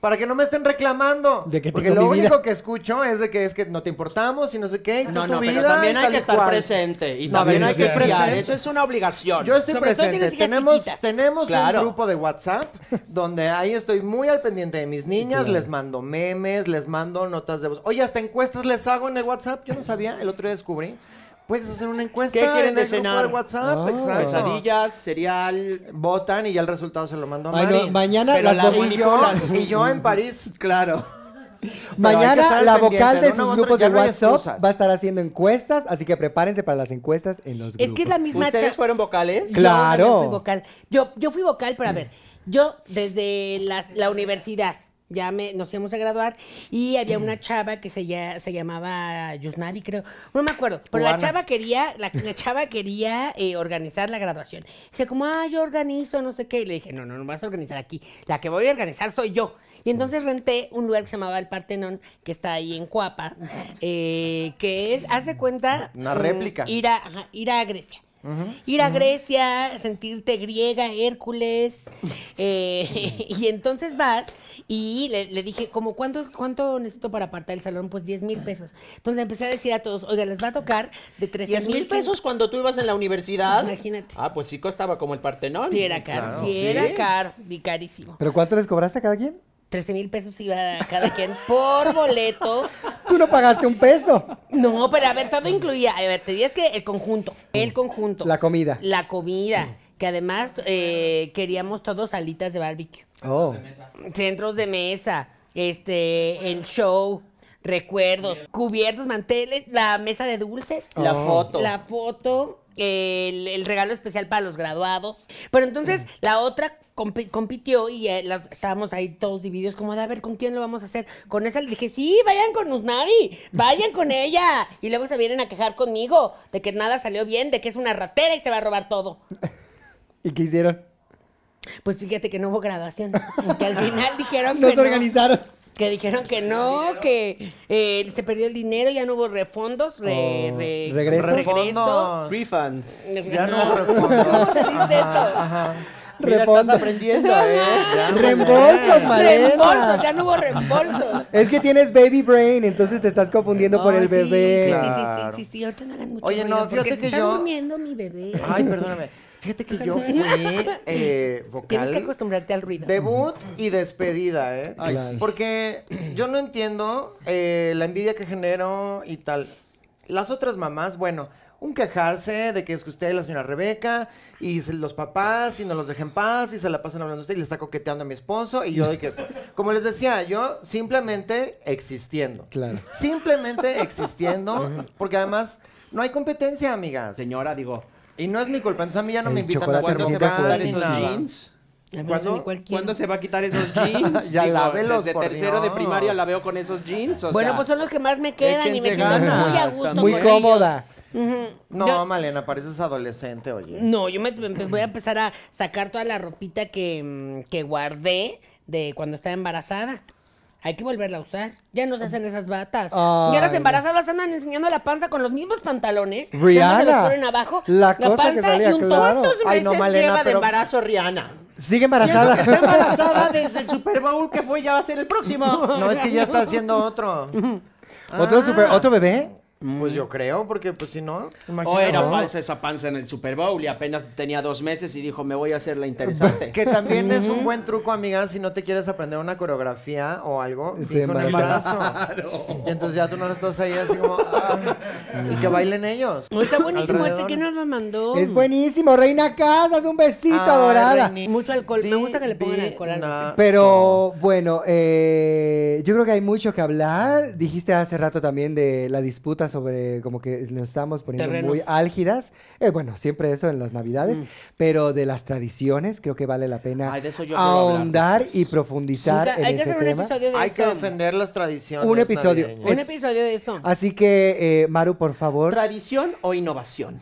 [SPEAKER 2] Para que no me estén reclamando.
[SPEAKER 1] De que
[SPEAKER 2] Porque
[SPEAKER 1] tengo
[SPEAKER 2] lo
[SPEAKER 1] mi vida.
[SPEAKER 2] único que escucho es de que es que no te importamos y no sé qué. y tú
[SPEAKER 4] No,
[SPEAKER 2] tu
[SPEAKER 4] no, pero
[SPEAKER 2] vida
[SPEAKER 4] también
[SPEAKER 2] y
[SPEAKER 4] hay
[SPEAKER 2] tal
[SPEAKER 4] que
[SPEAKER 2] y
[SPEAKER 4] estar
[SPEAKER 2] cual.
[SPEAKER 4] presente. Y
[SPEAKER 2] No,
[SPEAKER 4] también hay
[SPEAKER 2] bien,
[SPEAKER 4] que
[SPEAKER 2] bien.
[SPEAKER 4] criar.
[SPEAKER 2] Presente.
[SPEAKER 4] Eso es una obligación.
[SPEAKER 2] Yo estoy
[SPEAKER 3] Sobre todo
[SPEAKER 2] presente.
[SPEAKER 3] tienes hijas
[SPEAKER 2] Tenemos,
[SPEAKER 3] chiquitas.
[SPEAKER 2] tenemos
[SPEAKER 4] Claro.
[SPEAKER 2] un grupo de WhatsApp donde ahí estoy muy al pendiente de mis niñas. Les mando memes, les mando notas de voz. Oye, hasta encuestas les hago en el WhatsApp. Yo no sabía, el otro día descubrí. Puedes hacer una encuesta
[SPEAKER 4] ¿Qué quieren
[SPEAKER 2] en
[SPEAKER 4] de
[SPEAKER 2] el grupo
[SPEAKER 4] cenar?
[SPEAKER 2] de WhatsApp.
[SPEAKER 1] Ah.
[SPEAKER 2] Exacto.
[SPEAKER 4] Pesadillas, cereal,
[SPEAKER 2] Votan y ya el resultado se lo mando a
[SPEAKER 1] Ay, no,
[SPEAKER 2] Mari.
[SPEAKER 1] mañana
[SPEAKER 4] Pero
[SPEAKER 1] las
[SPEAKER 4] la
[SPEAKER 1] vo-
[SPEAKER 2] y, yo,
[SPEAKER 4] manipulas.
[SPEAKER 2] y yo en París.
[SPEAKER 4] Claro.
[SPEAKER 2] Pero hay que
[SPEAKER 1] Mañana
[SPEAKER 2] estar
[SPEAKER 1] la
[SPEAKER 2] al
[SPEAKER 1] vocal
[SPEAKER 2] pendiente,
[SPEAKER 1] de
[SPEAKER 2] en una
[SPEAKER 1] sus
[SPEAKER 2] u otra
[SPEAKER 1] grupos
[SPEAKER 2] ya
[SPEAKER 1] de
[SPEAKER 2] no hay
[SPEAKER 1] WhatsApp
[SPEAKER 2] excusas.
[SPEAKER 1] va a estar haciendo encuestas, así que prepárense para las encuestas en los grupos.
[SPEAKER 3] Es que es la misma
[SPEAKER 4] ¿Ustedes
[SPEAKER 3] cha-
[SPEAKER 4] fueron vocales?
[SPEAKER 3] Yo también
[SPEAKER 1] Claro.
[SPEAKER 3] fui vocal. Yo, yo fui vocal, pero a ver, yo desde la, la universidad ya me, nos íbamos a graduar y había una chava que se, ya, se llamaba Yusnavi, creo. No me acuerdo. Pero la
[SPEAKER 2] Cubana.
[SPEAKER 3] chava quería, la, la chava quería eh, organizar la graduación. Dice, como, ah, yo organizo, no sé qué. Y le dije, no, no, no vas a organizar aquí. La que voy a organizar soy yo. Y entonces renté un lugar que se llamaba el Partenón, que está ahí en Cuapa, eh, que es, haz de cuenta...
[SPEAKER 2] Una
[SPEAKER 3] mm,
[SPEAKER 2] réplica.
[SPEAKER 3] Ir a, ajá, ir a Grecia. Ir a Grecia, sentirte griega, Hércules. eh, y entonces vas y le, le dije, como, ¿cuánto, ¿cuánto necesito para apartar el salón? Pues 10 mil pesos. Entonces le empecé a decir a todos, oiga, les va a tocar de 13
[SPEAKER 4] ¿10 mil pesos cuando tú ibas en la universidad?
[SPEAKER 3] Imagínate.
[SPEAKER 4] Ah, pues sí costaba como el Partenón.
[SPEAKER 3] Sí, era caro,
[SPEAKER 2] Claro.
[SPEAKER 3] sí, era caro, y carísimo.
[SPEAKER 1] ¿Pero cuánto les cobraste a cada quien?
[SPEAKER 3] 13 mil pesos iba a cada quien por boleto.
[SPEAKER 1] Tú no pagaste un peso.
[SPEAKER 3] No, pero a ver, todo incluía, a ver, te dirías que el conjunto, el conjunto.
[SPEAKER 1] La comida. Mm.
[SPEAKER 3] La comida, que además eh, queríamos todos alitas de barbecue.
[SPEAKER 1] Oh.
[SPEAKER 3] Centros de mesa, este, el show, recuerdos, cubiertos, manteles, la mesa de dulces.
[SPEAKER 4] La foto.
[SPEAKER 3] La foto, el, el regalo especial para los graduados. Pero entonces la otra compi- compitió y eh, las- estábamos ahí todos divididos como de a ver con quién lo vamos a hacer. Con esa le dije, sí, vayan con Usnavi, vayan con ella. Y luego se vienen a quejar conmigo de que nada salió bien, de que es una ratera y se va a robar todo.
[SPEAKER 1] ¿Y qué hicieron?
[SPEAKER 3] Pues fíjate que no hubo graduación. Que al final dijeron
[SPEAKER 1] Nos
[SPEAKER 3] que no.
[SPEAKER 1] organizaron.
[SPEAKER 3] Que dijeron que no, que eh, se perdió el dinero, ya no hubo refondos, re- re-
[SPEAKER 1] ¿Regresos?
[SPEAKER 3] regresos.
[SPEAKER 2] Refondos.
[SPEAKER 4] Refunds.
[SPEAKER 2] Ya no hubo
[SPEAKER 3] ¿Cómo se
[SPEAKER 2] refondos.
[SPEAKER 3] dice eso?
[SPEAKER 4] Mira, estás
[SPEAKER 1] Reponda.
[SPEAKER 4] aprendiendo, ¿eh?
[SPEAKER 2] Ya,
[SPEAKER 1] Reembolsos, Malena.
[SPEAKER 3] Reembolsos, ya no hubo reembolsos.
[SPEAKER 1] Es que tienes baby brain, entonces te estás confundiendo por
[SPEAKER 3] Oh,
[SPEAKER 1] el
[SPEAKER 3] sí,
[SPEAKER 1] bebé.
[SPEAKER 3] Sí,
[SPEAKER 2] Claro.
[SPEAKER 3] sí, sí, sí, sí, ahorita no hagan mucho
[SPEAKER 2] Oye, no,
[SPEAKER 3] ruido, porque
[SPEAKER 2] fíjate
[SPEAKER 3] se
[SPEAKER 2] que
[SPEAKER 3] está
[SPEAKER 2] yo-
[SPEAKER 3] durmiendo mi bebé.
[SPEAKER 2] Ay, perdóname. Fíjate que yo fui eh,
[SPEAKER 3] Tienes que
[SPEAKER 2] vocal.
[SPEAKER 3] acostumbrarte al ruido.
[SPEAKER 2] Debut y despedida, ¿eh?
[SPEAKER 4] Ay, Claro. sí.
[SPEAKER 2] Porque yo no entiendo eh, la envidia que genero y tal. Las otras mamás, bueno, un quejarse de que es que usted, la señora Rebeca, y se- los papás, y no los dejen en paz, y se la pasan hablando a usted, y le está coqueteando a mi esposo, y yo de que, como les decía, yo simplemente existiendo.
[SPEAKER 1] Claro.
[SPEAKER 2] Simplemente existiendo, porque además no hay competencia, amigas.
[SPEAKER 4] Señora, digo,
[SPEAKER 2] Y no es mi culpa, entonces a mí ya no
[SPEAKER 1] El
[SPEAKER 2] me invitan a
[SPEAKER 1] chocolate
[SPEAKER 4] ¿cuándo
[SPEAKER 2] guardar
[SPEAKER 1] Hacer
[SPEAKER 4] se
[SPEAKER 1] nunca
[SPEAKER 4] va a quitar
[SPEAKER 1] jugar
[SPEAKER 4] esos
[SPEAKER 1] nada.
[SPEAKER 4] jeans?
[SPEAKER 3] A ver,
[SPEAKER 2] ¿cuándo-
[SPEAKER 3] de cualquier-
[SPEAKER 4] ¿Cuándo se va a quitar esos jeans?
[SPEAKER 2] Ya
[SPEAKER 4] Digo,
[SPEAKER 2] lávelos,
[SPEAKER 4] Desde
[SPEAKER 2] por
[SPEAKER 4] tercero de
[SPEAKER 2] Dios.
[SPEAKER 4] primaria la veo con esos jeans. o
[SPEAKER 3] Bueno,
[SPEAKER 4] sea,
[SPEAKER 3] pues son los que más me quedan y me
[SPEAKER 4] échense
[SPEAKER 3] siento muy a
[SPEAKER 4] ganas
[SPEAKER 3] gusto.
[SPEAKER 4] también.
[SPEAKER 1] Muy
[SPEAKER 3] con
[SPEAKER 4] Bueno,
[SPEAKER 1] cómoda.
[SPEAKER 3] ellos. Ujú.
[SPEAKER 2] No,
[SPEAKER 3] Yo-
[SPEAKER 2] Malena, pareces adolescente, oye.
[SPEAKER 3] No, yo me, me voy a empezar a sacar toda la ropita que, mm, que guardé de cuando estaba embarazada. Hay que volverla a usar. Ya no se hacen esas batas. ya las
[SPEAKER 1] Ay.
[SPEAKER 3] embarazadas andan enseñando la panza con los mismos pantalones. nada más
[SPEAKER 1] Rihanna.
[SPEAKER 3] Se los ponen abajo.
[SPEAKER 1] La cosa que
[SPEAKER 3] panza
[SPEAKER 1] salía,
[SPEAKER 3] y un
[SPEAKER 1] claro.
[SPEAKER 3] tonto.
[SPEAKER 4] ¿Cuántos
[SPEAKER 2] Ay,
[SPEAKER 4] meses
[SPEAKER 2] no, Malena,
[SPEAKER 4] lleva de
[SPEAKER 2] pero-
[SPEAKER 4] embarazo Rihanna?
[SPEAKER 1] Sigue
[SPEAKER 4] Siento que está
[SPEAKER 1] embarazada.
[SPEAKER 4] embarazada desde el Super Bowl que fue ya va a ser el próximo.
[SPEAKER 2] No, es que ya está haciendo otro.
[SPEAKER 1] ¿Otro, super- ¿Otro bebé?
[SPEAKER 3] Mm.
[SPEAKER 2] Pues yo creo, porque pues si no, imagínate.
[SPEAKER 4] O era falsa esa panza en el Super Bowl y apenas tenía dos meses y dijo, me voy a hacer la interesante.
[SPEAKER 2] Que también es
[SPEAKER 3] Mm.
[SPEAKER 2] un buen truco, amiga, si no te quieres aprender una coreografía o algo,
[SPEAKER 1] Sí,
[SPEAKER 2] finge un
[SPEAKER 1] embarazo.
[SPEAKER 2] embarazo. Y entonces ya tú no estás ahí así como... ah, y que bailen ellos.
[SPEAKER 3] Oh, Está buenísimo este
[SPEAKER 2] alrededor.
[SPEAKER 3] que nos lo mandó.
[SPEAKER 1] Es buenísimo. Reina Casas, un besito,
[SPEAKER 2] Ay,
[SPEAKER 1] adorada.
[SPEAKER 2] Reini.
[SPEAKER 3] Mucho alcohol, me gusta que le pongan alcohol al-
[SPEAKER 2] Divina.
[SPEAKER 1] Pero bueno, eh, yo creo que hay mucho que hablar. Dijiste hace rato también de la disputa sobre como que nos estamos poniendo
[SPEAKER 3] Terrenos. Mm.
[SPEAKER 1] muy álgidas. Eh, bueno, siempre eso en las navidades, pero de las tradiciones creo que vale la pena
[SPEAKER 4] Ay, de eso yo quiero hablar
[SPEAKER 1] ahondar y
[SPEAKER 4] después.
[SPEAKER 1] profundizar
[SPEAKER 3] Nunca-
[SPEAKER 1] en
[SPEAKER 3] Hay que
[SPEAKER 1] ese
[SPEAKER 3] hacer un
[SPEAKER 1] tema.
[SPEAKER 3] episodio de
[SPEAKER 2] Hay
[SPEAKER 3] eso.
[SPEAKER 2] que defender las tradiciones
[SPEAKER 1] Un episodio.
[SPEAKER 2] navideñas.
[SPEAKER 3] Un episodio de eso.
[SPEAKER 1] Así que, eh, Maru, por favor.
[SPEAKER 4] ¿Tradición o innovación?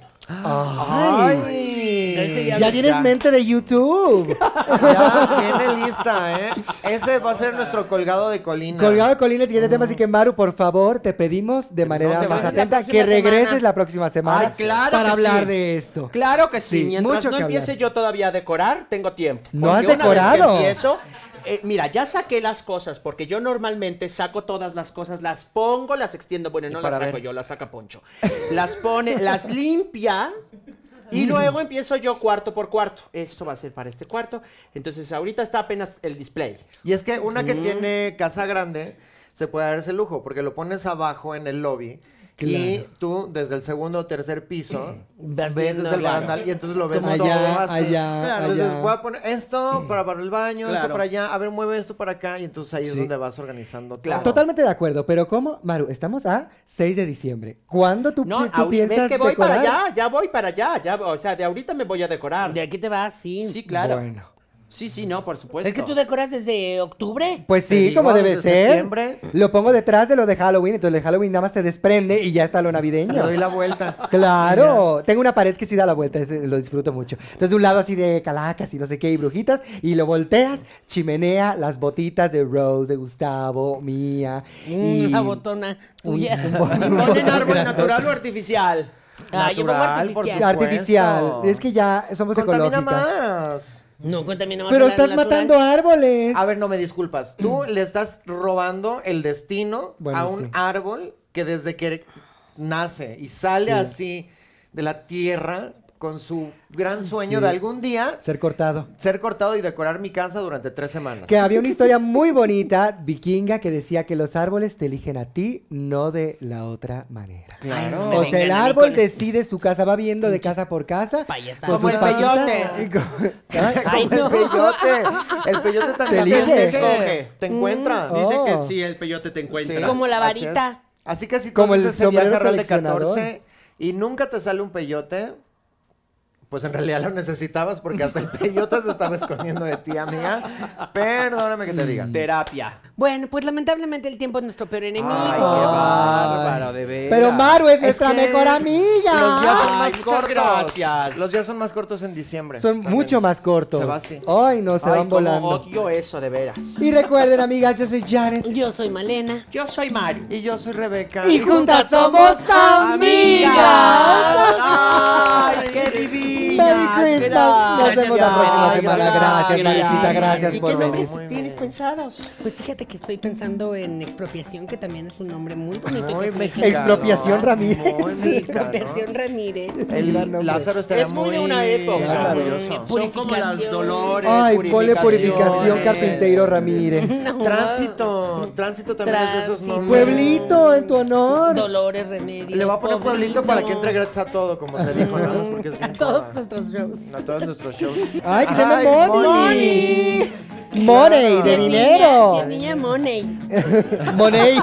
[SPEAKER 1] Ay.
[SPEAKER 3] Ese ya
[SPEAKER 1] Ya
[SPEAKER 3] lo-
[SPEAKER 1] tienes
[SPEAKER 2] ya.
[SPEAKER 1] mente de YouTube.
[SPEAKER 2] Ya viene lista, ¿eh? Ese va a ser nuestro colgado de colina.
[SPEAKER 1] Colgado de Colina, el siguiente tema. Así que, Maru, por favor, te pedimos de manera
[SPEAKER 2] te
[SPEAKER 1] más
[SPEAKER 2] vayas.
[SPEAKER 1] atenta
[SPEAKER 3] La próxima
[SPEAKER 1] que regreses
[SPEAKER 3] semana.
[SPEAKER 1] la próxima semana
[SPEAKER 4] Ay, Ah, claro
[SPEAKER 1] para
[SPEAKER 4] que
[SPEAKER 1] hablar
[SPEAKER 4] sí.
[SPEAKER 1] de esto.
[SPEAKER 4] Claro que sí.
[SPEAKER 1] Sí,
[SPEAKER 4] Mientras
[SPEAKER 1] mucho
[SPEAKER 4] no
[SPEAKER 1] que hablar.
[SPEAKER 4] empiece yo todavía a decorar, tengo tiempo.
[SPEAKER 1] No has
[SPEAKER 4] Porque una vez que
[SPEAKER 1] decorado.
[SPEAKER 4] empiezo, eh, mira, ya saqué las cosas, porque yo normalmente saco todas las cosas, las pongo, las extiendo. Bueno, no las
[SPEAKER 2] para
[SPEAKER 4] saco
[SPEAKER 2] ver.
[SPEAKER 4] yo, las saca Poncho. Las pone, las limpia.
[SPEAKER 1] Mm.
[SPEAKER 4] Y luego empiezo yo cuarto por cuarto. Esto va a ser para este cuarto. Entonces ahorita está apenas el display.
[SPEAKER 2] Y es que una que tiene casa grande se puede dar ese lujo, porque lo pones abajo en el lobby. Y tú, desde el segundo o tercer piso, ves
[SPEAKER 3] Vas viendo,
[SPEAKER 2] desde el
[SPEAKER 3] claro.
[SPEAKER 2] barandal y entonces lo ves
[SPEAKER 1] Como
[SPEAKER 2] todo
[SPEAKER 1] allá,
[SPEAKER 2] así.
[SPEAKER 1] allá,
[SPEAKER 2] Claro, Entonces
[SPEAKER 1] allá.
[SPEAKER 2] voy a poner esto para, para el baño,
[SPEAKER 4] Claro.
[SPEAKER 2] esto para allá, a ver, mueve esto para acá. Y entonces ahí es
[SPEAKER 1] Sí.
[SPEAKER 2] donde vas organizando
[SPEAKER 4] Claro.
[SPEAKER 2] todo.
[SPEAKER 1] Totalmente de acuerdo, pero ¿cómo? Maru, estamos a 6 de diciembre. ¿Cuándo tú,
[SPEAKER 4] No,
[SPEAKER 1] pi- tú
[SPEAKER 4] ahorita-
[SPEAKER 1] piensas
[SPEAKER 4] ves que voy
[SPEAKER 1] decorar?
[SPEAKER 4] para allá, ya voy para allá. Ya, o sea, de ahorita me voy a decorar.
[SPEAKER 3] De aquí te vas, sí.
[SPEAKER 4] Sí, claro.
[SPEAKER 1] Bueno.
[SPEAKER 4] Sí, sí, no, por supuesto.
[SPEAKER 3] Es que tú decoras desde octubre.
[SPEAKER 1] Pues
[SPEAKER 2] Te
[SPEAKER 1] sí,
[SPEAKER 2] digo,
[SPEAKER 1] como debe
[SPEAKER 2] desde
[SPEAKER 1] ser.
[SPEAKER 2] septiembre.
[SPEAKER 1] Lo pongo detrás de lo de Halloween, entonces el Halloween nada más se desprende y ya está lo
[SPEAKER 2] Le
[SPEAKER 1] navideño.
[SPEAKER 2] doy la vuelta.
[SPEAKER 1] Claro, tengo una pared que sí da la vuelta, ese lo disfruto mucho. Entonces, de un lado así de calacas y no sé qué, y brujitas, y lo volteas, chimenea las botitas de Rose, de Gustavo, mía.
[SPEAKER 2] Mm,
[SPEAKER 1] y-
[SPEAKER 3] Una botona tuya.
[SPEAKER 4] ¿Ponen árbol natural o artificial?
[SPEAKER 3] Ah, yo pongo
[SPEAKER 2] Natural, por
[SPEAKER 3] artificial.
[SPEAKER 2] supuesto.
[SPEAKER 1] Artificial, es que ya somos
[SPEAKER 2] Contamina
[SPEAKER 1] ecológicas.
[SPEAKER 2] más.
[SPEAKER 3] No, contamina más
[SPEAKER 1] Pero
[SPEAKER 3] el
[SPEAKER 1] estás
[SPEAKER 3] árbol natural.
[SPEAKER 1] matando árboles.
[SPEAKER 2] A ver, no me disculpas. Tú le estás robando el destino
[SPEAKER 1] Bueno,
[SPEAKER 2] a un
[SPEAKER 1] sí.
[SPEAKER 2] árbol que desde que nace y sale
[SPEAKER 1] Sí.
[SPEAKER 2] así de la tierra con su gran sueño
[SPEAKER 1] Sí.
[SPEAKER 2] de algún día
[SPEAKER 1] Ser cortado.
[SPEAKER 2] ser cortado y decorar mi casa durante tres semanas.
[SPEAKER 1] Que había una historia muy bonita, vikinga, que decía que los árboles te eligen a ti, no de la otra manera.
[SPEAKER 2] Claro.
[SPEAKER 1] O sea, el
[SPEAKER 3] vengan a mí
[SPEAKER 1] árbol
[SPEAKER 3] con el-
[SPEAKER 1] decide su casa, va viendo de casa por casa.
[SPEAKER 3] Payasada.
[SPEAKER 1] con
[SPEAKER 4] Como
[SPEAKER 1] sus
[SPEAKER 4] el
[SPEAKER 1] patitas
[SPEAKER 4] peyote.
[SPEAKER 1] y con- ¿Ah? Ay,
[SPEAKER 2] Como
[SPEAKER 3] Ay, no.
[SPEAKER 2] El peyote. El peyote tan
[SPEAKER 1] Te
[SPEAKER 2] grande
[SPEAKER 1] elige.
[SPEAKER 2] que
[SPEAKER 4] Escoge.
[SPEAKER 2] te encuentra.
[SPEAKER 1] Oh.
[SPEAKER 4] Dice que sí, el peyote te encuentra.
[SPEAKER 2] Sí.
[SPEAKER 3] Como la
[SPEAKER 2] Así es.
[SPEAKER 3] varita.
[SPEAKER 2] Así que si tú
[SPEAKER 1] Como el
[SPEAKER 2] haces ese viaje
[SPEAKER 1] sombrero
[SPEAKER 2] real de
[SPEAKER 1] seleccionador.
[SPEAKER 2] 14 y nunca te sale un peyote, pues en realidad lo necesitabas
[SPEAKER 3] Mm.
[SPEAKER 1] Mm.
[SPEAKER 2] porque hasta el peyote se estaba escondiendo de ti, amiga. Perdóname que te diga.
[SPEAKER 4] Terapia.
[SPEAKER 3] Bueno, pues lamentablemente el tiempo es nuestro peor enemigo.
[SPEAKER 4] Ay, qué bárbaro, de veras.
[SPEAKER 1] Pero Maru es nuestra
[SPEAKER 2] que
[SPEAKER 1] mejor
[SPEAKER 2] Los días
[SPEAKER 1] amiga.
[SPEAKER 2] son
[SPEAKER 4] Ay,
[SPEAKER 2] más
[SPEAKER 4] muchas
[SPEAKER 2] cortos.
[SPEAKER 4] gracias.
[SPEAKER 2] Los días son más cortos en diciembre.
[SPEAKER 1] Son
[SPEAKER 2] también.
[SPEAKER 1] mucho más cortos.
[SPEAKER 2] Se va así.
[SPEAKER 1] Ay, no, se
[SPEAKER 4] Ay,
[SPEAKER 1] van
[SPEAKER 4] cómo
[SPEAKER 1] volando.
[SPEAKER 4] odio eso, de veras.
[SPEAKER 1] Y recuerden, amigas, yo soy Janet.
[SPEAKER 3] Yo soy Malena.
[SPEAKER 4] Yo soy Mario.
[SPEAKER 2] Y yo soy Rebeca.
[SPEAKER 1] Y juntas somos amigas.
[SPEAKER 4] ¡Ay, qué divina!
[SPEAKER 1] Ah, Merry Christmas. Nos vemos la próxima
[SPEAKER 4] Gracias.
[SPEAKER 1] semana. Gracias,
[SPEAKER 4] Gracias.
[SPEAKER 1] Marisita. Gracias
[SPEAKER 4] ¿Y
[SPEAKER 1] por
[SPEAKER 4] qué
[SPEAKER 1] venir.
[SPEAKER 4] nombres tienes pensados?
[SPEAKER 3] Pues fíjate que estoy pensando en expropiación, que también es un nombre muy
[SPEAKER 2] Muy
[SPEAKER 3] bonito. y que es
[SPEAKER 2] mexicano.
[SPEAKER 1] Expropiación Ramírez.
[SPEAKER 2] Muy
[SPEAKER 3] Sí,
[SPEAKER 2] mexicano.
[SPEAKER 3] expropiación Ramírez.
[SPEAKER 2] El
[SPEAKER 1] Gran nombre.
[SPEAKER 2] Lázaro estará
[SPEAKER 4] Es muy de una época.
[SPEAKER 1] Lázaro.
[SPEAKER 2] orgulloso.
[SPEAKER 4] Son como las
[SPEAKER 3] Purificación.
[SPEAKER 4] dolores.
[SPEAKER 1] Ay, ponle purificación,
[SPEAKER 4] purificaciones.
[SPEAKER 1] Carpinteiro Ramírez.
[SPEAKER 3] No.
[SPEAKER 2] Tránsito. Tránsito también es de esos
[SPEAKER 3] Tránsito.
[SPEAKER 2] nombres.
[SPEAKER 1] Pueblito, en tu honor.
[SPEAKER 3] Dolores, remedio.
[SPEAKER 2] Le voy a poner pueblito para que entre
[SPEAKER 3] Poblito.
[SPEAKER 2] gratis a todo, como se dijo, nada más porque es
[SPEAKER 3] a
[SPEAKER 2] bien
[SPEAKER 3] todos
[SPEAKER 2] joda.
[SPEAKER 3] nuestros shows.
[SPEAKER 2] A todos nuestros shows.
[SPEAKER 1] Ay, que se llama
[SPEAKER 2] Ay,
[SPEAKER 1] Money. Money, de
[SPEAKER 3] Si es niña-
[SPEAKER 1] dinero.
[SPEAKER 3] si es niña, money.
[SPEAKER 1] Money.